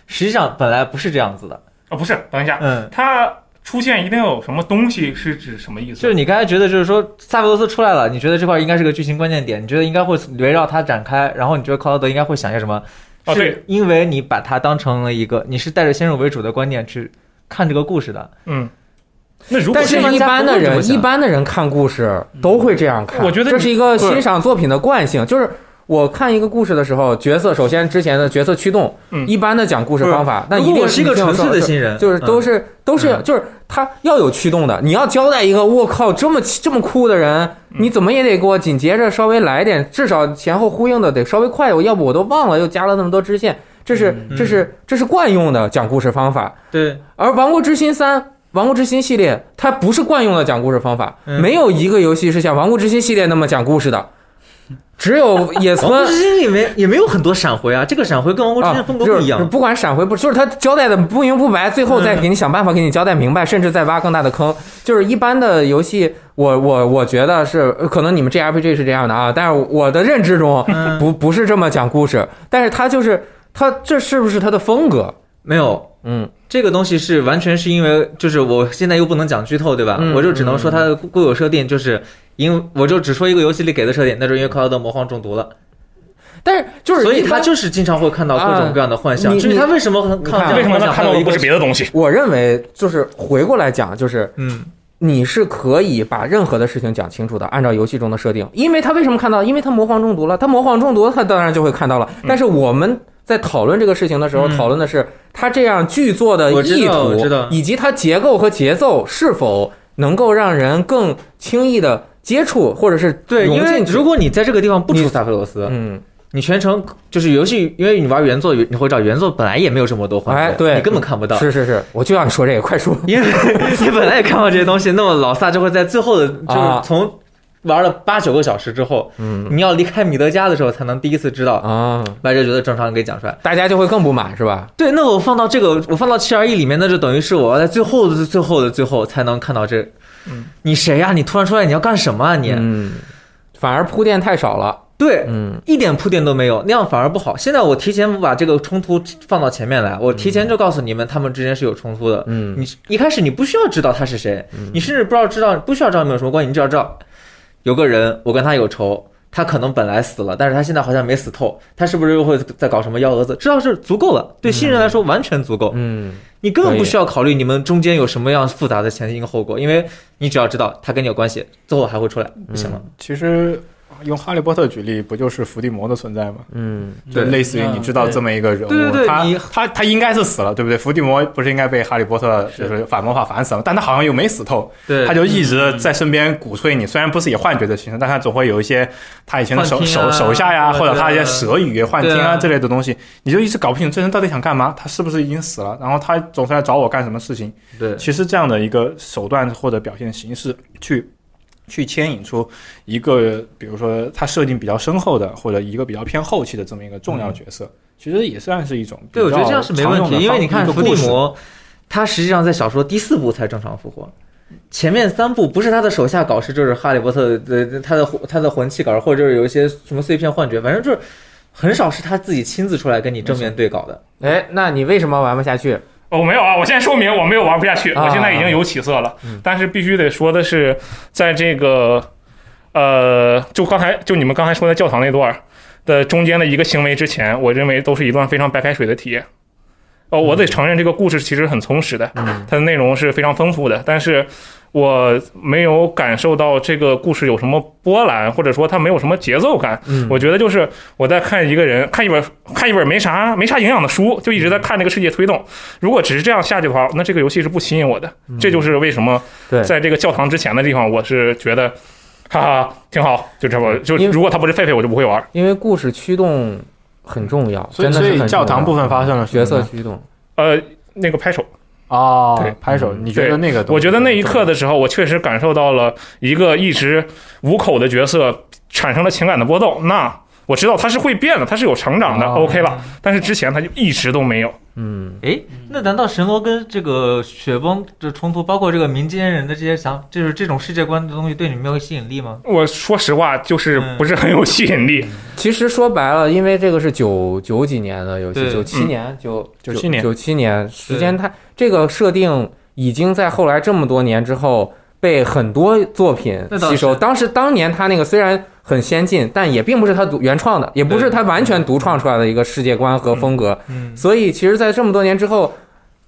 S2: 实际上本来不是这样子的。
S5: 啊，不是，等一下，
S2: 嗯，
S5: 他出现一定要有什么东西，是指什么意思？
S2: 就是你刚才觉得就是说萨菲罗斯出来了，你觉得这块应该是个剧情关键点，你觉得应该会围绕他展开，然后你觉得克劳德应该会想些什么？
S5: 哦对
S2: 是因为你把它当成了一个，你是带着先入为主的观念去看这个故事的。
S5: 嗯，那如果
S1: 但是，一般的
S2: 不
S1: 人，
S2: 行嗯
S1: 一般的人看故事都会这样看。
S5: 我觉得你
S1: 这是一个
S5: 对
S1: 欣赏作品的惯性，就是我看一个故事的时候，角色首先之前的角色驱动，
S5: 嗯
S1: 一般的讲故事方法，那
S2: 如
S1: 一
S2: 果
S1: 定
S2: 我是一个
S1: 定要
S2: 纯粹的
S1: 说
S2: 新人，
S1: 就是都
S2: 嗯
S1: 是都是
S2: 嗯
S1: 就是他要有驱动的。你要交代一个，我靠，这么这么酷的人，
S2: 嗯
S1: 你怎么也得给我紧接着稍微来点，至少前后呼应的得稍微快，我要不我都忘了，又加了那么多支线。这是
S2: 嗯
S1: 这是这是惯用的讲故事方法，
S2: 对，
S1: 而《王国之心三》《王国之心》系列，它不是惯用的讲故事方法，
S2: 嗯
S1: 没有一个游戏是像《王国之心》系列那么讲故事的，只有野
S2: 王国
S1: 村。
S2: 之心里面也没有很多闪回啊，这个闪回跟王国之
S1: 啊
S2: 心的风，格
S1: 就
S2: 不一
S1: 是
S2: 样。
S1: 不管闪回不，就是他交代的不明不白，最后再给你想办法给你交代明
S2: 嗯
S1: 白，甚至再挖更大的坑。就是一般的游戏，我我我觉得是呃可能你们 G R P G 是这样的啊，但是我的认知中
S2: 嗯
S1: 不不是这么讲故事，但是他就是他这是不是他的风格？
S2: 没有。
S1: 嗯，
S2: 这个东西是完全是因为，就是我现在又不能讲剧透，对吧？
S1: 嗯
S2: 我就只能说它的固固有设定，就是因我就只说一个游戏里给的设定，那就是因为克劳德魔方中毒了，
S1: 但是就是
S2: 所
S1: 一
S2: 以
S1: 般
S2: 他就是经常会看到各种各样的幻
S1: 啊
S2: 象。
S1: 你
S2: 至于他为什么很
S1: 你
S2: 看
S1: 看
S2: 到
S5: 为什么能看到
S2: 的
S5: 的不是别的东西？
S1: 我认为就是回过来讲，就是
S2: 嗯，
S1: 你是可以把任何的事情讲清楚的，按照游戏中的设定。因为他为什么看到？因为他魔皇中毒了，他魔皇中毒，他当然就会看到了。但是我们在讨论这个事情的时候，
S2: 嗯
S1: 讨论的是他这样剧作的
S2: 我知
S1: 意
S2: 道我
S1: 图
S2: 知道，
S1: 以及它结构和节奏是否能够让人更轻易的接触，或者是
S2: 对，因
S1: 融
S2: 为
S1: 进去
S2: 如果你在这个地方不
S1: 你
S2: 出萨菲罗斯，
S1: 嗯，
S2: 你全程就是游戏，因为你玩原作，你会知道原作本来也没有这么多环节，
S1: 哎对
S2: 你根本看不到。
S1: 是是是，我就要你说这个，快说。
S2: 因为你本来也看过这些东西，那么老萨就会在最后的，就是
S1: 啊
S2: 从玩了八九个小时之后，
S1: 嗯
S2: 你要离开米德加的时候，才能第一次知道
S1: 啊，
S2: 把这觉得正常给讲出来。
S1: 大家就会更不满是吧？
S2: 对，那我放到这个，我放到七二一里面，那就等于是我要在最后的最后的最后才能看到这。
S5: 嗯
S2: 你谁啊呀、你突然出来，你要干什么啊你？
S1: 嗯，反而铺垫太少了。
S2: 对，
S1: 嗯
S2: 一点铺垫都没有，那样反而不好。现在我提前把这个冲突放到前面来，我提前就告诉你们，他们之间是有冲突的。
S1: 嗯，
S2: 你一开始你不需要知道他是谁，你甚至不知道知道不需要知道你们有什么关系，你只要知道有个人我跟他有仇，他可能本来死了，但是他现在好像没死透，他是不是又会在搞什么幺蛾子？知道是足够了，对新人来说完全足够，
S1: 嗯，
S2: 你根本
S1: 可以
S2: 不需要考虑你们中间有什么样复杂的前因后果，因为你只要知道他跟你有关系，最后还会出来
S4: 嗯
S2: 就行了。
S4: 其实用哈利波特举例，不就是伏地魔的存在吗？
S1: 嗯，
S4: 就
S2: 对
S4: 类似于你知道这么一个人物，
S2: 对对对你
S4: 他他他应该是死了，对不对？伏地魔不是应该被哈利波特就是反魔法反死了，但他好像又没死透，
S2: 对
S4: 他就一
S2: 嗯
S4: 直在身边鼓吹你。虽然不是以幻觉的形式，但他总会有一些他以前的手、
S2: 幻听啊
S4: 手手下呀，
S2: 对
S4: 或者他一些
S2: 对
S4: 蛇语、幻听
S2: 对
S4: 啊
S2: 啊
S4: 这类的东西，你就一直搞不清楚这人到底想干嘛，他是不是已经死了？然后他总是来找我干什么事情？
S2: 对
S4: 其实这样的一个手段或者表现形式去。去牵引出一个，比如说他设定比较深厚的，或者一个比较偏后期的这么一个重要角色，其实也算是一种
S2: 嗯对，我觉得这
S4: 比较
S2: 样是没问
S4: 常用
S2: 题，
S4: 的
S2: 因为
S4: 方
S2: 你看
S4: 一个
S2: 伏地
S4: 故事
S2: 魔，他实际上在小说第四部才正常复活，前面三部不是他的手下搞事，就是哈利波特的呃他的他的魂器搞事，或者就是有一些什么碎片幻觉，反正就是很少是他自己亲自出来跟你正面对搞的。
S1: 哎，那你为什么玩不下去？
S5: 哦，没有啊，我现在说明我没有玩不下去，
S1: 啊
S5: 我现在已经有起色了。但是必须得说的是，在这个呃，就刚才就你们刚才说的教堂那段儿的中间的一个行为之前，我认为都是一段非常白开水的体验。哦，我得承认这个故事其实很充实的，它的内容是非常丰富的，但是我没有感受到这个故事有什么波澜，或者说它没有什么节奏感。
S1: 嗯
S5: 我觉得就是我在看一个人看一本看一本没啥没啥营养的书，就一直在看这个世界推动。如果只是这样下去的话，那这个游戏是不吸引我的。这就是为什么
S1: 嗯对
S5: 在这个教堂之前的地方，我是觉得。哈哈，挺好，就这么就
S1: 嗯因为
S5: 如果他不是狒狒，我就不会玩。
S1: 因为故事驱动很重要，
S4: 所
S1: 真
S4: 以
S1: 的是
S4: 所
S1: 很重
S4: 以
S1: 要
S4: 教堂部分发生了什么
S1: 角
S4: 呢
S1: 色驱动，
S5: 呃，那个拍手，
S4: 哦
S5: 对，
S4: 拍手，你觉得
S5: 对
S4: 那个东西？
S5: 我觉得那一刻的时候，我确实感受到了一个一直五口的角色产生了情感的波动。那我知道他是会变的，他是有成长的、
S4: 哦
S5: o k 了。但是之前他就一直都没有。
S1: 嗯，
S2: 哎，那难道神罗跟这个雪崩的冲突，包括这个民间人的这些想，就是这种世界观的东西，对你没有吸引力吗？
S5: 我说实话，就是不是很有吸引力。
S1: 其实说白了，因为这个是九九几年的游戏，
S2: 对嗯
S1: 九七年，九
S4: 97年
S1: 九七年，时间它这个设定已经在后来这么多年之后被很多作品
S2: 那倒是
S1: 吸收。当时当年它那个虽然很先进，但也并不是它独原创的，也不是
S2: 对
S1: 它完全独创出来的一个世界观和风格。
S2: 嗯，
S1: 所以其实，在这么多年之后，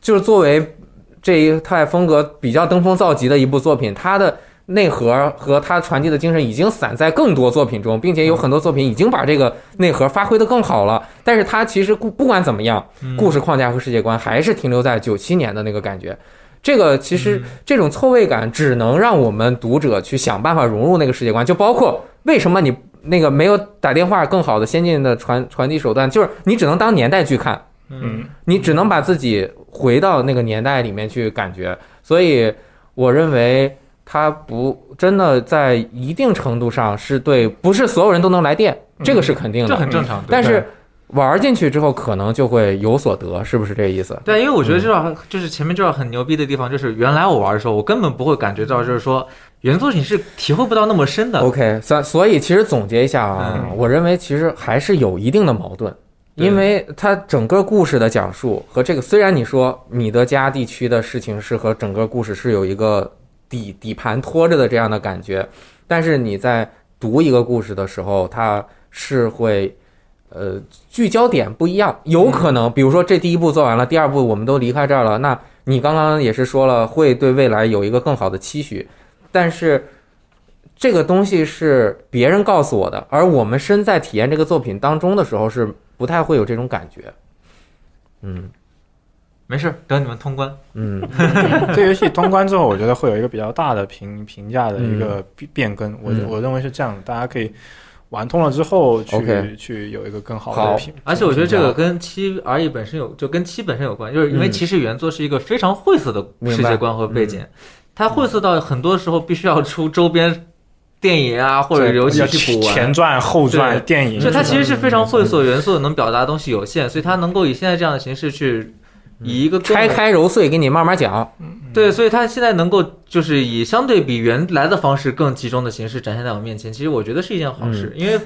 S1: 就是作为这一派风格比较登峰造极的一部作品，它的内核和它传递的精神已经散在更多作品中，并且有很多作品已经把这个内核发挥得更好了。但是它其实不不管怎么样，故事框架和世界观还是停留在九七年的那个感觉。这个其实这种错位感只能让我们读者去想办法融入那个世界观，就包括为什么你那个没有打电话更好的先进的传传递手段，就是你只能当年代剧看，
S2: 嗯，
S5: 嗯，
S1: 你只能把自己回到那个年代里面去感觉。所以我认为它不真的在一定程度上是对，不是所有人都能来电，这个是肯定
S2: 嗯这
S1: 的。
S2: 很正常。对
S1: 但是玩进去之后，可能就会有所得，是不是这个意思？
S2: 对，因为我觉得这段就是前面这段很牛逼的地方，就是原来我玩的时候，我根本不会感觉到，就是说原作你是体会不到那么深的。嗯
S1: OK，所所以其实总结一下啊，我认为其实还是有一定的矛盾，
S2: 对
S1: 因为它整个故事的讲述和这个，虽然你说米德加地区的事情是和整个故事是有一个底底盘拖着的这样的感觉，但是你在读一个故事的时候，它是会。呃，聚焦点不一样，有可
S2: 嗯
S1: 能，比如说这第一步做完了，第二步我们都离开这儿了。那你刚刚也是说了，会对未来有一个更好的期许，但是这个东西是别人告诉我的，而我们身在体验这个作品当中的时候，是不太会有这种感觉。嗯
S2: 没事，等你们通关。
S1: 嗯
S4: 这游戏通关之后，我觉得会有一个比较大的评评价的一个变变更。我
S1: 嗯
S4: 我认为是这样的，大家可以玩通了之后去
S1: OK
S4: 去有一个更好
S1: 好
S4: 的评。
S2: 而且我觉得这
S4: 评
S2: 个
S4: 价
S2: 跟七 R E 本身有，就跟七本身有关，就是因为
S1: 嗯
S2: 其实原作是一个非常晦涩的世界观和背景，它晦涩到很多时候必须要出周边电影啊或者游戏
S4: 要
S2: 去补完
S4: 前。传、后传、
S2: 对
S4: 电影，
S2: 就它其实是非常
S4: 嗯
S2: 晦涩，元素的能表达的东西有限，所以它能够以现在这样的形式去以一个更
S1: 拆开揉碎，给你慢慢讲。
S2: 对，所以它现在能够就是以相对比原来的方式更集中的形式展现在我面前，其实我觉得是一件好事，因为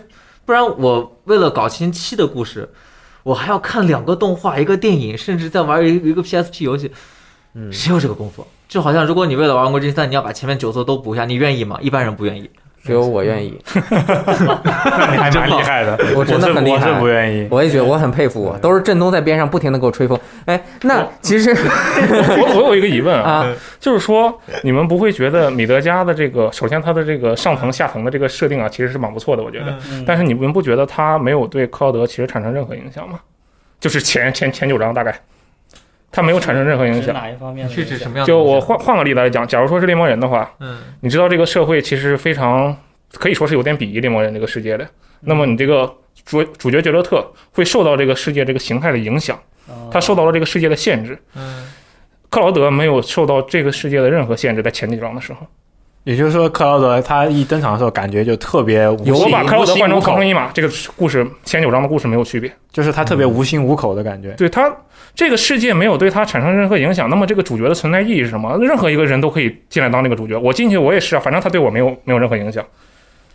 S2: 不然我为了搞清七的故事，我还要看两个动画、一个电影，甚至再玩一一个 PSP 游戏，
S1: 嗯
S2: 谁有这个功夫？就好像如果你为了玩《王国之心三》，你要把前面九座都补一下，你愿意吗？一般人不愿意。
S1: 只有我愿意，
S5: 嗯
S4: 那 你还蛮厉害的。
S1: 我真的
S4: 是
S1: 很厉
S4: 我是
S1: 害
S4: 不愿意。
S1: 我也觉得我很佩服我，
S5: 嗯
S1: 都是振东在边上不停的给我吹风。哎，那
S5: 哦
S1: 其 实
S5: 我我有一个疑问啊，
S1: 啊，
S5: 就是说你们不会觉得米德加的这个，首先它的这个上层下层的这个设定啊，其实是蛮不错的，我觉得。
S3: 嗯
S5: 嗯但是你们不觉得它没有对克劳德其实产生任何影响吗？就是前前前九章大概，它没有产生任何影
S3: 是
S5: 响。
S3: 哪一方面
S2: 你
S3: 的
S2: 是
S3: 影
S2: 指
S3: 响
S2: 什么样的？啊
S5: 就我，换换个例子来讲，假如说是猎魔人的话，
S2: 嗯，
S5: 你知道这个社会其实非常可以说是有点鄙夷猎魔人这个世界的。那么你这个主主角杰洛特会受到这个世界这个形态的影响，
S3: 嗯
S5: 他受到了这个世界的限制。
S2: 嗯，
S5: 克劳德没有受到这个世界的任何限制，在前几章的时候，
S4: 也就是说，克劳德他一登场的时候，感觉就特别无
S1: 有
S4: 心
S5: 我把克劳德换成
S4: 无
S5: 苍
S4: 口
S5: 生，一马，这个故事前九章的故事没有区别。
S4: 就是他特别无心无口的感觉。
S5: 对他这个世界没有对他产生任何影响，那么这个主角的存在意义是什么？任何一个人都可以进来当这个主角，我进去我也是啊，反正他对我没有没有任何影响。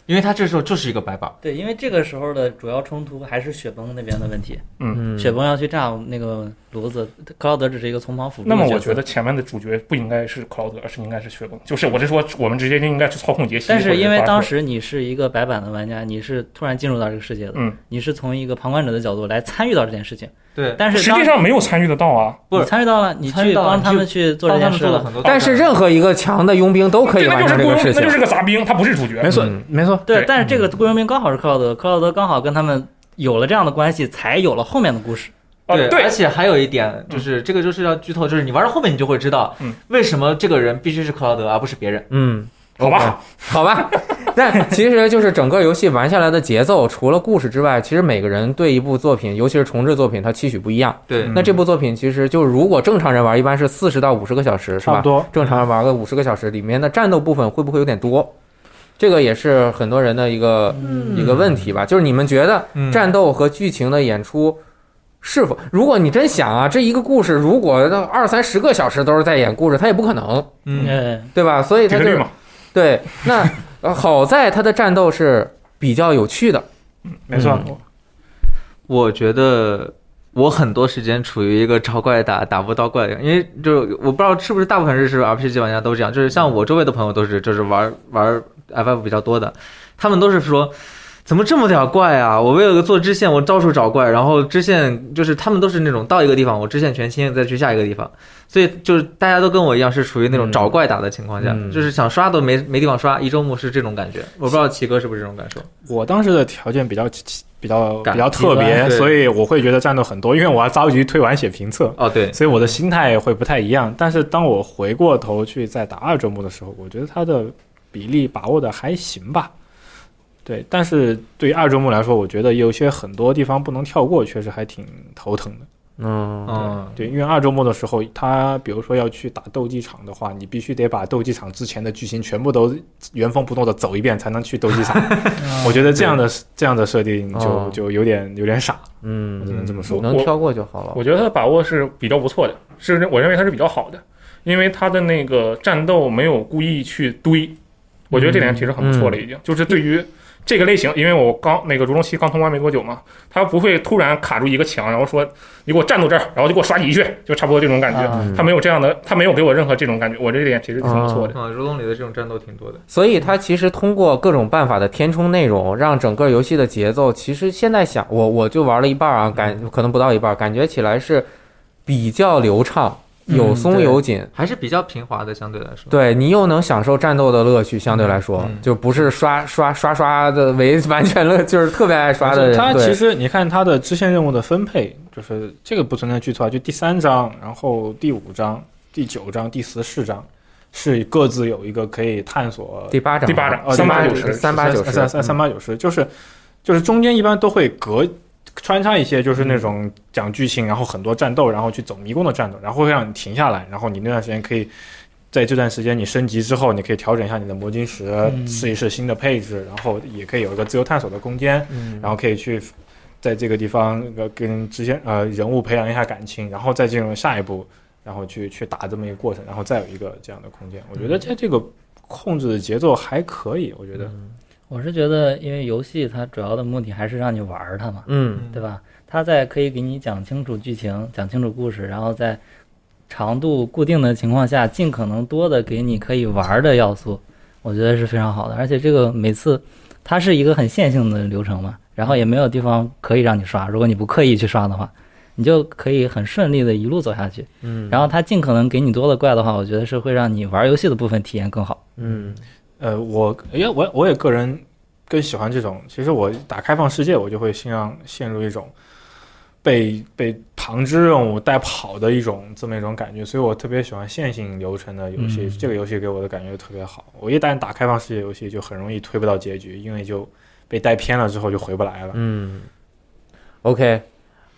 S2: 因为他这时候就是一个白板，
S3: 对，因为这个时候的主要冲突还是雪崩那边的问题，
S1: 嗯，
S3: 雪崩要去炸那个炉子，克劳德只是一个从旁辅助
S5: 那
S3: 的角色。
S5: 么我觉得前面的主角不应该是克劳德，而是应该是雪崩。就是我是说，我们直接就应该去操控杰西。
S3: 但
S5: 或
S3: 是
S5: 者
S3: 因为
S5: 巴特
S3: 当时你是一个白板的玩家，你是突然进入到这个世界的，
S5: 嗯
S3: 你是从一个旁观者的角度来参与到这件事情，
S2: 对，
S3: 但是
S5: 实
S3: 当
S5: 际上没有参与得到啊，
S2: 不是
S3: 你参与到了，你
S2: 参与
S3: 去
S2: 到了
S3: 帮他们
S2: 你
S3: 去做这
S2: 帮他
S3: 件
S2: 们
S3: 事
S2: 做了
S3: 了。
S2: 很多大
S1: 但
S2: 战，
S1: 是任何一个强的佣兵都可以
S5: 那
S1: 完
S5: 就是
S1: 成这
S5: 雇
S1: 个
S5: 佣
S1: 事
S5: 那
S1: 情
S5: 就。是个杂兵，他不是主角
S4: 没。错
S1: 嗯，
S4: 没错，
S3: 对
S5: 对，
S3: 但是这个雇佣兵刚好是克劳德，克劳德刚好跟他们有了这样的关系，才有了后面的故事。
S5: 啊，
S2: 对，而
S5: 对，
S2: 且还有一点就是，这个就是要剧透，就是你玩到后面你就会知道
S5: 嗯，
S2: 为什么这个人必须是克劳德而不是别人。
S1: 嗯，
S5: 好吧，
S1: 好吧， 但其实就是整个游戏玩下来的节奏，除了故事之外，其实每个人对一部作品，尤其是重制作品，他期许不一样。
S4: 嗯
S2: 对
S1: 那这部作品其实就如果正常人玩，一般是四十到五十个小时，是
S4: 差不
S1: 吧？
S4: 多。
S1: 正常人玩个五十个小时，里面的战斗部分会不会有点多？这个也是很多人的一个、一个问题吧，就是你们觉得
S2: 嗯
S1: 战斗和剧情的演出是否如果你真想啊，这一个故事如果二三十个小时都是在演故事，它也不可能，
S2: 嗯，
S3: 嗯，
S1: 对吧？所以它
S5: 绝
S1: 就
S5: 对
S1: 是
S5: 嘛，
S1: 对。那呃好在它的战斗是比较有趣的，
S4: 没错，
S2: 嗯我觉得我很多时间处于一个找怪打打不到怪的，因为就是我不知道是不是大部分日式 RPG 玩家都这样，就是像我周围的朋友都是就是玩玩 FF 比较多的，他们都是说。怎么这么点儿怪啊！我为了做支线，我到处找怪，然后支线就是他们都是那种到一个地方，我支线全清，再去下一个地方，所以就是大家都跟我一样是处于那种找怪打的情况下，
S1: 嗯
S2: 就是想刷都没没地方刷，一周目是这种感觉。我不知道奇哥是不是这种感受？
S4: 我当时的条件比较比较
S2: 感
S4: 比较特别，
S2: 对
S4: 所以我会觉得战斗很多，因为我要着急推完写评测，
S2: 哦，对，
S4: 所以我的心态会不太一样。但是当我回过头去再打二周目的时候，我觉得它的比例把握的还行吧。对，但是对于二周目来说，我觉得有些很多地方不能跳过，确实还挺头疼的。
S1: 嗯
S2: 嗯，
S4: 对，因为二周目的时候，他比如说要去打斗技场的话，你必须得把斗技场之前的剧情全部都原封不动的走一遍，才能去斗技 场。我觉得这样的这样的设定就
S1: 哦
S4: 就有点有点傻，我只
S1: 嗯，
S4: 能这么说。
S1: 能跳过就好了。
S5: 我觉得他的把握是比较不错的，是我认为他是比较好的，因为他的那个战斗没有故意去堆，我觉得这点其实很不错了，已经、就是对于。这个类型，因为我刚那个《如龙七》刚通关没多久嘛，他不会突然卡住一个墙，然后说你给我站到这儿，然后就给我刷你一血，就差不多这种感觉。
S3: 啊
S1: 嗯
S5: 他没有这样的，他没有给我任何这种感觉，我这点其实挺不错的。
S2: 啊，如龙里的这种战斗挺多的。
S1: 所以它其实通过各种办法的填充内容，让整个游戏的节奏，其实现在想我我就玩了一半啊，感可能不到一半，感觉起来是比较流畅，有
S3: 嗯
S1: 松
S3: 对
S1: 有紧。
S2: 还是比较平滑的，相对来说。，
S1: 对你又能享受战斗的乐趣，相对来说、
S2: 嗯
S1: 就不是刷刷刷刷的为 完全乐，就是特别爱刷的人。
S4: 它
S1: 对
S4: 其实你看它的支线任务的分配，就是这个不存在剧透啊，就第三章，然后第五章、第九章、第十四章是各自有一个可以探索
S1: 第八章，
S5: 第八章
S4: 呃
S5: 三八
S1: 第
S5: 九十
S1: 三八九十，嗯
S4: 三三三八九十，就是就是中间一般都会隔穿插一些，就是
S1: 嗯
S4: 那种讲剧情，然后很多战斗，然后去走迷宫的战斗，然后会让你停下来，然后你那段时间可以。在这段时间你升级之后，你可以调整一下你的魔晶石，
S3: 嗯
S4: 试一试新的配置，然后也可以有一个自由探索的空间，
S1: 嗯
S4: 然后可以去在这个地方呃跟之前呃人物培养一下感情，然后再进入下一步，然后去去打这么一个过程，然后再有一个这样的空间。我觉
S1: 嗯
S4: 得这这个控制的节奏还可以，我觉得。
S3: 我是觉得，因为游戏它主要的目的还是让你玩儿它嘛，
S1: 嗯
S3: 对吧？它在可以给你讲清楚剧情、讲清楚故事，然后在长度固定的情况下，尽可能多的给你可以玩儿的要素，我觉得是非常好的。而且这个每次它是一个很线性的流程嘛，然后也没有地方可以让你刷，如果你不刻意去刷的话，你就可以很顺利的一路走下去。
S1: 嗯，
S3: 然后它尽可能给你多的怪的话，我觉得是会让你玩儿游戏的部分体验更好。
S1: 嗯
S4: 呃，我因为我我也个人更喜欢这种，其实我打开放世界，我就会先让陷入一种被被旁支任务带跑的一种这么一种感觉，所以我特别喜欢线性流程的游戏。
S3: 嗯
S4: 这个游戏给我的感觉特别好，我一旦打开放世界游戏，就很容易推不到结局，因为就被带偏了之后就回不来了。
S1: 嗯，OK，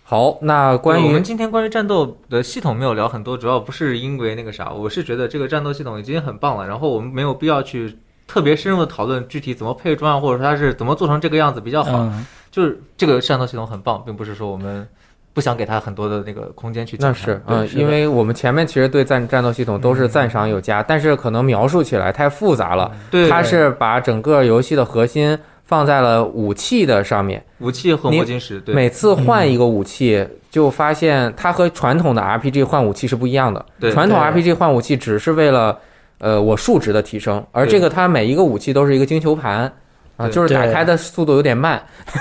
S1: 好，那关
S2: 我
S1: 于
S2: 们今天关于战斗的系统没有聊很多，主要不是因为那个啥，我是觉得这个战斗系统已经很棒了，然后我们没有必要去特别深入的讨论具体怎么配装啊，或者说它是怎么做成这个样子比较好。
S3: 嗯，
S2: 就是这个战斗系统很棒，并不是说我们不想给它很多的那个空间去讲
S1: 那
S2: 它。
S1: 是
S2: 对
S1: 嗯，
S2: 是的嗯
S1: 因为我们前面其实对战战斗系统都是赞赏有加，但是可能描述起来太复杂了。
S2: 对
S1: 它是把整个游戏的核心放在了武器的上面，
S2: 武器和
S1: 你
S2: 魔晶石，对嗯
S1: 每次换一个武器，就发现它和传统的 RPG 换武器是不一样的。
S2: 对
S1: 传统
S3: 对
S1: RPG 换武器只是为了呃我数值的提升，而
S2: 对
S1: 这个它每一个武器都是一个精球盘。啊，
S2: 对
S1: 就是打
S3: 对
S1: 开的速度有点慢，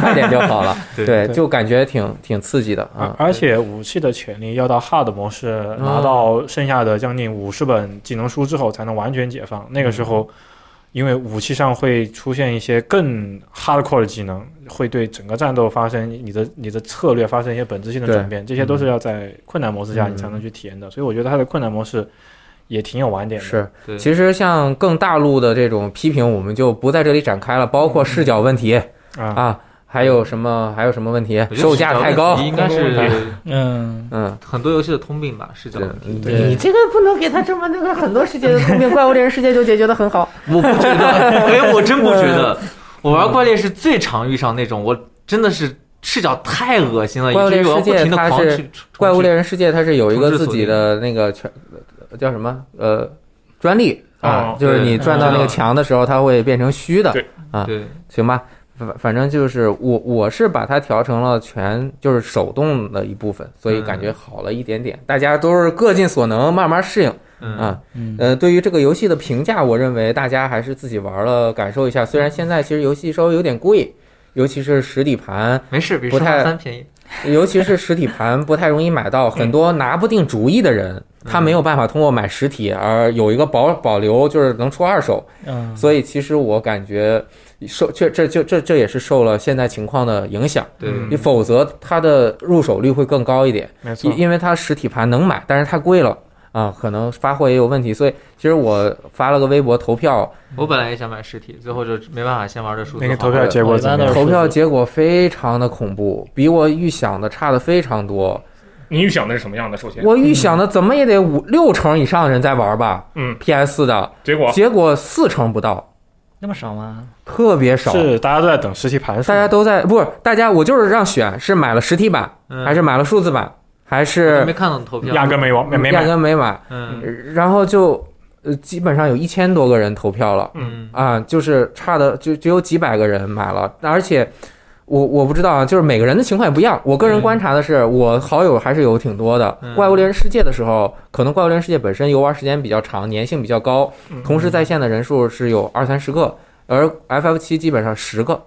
S1: 快点就好了。
S2: 对
S1: 对，
S4: 对
S1: 就感觉挺挺刺激的
S4: 而
S1: 啊。
S4: 而且武器的潜力要到 hard 模式拿到剩下的将近五十本技能书之后才能完全解放。那个时候，因为武器上会出现一些更 hardcore 的技能，会对整个战斗发生你的你的策略发生一些本质性的
S1: 对
S4: 转变，这些都是要在困难模式下
S1: 嗯
S4: 你才能去体验的。所以我觉得它的困难模式也挺有玩点的。
S1: 是，
S2: 对
S1: 其实像更大陆的这种批评，我们就不在这里展开了，包括视角问题
S4: 啊，
S1: 啊，还有什么还有什么问题
S2: 嗯我，觉得
S1: 售价太高
S2: 视角问题，应 该是
S3: 嗯，
S1: 嗯。
S2: 很多游戏的通病吧，视角问题。
S3: 对
S1: 你这个不能给他这么那个很多世界的通病，怪物猎人世界就解决的很好。
S2: 我不觉得，哎，我真不觉得。我玩怪猎是最常遇上那种，我真的是视角太恶心了，
S1: 怪物
S2: 以至于
S1: 猎
S2: 我要
S1: 世
S2: 不
S1: 界
S2: 停的
S1: 它
S2: 狂
S1: 是
S2: 去重
S1: 怪物
S2: 置
S1: 猎人世界它是有一个自己
S2: 重置
S1: 的那个全叫什么呃专利啊
S5: 哦，
S1: 就是你
S2: 对
S1: 转到那个
S2: 嗯
S1: 墙的时候，它会变成虚的
S5: 对，
S1: 啊
S2: 对，
S1: 行吧。反反正就是我我是把它调成了全就是手动的一部分，所以感觉好了一点点。大家都是各尽所能，慢慢适应
S2: 嗯，
S1: 啊。
S3: 嗯，
S1: 呃，对于这个游戏的评价，我认为大家还是自己玩了感受一下。虽然现在其实游戏稍微有点贵，尤其是实体盘，
S2: 没事，比
S1: 不
S2: 上
S1: 太
S2: 万三便宜。
S1: 尤其是实体盘不太容易买到，很多拿不定主意的人，他没有办法通过买实体而有一个保保留，就是能出二手。
S3: 嗯，
S1: 所以其实我感觉受这这这这这也是受了现在情况的影响，
S2: 对，
S5: 嗯
S1: 否则它的入手率会更高一点。
S4: 没错
S1: 因，因为它实体盘能买，但是太贵了啊，可能发货也有问题。所以其实我发了个微博投票，
S2: 我本来也想买实体，最后就没办法，先玩这数字。
S4: 那个投票结果怎么
S3: 我一般都
S4: 样
S3: 是？
S1: 投票结果非常的恐怖，比我预想的差的非常多。
S5: 你预想的是什么样的？首先，
S1: 我预想的怎么也得五六成以上的人在玩吧
S5: 嗯，
S1: ，PS 的，
S5: 结果
S1: 结果四成不到，
S3: 那么少吗？
S1: 特别少。
S4: 是大家都在等实体盘数，
S1: 大家都在不是大家，我就是让选是买了实体版，
S2: 嗯
S1: 还是买了数字版，还
S2: 我都没
S1: 是
S2: 看到你投票，
S4: 压根没玩，没没
S1: 压
S4: 买。
S1: 根没买。
S2: 嗯
S1: 然后就呃，基本上有一千多个人投票了。
S2: 嗯
S1: 啊，就是差的就只有几百个人买了，而且我我不知道啊，就是每个人的情况也不一样。我个人
S2: 嗯
S1: 观察的是，我好友还是有挺多的。
S2: 嗯
S1: 怪物猎人世界的时候，可能怪物猎人世界本身游玩时间比较长，粘性比较高，
S2: 嗯
S1: 同时在线的人数是有二三十个，而 FF 七基本上十个，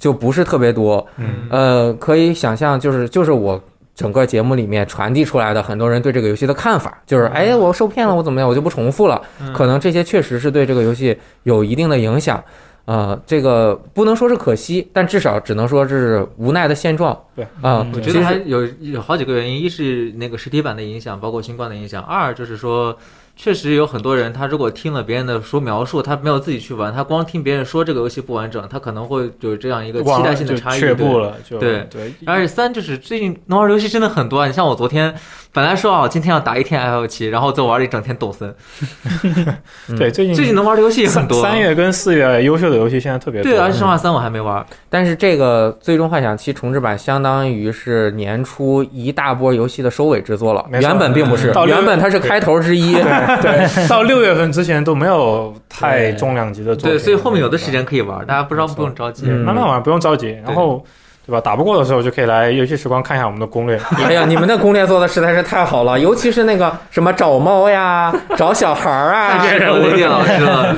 S1: 就不是特别多。
S2: 嗯
S1: 呃，可以想象，就是就是我。整个节目里面传递出来的很多人对这个游戏的看法，就是哎，我受骗了，我怎么样，我就不重复了。
S2: 嗯
S1: 可能这些确实是对这个游戏有一定的影响。呃，这个不能说是可惜，但至少只能说是无奈的现状。
S4: 对
S1: 啊，
S3: 嗯
S2: 我
S1: 其
S2: 觉得还
S1: 实
S2: 有有好几个原因，一是那个实体版的影响，包括新冠的影响；二就是说，确实有很多人，他如果听了别人的说描述，他没有自己去玩，他光听别人说这个游戏不完整，他可能会有这样一个期
S4: 忘
S2: 待
S4: 了
S2: 性的
S4: 就
S2: 差异。
S4: 却
S2: 对
S4: 步了，就
S2: 对
S4: 对。
S2: 而且三就是最近能玩的游戏真的很多啊，你像我昨天本来说啊，我今天要打一天 F 七，然后就玩了一整天抖森。
S4: 对最近
S2: 最近能玩的游戏也很
S4: 嗯三
S2: 多，啊
S4: 三月跟四月优秀的游戏现在特别多。嗯
S2: 对，而且生化三我还没玩，
S1: 但是这个《最终幻想七》重置版相当于是年初一大波游戏的收尾之作了，
S4: 没错
S1: 原本并不是
S4: 到，六
S1: 原本它是开头之一。
S4: 对， 到六月份之前都没有太重量级的作
S2: 对，
S4: 品。
S2: 所以后面有的
S4: 嗯
S2: 时间可以玩，大家不知道不用着急。
S4: 对吧，
S1: 嗯
S4: 慢慢玩，不用着急。然后，对吧？打不过的时候就可以来游戏时光看一下我们 的攻略。
S1: 哎呀，你们的攻略做的实在是太好了，尤其是那个什么找猫呀、找小孩儿啊，
S2: 太适合雷电老师了，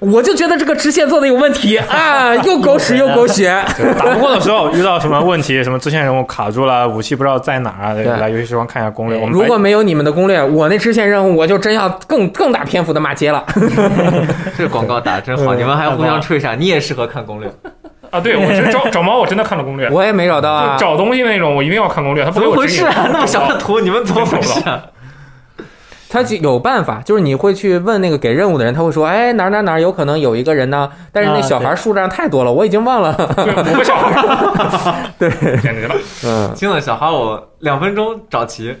S1: 我就觉得这个支线做的有问题啊，又狗屎又狗血。
S4: 打不过的时候遇到什么问题，什么支线人物卡住了，武器不知道在哪儿啊，对
S1: 对
S4: 来游戏时光看一下攻略。我们
S1: 如果没有你们的攻略，我那支线任务我就真要更更大篇幅的骂街了。
S2: 这广告打得真好，你们还互相吹一下，你也适合看攻略。
S5: 啊，对我是找找猫，我真的看了攻略，
S1: 我也没找到啊
S5: 就。找东西那种，我一定要看攻略，他不
S2: 怎
S5: 给
S2: 么
S5: 我
S2: 回
S5: 指
S2: 事
S5: 引
S2: 啊？那么小的图，你们怎么回事啊？
S1: 他就有办法，就是你会去问那个给任务的人，他会说，哎，哪儿哪儿哪儿有可能有一个人呢？但是那
S3: 啊
S1: 小孩数量太多了，我已经忘了。
S5: 对，五个小孩儿， 对，简直了，
S1: 嗯，
S2: 惊了小孩，我两分钟找 齐。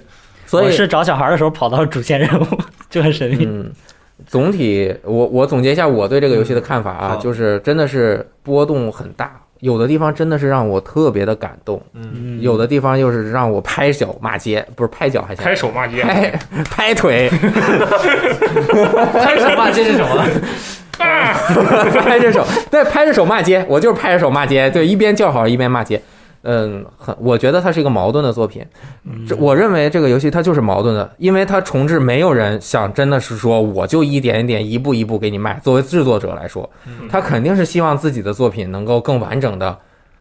S1: 所
S3: 我
S1: 以
S3: 是找小孩的时候跑到主线任务， 就很神秘。
S1: 嗯，总体我我总结一下我对这个游戏的看法啊，
S2: 好
S1: 就是真的是波动很大，有的地方真的是让我特别的感动，
S2: 嗯，
S1: 有的地方又是让我拍脚骂街，不是拍脚还行，
S5: 拍手骂街，
S1: 拍拍腿，
S2: 开始骂街是什么？
S5: 啊
S1: 拍着手，对，拍着手骂街，我就是拍着手骂街，对，一边叫好一边骂街。嗯，很，我觉得它是一个矛盾的作品。
S5: 嗯
S1: 这我认为这个游戏它就是矛盾的，因为它重置，没有人想真的是说我就一点一点、一步一步给你卖。作为制作者来说，
S5: 嗯
S1: 他肯定是希望自己的作品能够更完整的、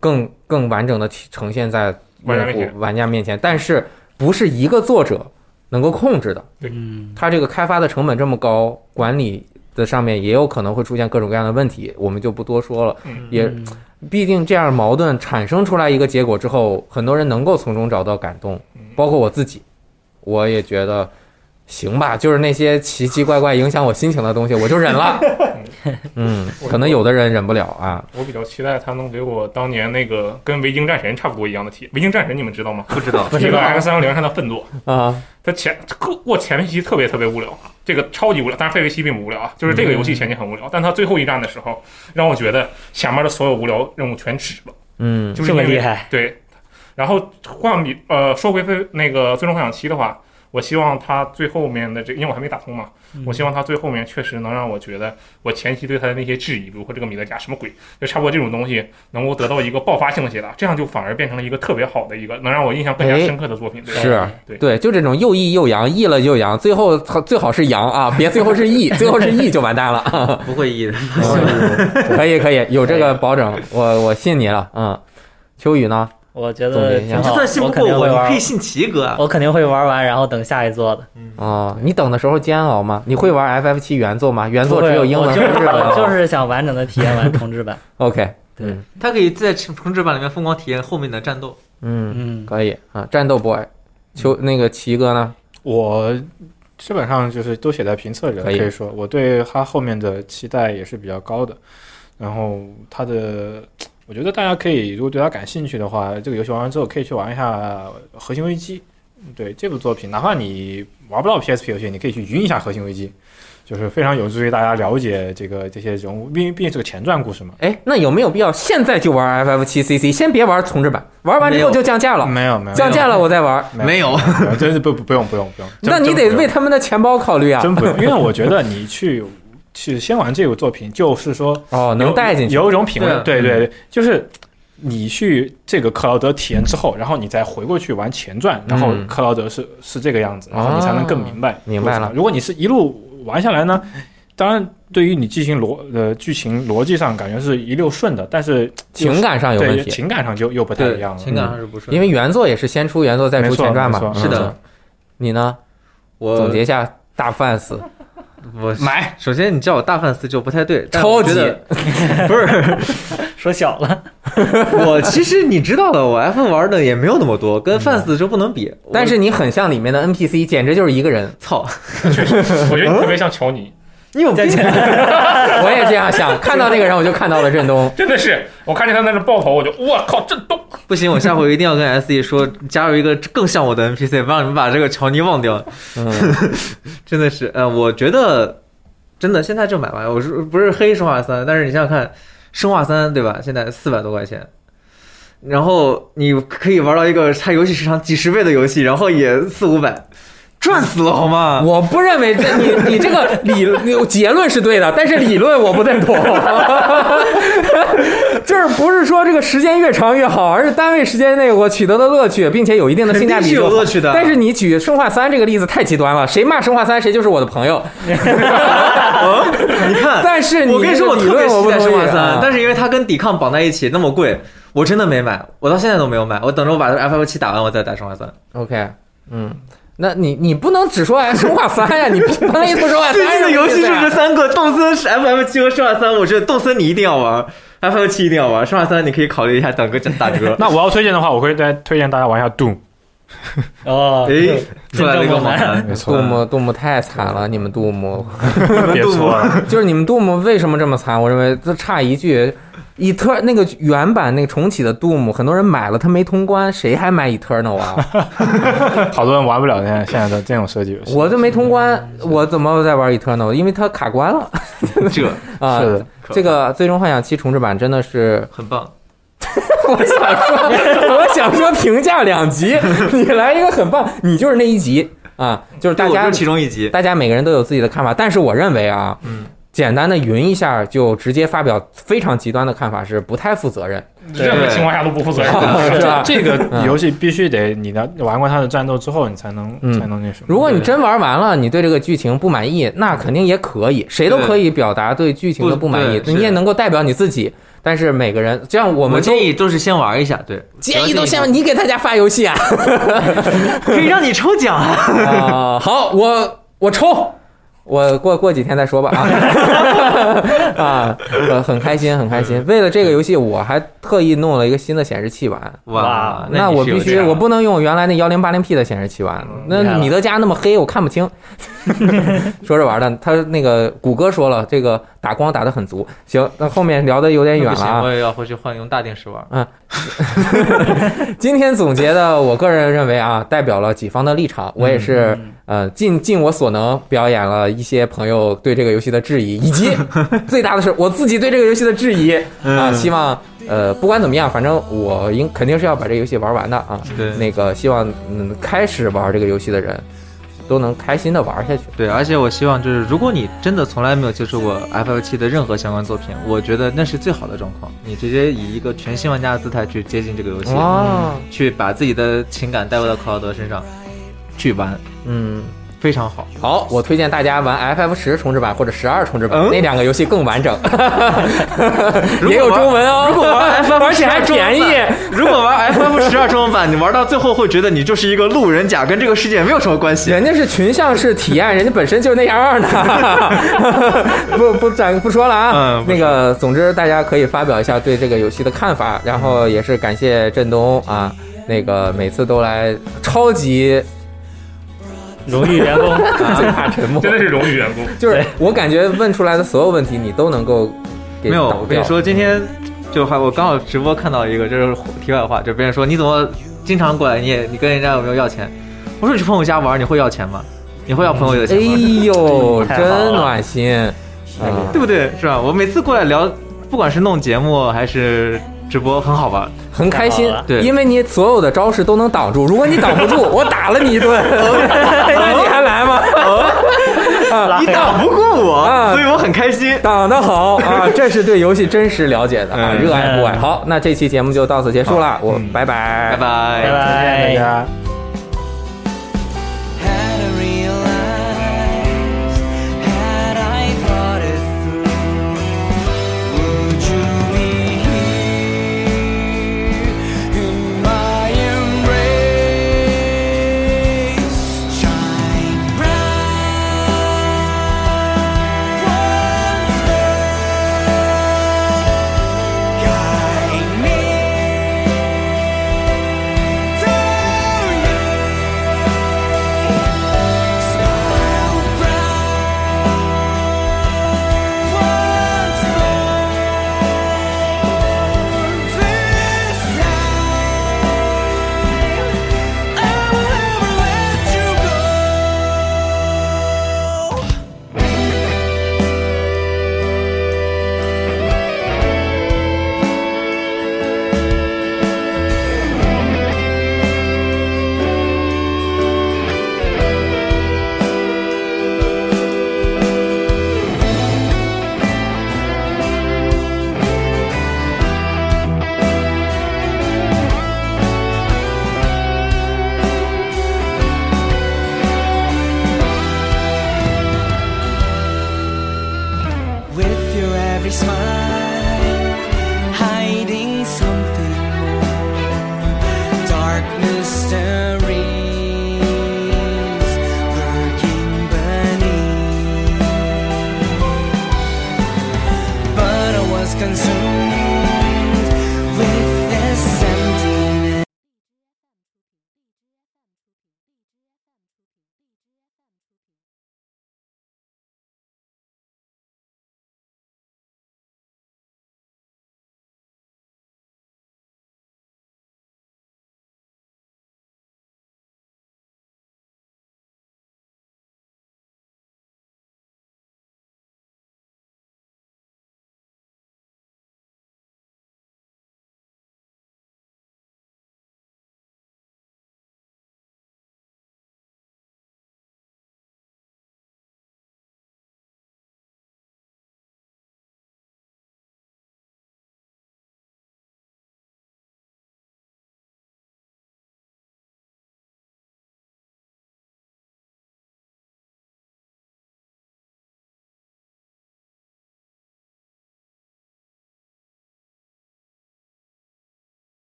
S1: 更更完整的呈现在
S5: 玩
S1: 用
S5: 家面
S1: 户
S5: 前
S1: 玩家面前，但是不是一个作者能够控制的。
S3: 嗯，
S1: 它这个开发的成本这么高，管理的上面也有可能会出现各种各样的问题，我们就不多说了。
S5: 嗯
S1: 也毕竟这样矛盾产生出来一个结果之后，很多人能够从中找到感动，包括我自己，我也觉得行吧，就是那些奇奇怪怪影响我心情的东西，我就忍了。嗯，可能有的人忍不了啊。
S5: 我比较期待他能给我当年那个跟维京战神差不多一样的体验。维京战神你们知道吗？
S2: 不知道。
S5: 一个 X 三零上的愤怒，
S1: 啊，
S5: 它前过过前面期特别特别无聊，这个超级无聊。当然费维西并不无聊啊，就是这个游戏前期很无聊，但它最后一战的时候，让我觉得前面的所有无聊任务全值了。
S1: 嗯
S5: 就是
S6: 这么
S5: 因为
S6: 厉害，
S5: 对，然后换比呃，说回飞那个《最终幻想七》的话，我希望它最后面的这，因为我还没打通嘛，
S6: 嗯
S5: 我希望它最后面确实能让我觉得我前期对它的那些质疑，比如说这个米德加什么鬼，就差不多这种东西，能够得到一个爆发性的解答，这样就反而变成了一个特别好的一个能让我印象更加
S1: 哎
S5: 深刻的作品。对吧
S1: 是
S6: 啊
S5: 对
S1: 对，就这种又抑又扬，抑了又扬，最后最好是扬啊，别最后是抑，最后是抑就完蛋了。
S2: 不会意的。
S1: 可以可以，有这个保证，我我信你了。嗯，秋雨呢？
S3: 我觉
S1: 总结
S3: 得
S1: 一下
S3: 挺
S1: 你
S2: 就
S3: 好，
S2: 算信
S3: 我
S2: 不
S3: 肯
S2: 过
S3: 定
S2: 我，
S3: 会
S2: 你
S3: 玩
S2: 可以，信奇哥啊。
S3: 我肯定会玩完，然后等下一座的。
S1: 哦，你等的时候煎熬吗？你会玩 FF 七原作吗？原
S3: 不
S1: 作
S3: 会
S1: 只有英文
S3: 我
S1: 和
S3: 就
S1: 日
S3: 是
S1: 文
S3: 我
S1: 吗。
S3: 就是想完整的体验完重 置版。
S1: OK，
S2: 他可以在重置版里面疯狂体验后面的战斗。
S1: 嗯，
S3: 嗯，
S1: 可以啊，战斗 boy。秋
S4: 嗯
S1: 那个奇哥呢？
S4: 我基本上就是都写在评测里了，
S1: 可
S4: 可
S1: 以
S4: 以说我对他后面的期待也是比较高的。然后他的，我觉得大家可以如果对他感兴趣的话，这个游戏玩完之后可以去玩一下《核心危机》。对这部作品，哪怕你玩不到 PSP 游戏，你可以去云一下《核心危机》，就是非常有助于大家了解这个这些人物，毕竟毕竟是个前传故事嘛。
S1: 哎，那有没有必要现在就玩 FF 七 CC？先别玩重置版，玩完之后
S2: 没有
S1: 就降价了，
S4: 没有嗯没有，
S1: 降价了我再玩。
S2: 没有，
S4: 没有真是不不不用不用不用。真
S1: 那你
S4: 真
S1: 得
S4: 不用
S1: 为他们的钱包考虑啊。
S4: 真不用，因为我觉得你去去先玩这部作品，就是说
S1: 哦，能
S4: 有
S1: 带进去。嗯
S4: 有一种品味
S2: 对啊，
S4: 对对对，就是你去这个克劳德体验之后，然后你再回过去玩前传，然后
S1: 嗯哦
S4: 克劳德是是这个样子，然后你才能更明白。
S1: 明白了
S4: 如果你是一路玩下来呢，当然对于你剧情逻呃剧情逻辑上感觉是一溜顺的，但是
S1: 情感上有问
S4: 对
S1: 题，
S4: 情感上就又不太一样了。
S2: 情感上是不顺。
S1: 因
S2: 为
S1: 为原作也是先出原作再
S4: 没
S1: 出
S4: 错
S1: 前传嘛
S4: 没。错
S2: 是的
S1: 嗯，你呢？
S2: 我
S1: 总结一下大 fans，
S2: 我买，首先你叫我大范斯就不太对，但
S1: 超
S2: 我觉
S1: 级
S2: 得 不是
S3: 说小了，
S2: 我。其实你知道的，我 F 玩的也没有那么多，跟范斯就不能比。我。
S1: 但是你很像里面的 NPC，简直就是一个人
S2: 操，
S5: 我觉得你特别像乔尼，
S2: 你有病！
S1: 我也这样想，看到那个人我就看到了振东。
S5: 真的是，我看见他在那爆头，我就我靠，震动！
S2: 不行，我下回一定要跟 S E 说，加入一个更像我的 NPC，不让你们把这个乔尼忘掉。
S1: 嗯，
S2: 真的是，呃，我觉得真的现在就买吧。我是不是黑生化三？但是你想想看，生化三对吧？现在四百多块钱，然后你可以玩到一个它游戏时长几十倍的游戏，然后也四五百，赚死了好吗？
S1: 我不认为这你你这个理你结论是对的，但是理论我不认同。 就是不是说这个时间越长越好，而是单位时间内我取得的乐趣，并且有一定的性
S2: 肯
S1: 价
S2: 定
S1: 比
S2: 是
S1: 就
S2: 有
S1: 好
S2: 乐趣的，
S1: 但是你举《生化三》这个例子太极端了，谁骂《生化三》谁就是我的朋 友。
S2: 哦你看，
S1: 但是 你
S2: 我跟你说，我
S1: 这
S2: 特
S1: 个理
S2: 别
S1: 论我
S2: 期
S1: 不
S2: 待
S1: 同
S2: 生
S1: 意
S2: 化三
S1: 啊，
S2: 但是因为它跟抵抗绑在一起那么贵，我真的没买，我到现在都没有买，我等着我把 F F 七打完，我再打生化三。
S1: OK，嗯，那你你不能只说哎生化三呀，你不能一说生化
S2: 最近
S1: 三
S2: 的游戏就
S1: 这
S2: 这三个，动森是 F F 七和生化三，我觉得动森你一定要玩，F F 七一定要玩，生化三你可以考虑一下，等个打折
S4: 。那我要推荐的话，我会再推荐大家玩一下 Doom，
S3: 哦，
S2: 哎，出来了一个猛
S3: 真
S2: 男，
S4: 没
S1: 杜牧，杜牧太惨了，你们杜牧，
S4: 别说了，
S1: 就是你们杜牧为什么这么惨？我认为这差一句，以特那个原版那个重启的杜牧，很多人买了他没通关，谁还买 Eternal 啊？
S4: 好多人玩不了现在现在的这种射击游戏。
S1: 我就没通关，我怎么在玩 Eternal？因为它卡关了
S2: 这
S1: 啊。
S4: 是的，
S1: 这个《最终幻想七》重置版真的是
S2: 很棒。
S1: 我想说，我想说评价两集，你来一个很棒，你就是那一集啊，就是大
S2: 对我
S1: 家
S2: 就是其中一集，
S1: 大家每个人都有自己的看法，但是我认为啊，
S2: 嗯，
S1: 简单的云一下就直接发表非常极端的看法是不太负责 任，
S5: 任何情况下都不负责任。
S1: 是
S2: 啊
S1: 吧？
S4: 这个游戏必须得你的玩过它的战斗之后，你才能、
S1: 嗯
S4: 才能那什么。
S1: 如果你真玩完了，你对这个剧情不满意，那肯定也可以，谁都可以表达对剧情的不满意，
S2: 不对
S1: 你也
S2: 是
S1: 能够代表你自己。但是每个人，这样我
S2: 我
S1: 们都
S2: 建议都是先玩一下，对，
S1: 建议都
S2: 不要
S1: 像你给大家发游戏啊。
S2: 可以让你抽奖啊。
S1: 啊、好，我我抽，我过过几天再说吧啊 啊，呃很开心很开心。为了这个游戏，我还特意弄了一个新的显示器玩。
S2: 哇，
S1: 那
S2: 啊你
S1: 我
S2: 是有嗯
S1: 必须，
S2: 这样
S1: 我不能用原来那幺零八零 P 的显示器玩。那
S3: 厉害了
S1: 米德加那么黑，我看不 清。 说着玩的，他那个谷歌说了，这个打光打得很足。行，那后面聊得有点
S2: 那
S1: 远
S2: 不
S1: 了
S2: 行，
S1: 啊
S2: 我。也要回去换用大电视玩。
S1: 今天总结的，我个人认为啊，代表了几方的立场。我也是
S3: 嗯
S1: 呃，尽尽我所能表演了一些朋友
S3: 嗯
S1: 对这个游戏的质疑，以及最大的是我自己对这个游戏的质疑啊。希望呃，不管怎么样，反正我应肯定是要把这游戏玩完的啊。
S2: 对
S1: 那个希望嗯，开始玩这个游戏的人都能开心的玩下去。
S2: 对，而且我希望就是，如果你真的从来没有接触过 FF 七的任何相关作品，我觉得那是最好的状况。你直接以一个全新玩家的姿态去接近这个游
S3: 嗯
S2: 戏，嗯
S1: 哇，
S2: 去把自己的情感带回到克劳德身上去玩，
S1: 嗯，
S2: 非常好。
S1: 好，我推荐大家玩 FF 十重置版或者十二重置版，
S2: 嗯
S1: 那两个游戏更完整， 也有中文哦， 而且还便宜。
S2: 如果玩 FF 十二中文版，你玩到最后会觉得你就是一个路人甲，跟这个世界没有什么关系。
S1: 人家是群像式体验，人家本身就那样的， 不不展不说了啊。
S2: 嗯不
S1: 那个，总之大家可以发表一下对这个游戏的看法，然后也是感谢振东啊，那个每次都来超级
S3: 荣誉员工，
S1: 最怕沉默，
S5: 真的是荣誉员工。
S1: 就是我感觉问出来的所有问题你都能够给
S2: 没有，
S1: 倒
S2: 我跟
S1: 掉
S2: 你说，今天就还我刚好直播看到一个，就是题外话，就别人说你怎么经常过来，你也你跟人家有没有要钱？我说你去朋友家玩，你会要钱吗？你会要朋友的
S1: 哎
S2: 钱吗？
S1: 呦，
S3: 太好了
S1: 真暖心啊！
S2: 对不对？是吧？我每次过来聊，不管是弄节目还是直播，很好玩。
S1: 很开心
S3: 太好了，
S2: 对
S1: 因为你所有的招式都能挡住，如果你挡不住，我打了你一顿，那你还来吗？
S2: 你打不过我，
S1: 哎啊
S2: 所以我很开心。
S1: 挡得好啊，这是对游戏真实了解的啊，
S2: 嗯
S1: 热爱不爱。好，那这期节目就到此结束了，我拜拜，
S2: 拜拜，
S3: 拜
S4: 谢谢大
S3: 拜。
S4: 家。